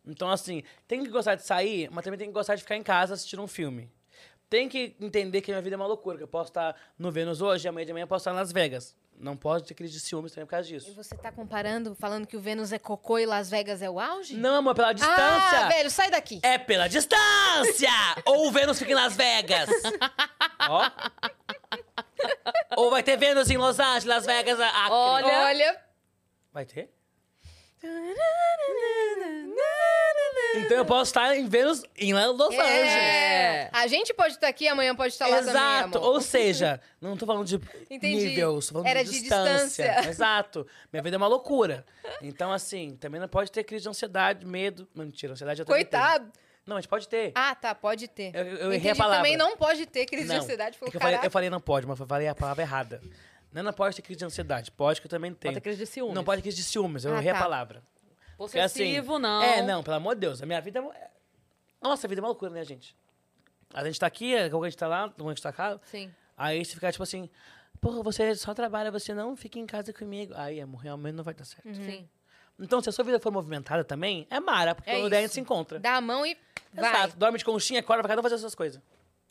D: Então, assim, tem que gostar de sair, mas também tem que gostar de ficar em casa assistindo um filme. Tem que entender que a minha vida é uma loucura, que eu posso estar no Vênus hoje, amanhã de manhã eu posso estar em Las Vegas. Não pode ter crise de ciúmes também por causa
C: E
D: disso.
C: você tá comparando, falando que o Vênus é cocô e Las Vegas é o auge?
D: Não, amor, pela distância.
C: Ah, velho, sai daqui.
D: É pela distância! Ou o Vênus fica em Las Vegas! Ó. Ou vai ter Vênus em Los Angeles, Las Vegas, Acre.
B: Olha.
C: Olha,
D: Vai ter? Então eu posso estar em Vênus em Los Angeles.
C: É. A gente pode estar aqui, amanhã pode estar lá também,
D: Exato.
C: amor.
D: Ou seja, não tô falando de
C: Entendi.
D: nível, tô falando
C: Era
D: de
C: de
D: distância.
C: distância.
D: Exato. Minha vida é uma loucura. Então, assim, também não pode ter crise de ansiedade, medo. Não, mentira, ansiedade eu também tenho.
C: Coitado.
D: Não, a gente pode ter.
C: Ah, tá, pode ter.
D: Eu- eu errei a
C: Entendi,
D: palavra.
C: também não pode ter crise
D: Não.
C: de ansiedade.
D: É
C: Falou,
D: que eu, falei, eu
C: "Caraca".
D: falei não pode, mas eu falei a palavra errada. Não, não pode ter crise de ansiedade. Pode que eu também
B: Pode
D: tenho.
B: ter crise de ciúmes.
D: Não pode ter crise de ciúmes, eu
C: Ah,
D: errei
C: tá.
D: a palavra. Porque,
B: Possessivo, não.
D: É, não, pelo amor de Deus. A minha vida é. mo- é- Nossa, a vida é uma loucura, né, gente? A gente tá aqui, daqui a pouco a gente tá lá, quando a gente tá cá.
C: Sim.
D: Aí você fica tipo assim, porra, você só trabalha, você não fica em casa comigo. Aí, amor, realmente não vai dar
C: Uhum.
D: certo.
B: Sim.
D: Então, se a sua vida for movimentada também, é mara, porque
C: É
D: quando der a gente
C: isso.
D: se encontra.
C: Dá a mão e vai.
D: Exato, dorme de conchinha, acorda pra cada um fazer essas coisas.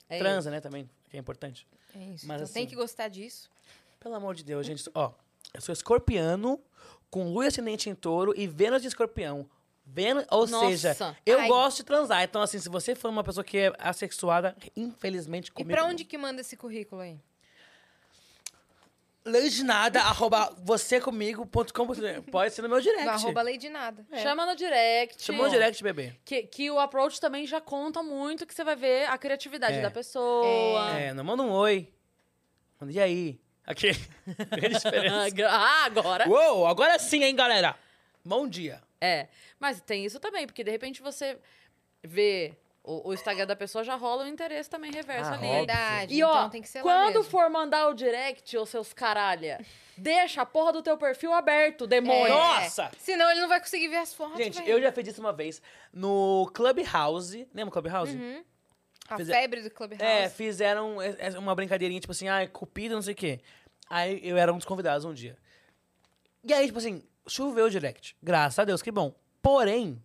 B: É
D: Transa, né, também, que é importante.
C: É isso.
D: Mas
C: então
D: assim-
C: tem que gostar disso.
D: Pelo amor de Deus, gente. Ó, eu sou escorpiano, com lua e ascendente em touro e Vênus de escorpião. Vênus, ou
B: Nossa.
D: seja, eu
C: Ai.
D: gosto de transar. Então, assim, se você for uma pessoa que é assexuada, infelizmente
C: E
D: comigo...
C: pra onde que manda esse currículo aí?
D: Leginada, arroba vocêcomigo.com.br. Pode ser no meu direct.
C: No arroba lei de nada.
D: É.
B: Chama no direct.
D: Chamou o direct, bebê.
B: Que, que o approach também já conta muito que você vai ver a criatividade
D: É.
B: da pessoa.
C: Ah.
D: É, não manda um oi. Manda, e aí? Aqui. Grande diferença.
B: Ah, agora.
D: Uou, agora sim, hein, galera. Bom dia.
B: É. Mas tem isso também, porque de repente você vê o, o Instagram da pessoa, já rola o interesse também reverso
D: Ah,
B: ali.
D: rola.
C: Verdade.
B: E
C: então
B: ó,
C: tem que ser lá
B: quando
C: mesmo.
B: for mandar o direct, ô seus caralha, deixa a porra do teu perfil aberto, demônio.
D: É. Nossa!
C: Senão ele não vai conseguir ver as fotos.
D: Gente,
C: velho.
D: eu já fiz isso uma vez no Clubhouse. Lembra o Clubhouse?
C: Uhum. A
D: fiz-
C: febre do Clubhouse.
D: É, fizeram é, é, uma brincadeirinha, tipo assim, ah, é cupido, não sei o quê. Aí eu era um dos convidados um dia. E aí, tipo assim, choveu o direct. Graças a Deus, que bom. Porém,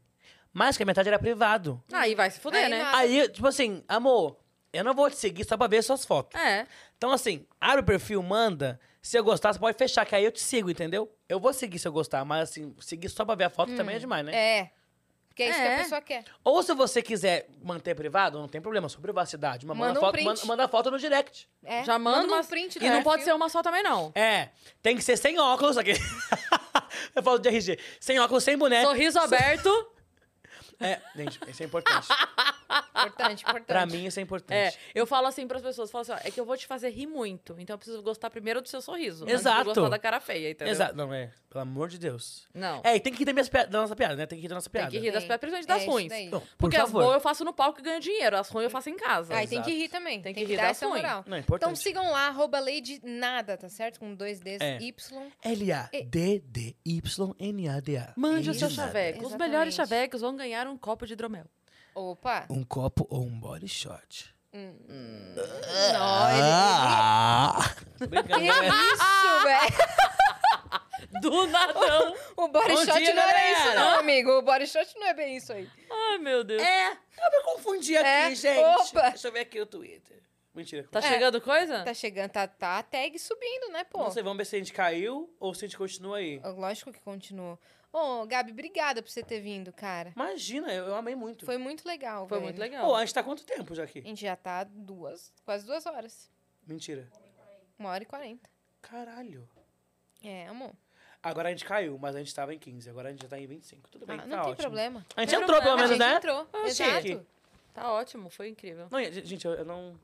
D: mais que a metade era privado.
B: Aí vai se fuder,
C: Aí
B: né?
C: não.
D: Aí, tipo assim, amor, eu não vou te seguir só pra ver suas fotos.
B: É.
D: Então, assim, abre o perfil, manda. Se eu gostar, você pode fechar, que aí eu te sigo, entendeu? Eu vou seguir se eu gostar, mas assim, seguir só pra ver a foto também é demais, né?
C: É. Porque é isso que
B: É.
C: a pessoa quer.
D: Ou se você quiser manter privado, não tem problema, sua privacidade. Mas manda,
C: Manda um
D: foto,
C: print.
D: manda, manda foto no direct.
C: É.
B: Já manda,
C: um
B: umas-
C: print do
B: E não
C: perfil.
B: pode ser uma só também, não.
D: É, tem que ser sem óculos aqui. Eu falo de RG. Sem óculos, sem boneco.
B: Sorriso aberto.
D: É, gente, isso é importante.
C: Importante, importante.
D: pra mim, isso é
B: É,
D: importante.
B: eu falo assim pras pessoas, falo assim, ó, é que eu vou te fazer rir muito, então eu preciso gostar primeiro do seu sorriso. antes de
D: Exato.
B: gostar da cara feia, entendeu?
D: Exato. Não, é. Pelo amor de Deus.
B: Não.
D: É, e tem que rir da, minhas pia- da nossa piada, né? Tem que rir da nossa
B: Tem
D: piada.
B: que rir das
C: Sim.
B: piadas, principalmente
C: É
B: das
C: isso
B: ruins.
C: daí.
D: Não, por
B: Porque as
D: favor.
B: boas eu faço no palco e ganho dinheiro, as ruins eu faço em casa.
C: Aí tem que
D: Exato.
C: rir também.
B: Tem
C: Então, Tem,
B: que
C: que,
B: rir
C: dar
B: das
C: essa moral.
D: Não, é importante.
C: então sigam lá, arroba lei de nada, tá certo? Com dois Ds,
D: É.
C: Y.
D: L-A-D-D-Y-N-A-D-A.
B: Mande o
D: De
B: seu
D: nada.
B: chaveco. Os
C: Exatamente.
B: melhores chavecos vão ganhar um copo de hidromel.
C: Opa.
D: Um copo ou um body shot.
C: Não,
D: Ah! Tô brincando,
C: ele...
D: galera.
C: Que isso, velho.
B: Do nadão.
C: O body
D: Bom
C: shot
D: dia,
C: não era isso,
D: galera.
C: não, amigo. O body shot não é bem isso aí.
B: Ai, meu Deus.
D: É, eu me confundi aqui,
C: É,
D: gente.
C: opa.
D: Deixa eu ver aqui o Twitter. Mentira. É.
B: Tá chegando coisa?
C: Tá chegando, tá, tá a tag subindo, né, pô? Ah,
D: Não sei, vamos ver se a gente caiu ou se a gente continua aí.
C: Lógico que continuou. Ô, Gabi, obrigada por você ter vindo, cara.
D: Imagina, eu, eu amei muito.
C: Foi muito legal,
B: Foi
C: velho.
B: muito legal.
D: Pô, a gente tá há quanto tempo já
C: A
D: aqui?
C: gente já tá duas, quase duas horas.
D: Mentira.
C: Uma hora e quarenta.
D: Caralho.
C: É, amor.
D: Agora a gente caiu, mas a gente tava em 15. Agora a gente já tá em 25. Tudo
C: Ah,
D: bem,
C: não
D: tá
C: tem
D: ótimo.
C: problema.
D: A gente
B: Tem
D: entrou,
B: problema,
D: pelo
C: a
D: menos,
C: gente
D: né?
C: entrou.
D: Ah,
C: exato.
D: chique.
B: Tá ótimo, foi incrível.
D: Não, e, gente, eu, eu não...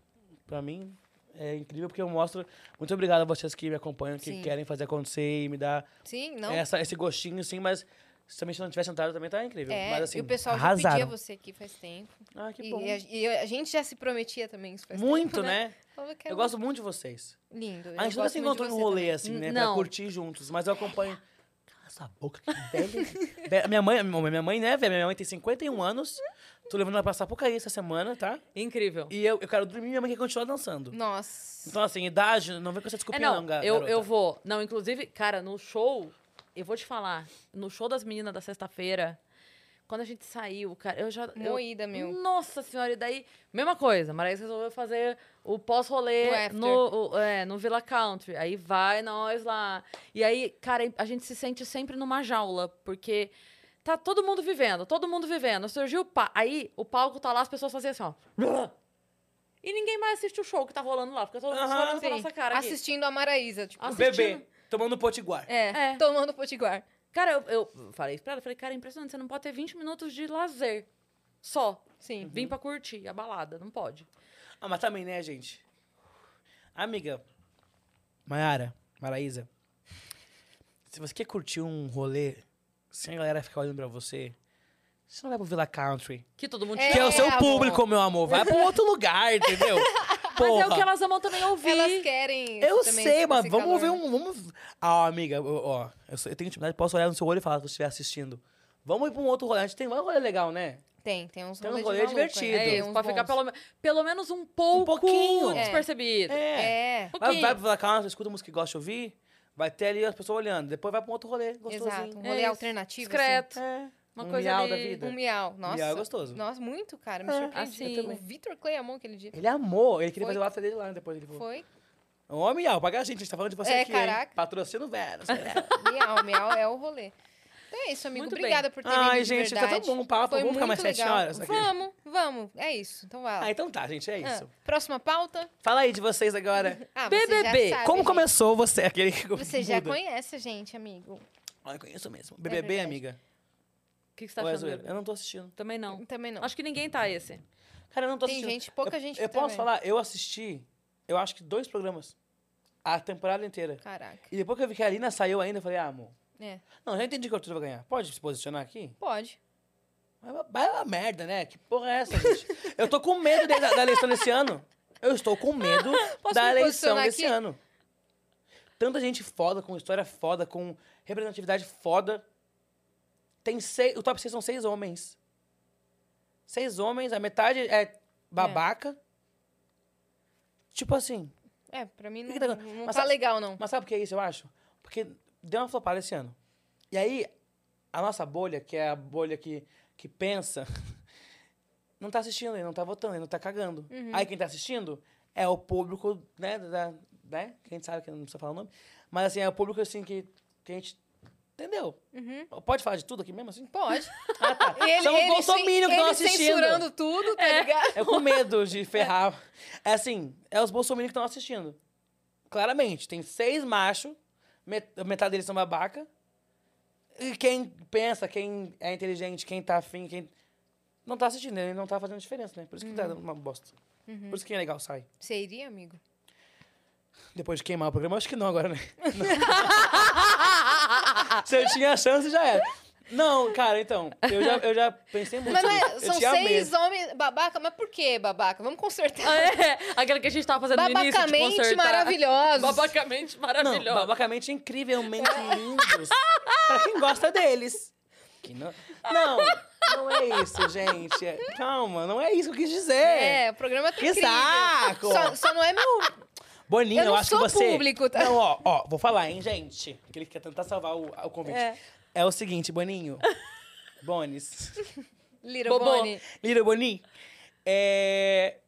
D: Pra mim, é incrível porque eu mostro... Muito obrigado a vocês que me acompanham, que
C: Sim.
D: querem fazer acontecer e me dar
C: Sim, não.
D: essa, esse gostinho, sim, mas... Se também se não tivesse entrado, também tá incrível.
C: É,
D: mas assim,
C: e o pessoal já
D: arrasaram.
C: pedia você aqui faz tempo.
D: Ah, que
C: e,
D: bom.
C: e a, e a gente já se prometia também isso faz
D: Muito,
C: tempo,
D: né?
C: Falou que
D: Eu
C: era
D: gosto muito de vocês.
C: um Lindo.
D: A gente nunca se encontrou em um rolê, assim, né? Pra
B: Não.
D: curtir juntos, mas eu acompanho. Ah, Cala essa boca, que velha. velha- minha mãe, minha mãe, né, velho? Minha mãe tem 51 anos. Tô levando ela pra Sapucaí essa semana, tá?
B: Incrível.
D: E eu, eu quero dormir minha mãe quer continuar dançando.
C: Nossa.
D: Então, assim, idade, não vem com essa
B: É,
D: desculpinha, não,
B: não,
D: ga-
B: eu,
D: garota.
B: eu vou. Não, inclusive, cara, no show, eu vou te falar, no show das meninas da sexta-feira, quando a gente saiu, cara, eu já. eu-
C: Moída, meu.
B: Nossa senhora, e daí, mesma coisa, Maraís resolveu fazer o
C: O
B: pós-rolê
C: after.
B: no, o- é, no Villa Country. Aí vai nós lá. E aí, cara, a gente se sente sempre numa jaula, porque tá todo mundo vivendo, todo mundo vivendo. Surgiu o pa... Aí o palco tá lá, as pessoas fazem assim, ó. E ninguém mais assiste o show que tá rolando lá, porque todo mundo
D: Aham.
B: só olhando pra
C: Sim,
B: nossa cara. Aqui.
C: Assistindo a Maraísa, tipo.
D: um
B: Assistindo.
D: Bebê, tomando potiguar.
C: É,
B: É.
C: tomando potiguar.
B: Cara, eu, eu falei isso pra ela, falei, cara, é impressionante, você não pode ter 20 minutos de lazer só.
C: Sim.
B: Vim pra curtir a balada, não pode.
D: Ah, mas também, né, gente? Amiga, Mayara, Maraísa, se você quer curtir um rolê sem a galera ficar olhando pra você, você não vai pro Villa Country.
B: Que todo mundo
C: É,
D: que é o seu
C: amor.
D: público, meu amor. Vai pra um outro lugar, entendeu?
B: Mas
D: Porra.
B: é o que elas amam também ouvir.
C: Elas querem. também
D: Eu
C: tipo assim,
D: sei,
C: esse
D: mas vamos
C: calor.
D: ver um. Vamos... Ah, amiga, ó, ó, eu, sou- eu tenho intimidade, posso olhar no seu olho e falar se você estiver assistindo. Vamos ir pra um outro rolê. A gente tem um rolê legal, né?
C: Tem, tem uns
D: Tem uns
C: rolês
D: rolê
C: de maluco,
D: divertido.
C: né?
B: É
C: Tem
B: isso,
C: uns
B: pra ficar
C: bons.
B: pelo, me- pelo menos um pouco
D: pouquinho. É.
B: despercebido. Um
C: É.
D: Vai,
B: pouquinho.
D: vai pro Vlacão, escuta música que gosta de ouvir, vai ter ali as pessoas olhando. Depois vai pra um outro rolê, gostosinho.
C: Exato. Um
B: É
C: rolê
B: isso.
C: alternativo.
B: Discreto.
D: É.
B: Uma
D: um
B: coisa
D: miau
B: ali-
D: da
C: assim. Um
D: vida.
C: miau. Nossa.
D: Miau é gostoso.
C: Nossa, muito, cara. Me
D: É,
B: assim.
C: surpreendi. O Vitor Clay amou aquele dia.
D: Ele amou, ele queria
C: Foi.
D: fazer o after dele lá depois. Ele falou,
C: Foi.
D: Ô, miau, paga a gente, a gente tá falando de você
C: É,
D: aqui,
C: caraca.
D: hein? Patrocina o Vero. sei lá.
C: miau, miau é o rolê. Então é isso, amigo.
B: Muito bem.
C: Obrigada por ter vindo
D: Ai,
C: de
D: gente, tá
C: verdade.
D: tão bom o papo.
C: Foi
D: Vamos ficar mais
C: muito
D: sete
C: legal.
D: horas aqui?
C: Vamos, vamos. É isso. Então vai lá.
D: Ah, então tá, gente, é isso.
C: Ah, próxima pauta.
D: Fala aí de vocês agora.
C: Ah, Você
B: BBB.
C: já sabe,
D: Como
C: gente.
D: começou você? Aquele que
C: Você já
D: muda.
C: conhece a gente, amigo.
D: Ah, eu conheço mesmo. BBB,
C: verdade.
D: amiga?
B: O que, que você tá
D: Ou é
B: achando?
D: zoeira?
B: Gabriel?
D: Eu não tô assistindo.
B: Também não.
C: Também não.
B: Acho que ninguém tá esse.
D: Cara, eu não tô
C: Tem
D: assistindo.
C: gente, pouca
D: eu,
C: gente tá
D: Eu
C: também.
D: posso falar, eu assisti, eu acho que dois programas. A temporada inteira.
C: Caraca.
D: E depois que eu vi que a Alina saiu ainda, eu falei, ah, amor.
C: É.
D: Não, já entendi que a Arthur vai ganhar. Pode se posicionar aqui?
C: Pode.
D: Mas vai É uma merda, né? Que porra é essa, gente? eu tô com medo de- da, da eleição desse ano. Eu estou com medo
C: Posso
D: da
C: me
D: eleição
C: posicionar
D: desse
C: aqui?
D: ano. Tanta gente foda, com história foda, com representatividade foda. Tem seis, o top 6 são seis homens. Seis homens, a metade é babaca. Tipo assim,
C: É, pra mim não,
D: que tá-
C: não
D: mas
C: tá
D: sabe-
C: legal, não.
D: mas sabe por que é isso, eu acho? Porque deu uma flopada esse ano. E aí, a nossa bolha, que é a bolha que, que pensa, não tá assistindo, ele não tá votando, ele não tá cagando.
C: Uhum.
D: Aí quem tá assistindo é o público, né? Da, né? Que a gente sabe que não precisa falar o nome. Mas assim, é o público assim que, que a gente. Entendeu? Pode falar de tudo aqui mesmo, assim?
C: Pode.
D: Ah, tá.
C: Uhum. Ele,
D: São os
C: ele, sim,
D: bolsominions que estão
C: ele
D: assistindo. É.
C: censurando tudo, tá ligado?
D: Eu com medo de ferrar. É assim, é os bolsominions que estão assistindo. Claramente, tem seis machos, met- metade deles são babaca. E quem pensa, quem é inteligente, quem tá afim, quem. Não tá assistindo, ele não tá fazendo diferença, né? Por isso que tá
C: Uhum.
D: dando uma bosta. Por isso que é legal sai.
C: Você iria, amigo?
D: Depois de queimar o programa, acho que não agora, né? Não. Se eu tinha chance, já era. Não, cara, então, eu já, eu já pensei muito.
C: Mas não é,
D: nisso. eu
C: são
D: tinha
C: seis
D: medo.
C: homens babaca, mas por que babaca? Vamos consertar.
D: Ah,
B: É, aquela que a gente tava fazendo no início. de
C: Babacamente
B: consertar.
C: maravilhosos.
B: Babacamente
D: Não,
B: maravilhoso.
D: babacamente incrivelmente
C: É.
D: lindos. pra quem gosta deles. Que não... não, não é isso, gente. É- Calma, não é isso que eu quis dizer.
C: É, o programa tá
D: Que
C: incrível.
D: saco!
C: Só, só não é meu...
D: Boninho,
C: Eu
D: eu,
C: não
D: acho
C: sou
D: que você.
C: público, tá?
D: Não, ó, ó, vou falar, hein, gente. Que ele quer tentar salvar o, o convite. É. o seguinte, Boninho. Bonis.
C: Little
B: Bobô.
C: Bonnie.
D: Little Boninho. É.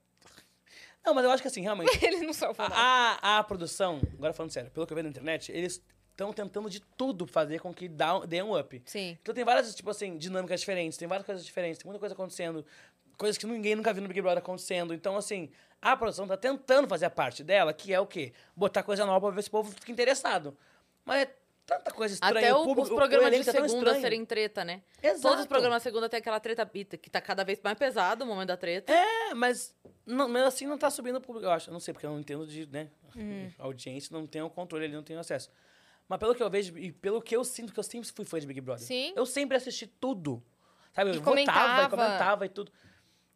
D: Não, mas eu acho que assim, realmente.
C: Ele não salvou nada.
D: A, a produção, agora falando sério, pelo que eu vejo na internet, eles estão tentando de tudo fazer com que dá, um- dê um up.
C: Sim.
D: Então tem várias, tipo assim, dinâmicas diferentes, tem várias coisas diferentes, tem muita coisa acontecendo, coisas que ninguém nunca viu no Big Brother acontecendo. Então, assim, a produção tá tentando fazer a parte dela, que é o quê? Botar coisa nova pra ver se o povo fica interessado. Mas é tanta coisa estranha.
B: Até o- é
D: público-
B: os programas de
D: elenco tá tão
B: segunda
D: estranho.
B: serem treta, né?
D: Exato.
B: Todos os programas de segunda tem aquela treta bita, que tá cada vez mais pesado o momento da treta.
D: É, mas, não, mas assim não tá subindo o público, eu acho. Eu não sei, porque eu não entendo de, né?
C: Hum.
D: Audiência, não tenho controle ali, não tenho acesso. Mas pelo que eu vejo e pelo que eu sinto, que eu sempre fui fã de Big Brother.
C: Sim.
D: Eu sempre assisti tudo. Sabe? Eu
C: E
D: votava,
C: comentava.
D: e comentava e tudo.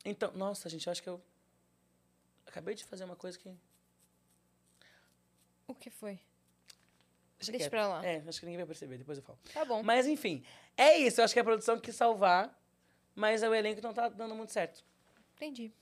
D: Então, nossa, gente, eu acho que eu. Acabei de fazer uma coisa que.
C: O que foi?
D: Deixa
C: Deixa
D: quieto.
C: pra lá.
D: É, acho que ninguém vai perceber, depois eu falo.
C: Tá bom.
D: Mas enfim, é isso. Eu acho que a produção quis salvar, mas o elenco não tá dando muito certo.
C: Entendi.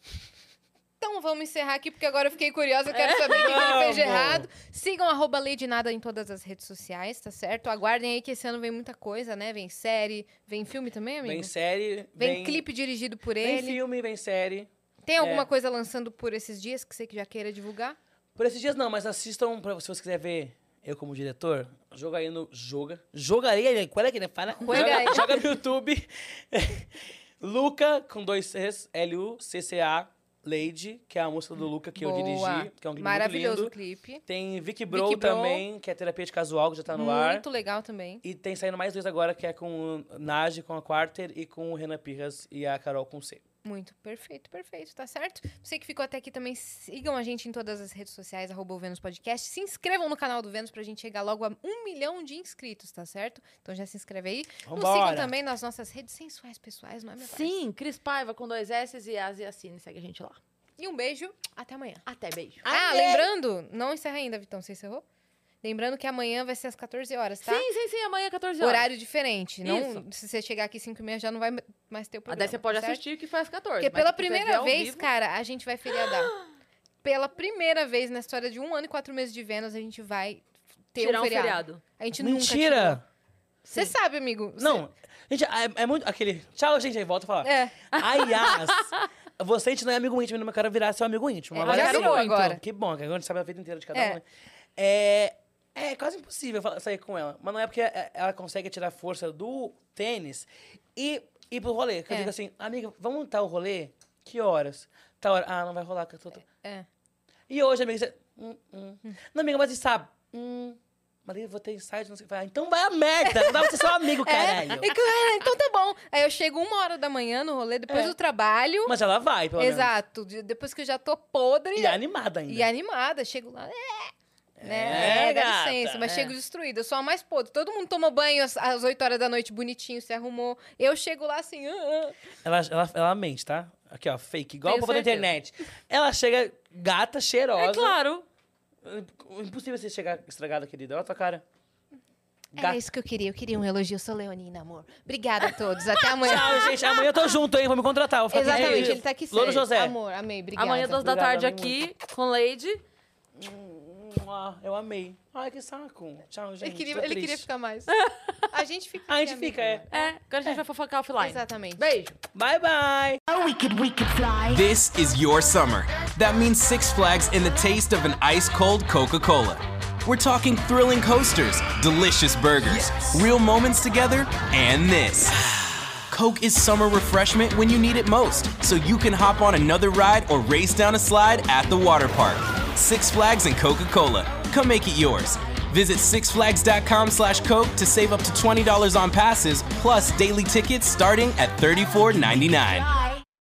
C: Então vamos encerrar aqui, porque agora eu fiquei curiosa, eu quero saber o que ele fez
D: É. Vamos.
C: de errado. Sigam arroba Lei de Nada em todas as redes sociais, tá certo? Aguardem aí que esse ano vem muita coisa, né? Vem série, vem filme também, amigo?
D: Vem série,
C: Vem clipe dirigido por
D: vem
C: ele.
D: filme, vem série.
C: Tem alguma
D: É.
C: coisa lançando por esses dias que você que já queira divulgar?
D: Por esses dias não, mas assistam, pra, se você quiser ver eu como diretor, joga aí no... Joga. Jogaria, né? qual é que ele fala?
C: Joga aí.
D: Joga, joga no YouTube. Luca, com dois Cs, L-U-C-C-A, Lady, que é a música do Luca que eu
C: Boa.
D: dirigi, que é um clipe
C: Maravilhoso
D: muito lindo.
C: o clipe.
D: Tem Vicky Bro
C: Vicky Bro.
D: também, que é terapia de casual, que já tá no ar.
C: Muito legal também.
D: E tem saindo mais dois agora, que é com o Nage, com a Quarter, e com o Renan Pirras e a Carol com C.
C: Muito, perfeito, perfeito, tá certo? Você que ficou até aqui também, sigam a gente em todas as redes sociais, arroba o Vênus Podcast. Se inscrevam no canal do Vênus pra gente chegar logo a um milhão de inscritos, tá certo? Então já se inscreve aí. Nos sigam
D: Vambora.
C: também nas nossas redes sensuais pessoais, não é, meu
B: Sim, Cris Paiva com dois S e as e a Cine. Segue a gente lá.
C: E um beijo, até amanhã.
B: Até beijo.
C: Ah, lembrando, não encerra ainda, Vitão, você encerrou? Lembrando que amanhã vai ser às 14 horas, tá?
B: Sim, sim, sim. Amanhã, 14 horas.
C: Horário diferente. Não,
B: Isso.
C: se você chegar aqui 5 e meia, já não vai mais ter o
B: Ah,
C: programa.
B: Daí você pode
C: tá certo?
B: assistir que faz 14.
C: Porque
B: mas
C: pela
B: se quiser ver
C: primeira
B: ao
C: vez,
B: vivo-
C: cara, a gente vai feriadar. pela primeira vez na história de um ano e quatro meses de Vênus, a gente vai ter
B: tirar
C: um feriado.
B: feriado.
C: A gente nunca.
D: Mentira!
C: Você sabe, amigo? cê-
D: Não, gente, é, é muito aquele... Tchau, gente, aí volta a falar.
C: É.
D: Aliás, você a gente não é amigo íntimo, eu não quero virar seu amigo íntimo.
C: É,
D: Agora
C: já
D: sim.
C: virou agora.
D: Que bom, que agora a gente sabe a vida inteira de cada
C: É.
D: um, né? É, é quase impossível falar- sair com ela. Mas não é porque é, ela consegue tirar força do tênis e ir pro rolê. Que
C: É.
D: eu digo assim, amiga, vamos montar o rolê? Que horas? Tá hora. Ah, não vai rolar. Que eu tô...
C: É.
D: E hoje, amiga, você... Hum, hum. Não, amiga, mas e sabe? Hum... Maria, eu vou ter insight, não sei o que. Vai. Ah, Então vai a merda! Não dá pra ser seu amigo, caralho.
C: É. E que- ah, então tá bom. Aí eu chego uma hora da manhã no rolê, depois
D: É.
C: do trabalho.
D: Mas ela vai, pelo menos.
C: Exato. de- Depois que eu já tô podre.
D: E é animada ainda.
C: E animada, chego lá. É,
D: É,
C: né? é, dá
D: gata,
C: licença, mas
D: é.
C: chego destruída. Eu sou a mais podre. Todo mundo toma banho às, às 8 horas da noite, bonitinho, se arrumou. Eu chego lá assim. ah, ah.
D: Ela, ela, ela mente, tá? Aqui, ó, fake, igual o
B: Tenho
D: povo da
B: certeza.
D: internet. Ela chega gata, cheirosa. É
B: É claro.
D: Impossível você chegar estragada, querida. Olha a tua cara.
C: Era
D: Gata.
C: É isso que eu queria. Eu queria um elogio. Eu sou leonina, amor. Obrigada a todos. Até amanhã.
D: Tchau, gente. Amanhã eu tô junto, hein? Vou me contratar. Vou ficar aqui.
C: Exatamente, ele tá aqui
D: Louro
C: sério.
D: José.
C: Amor, amei. Obrigada.
B: Amanhã, duas da
D: Obrigado,
B: tarde,
D: amei
B: aqui com Lady.
D: Ah, Eu amei. Ai, que saco. Tchau, gente.
C: Ele queria,
D: Tô
C: ele queria
D: triste.
C: ficar mais. A gente fica.
D: A
C: aqui,
D: gente
C: amigo,
D: fica, é.
B: É, agora a gente vai fofocar offline.
C: Exatamente.
B: Beijo.
D: Bye, bye.
A: Oh,
F: This is your summer. That means Six Flags and the taste of an ice cold Coca Cola. We're talking thrilling coasters, delicious burgers, real moments together, and this. Coke is summer refreshment when you need it most, so you can hop on another ride or race down a slide at the water park. Six Flags and Coca Cola. Come make it yours. Visit sixflags.com slash Coke to save up to $20 on passes, plus daily tickets starting at $34.99.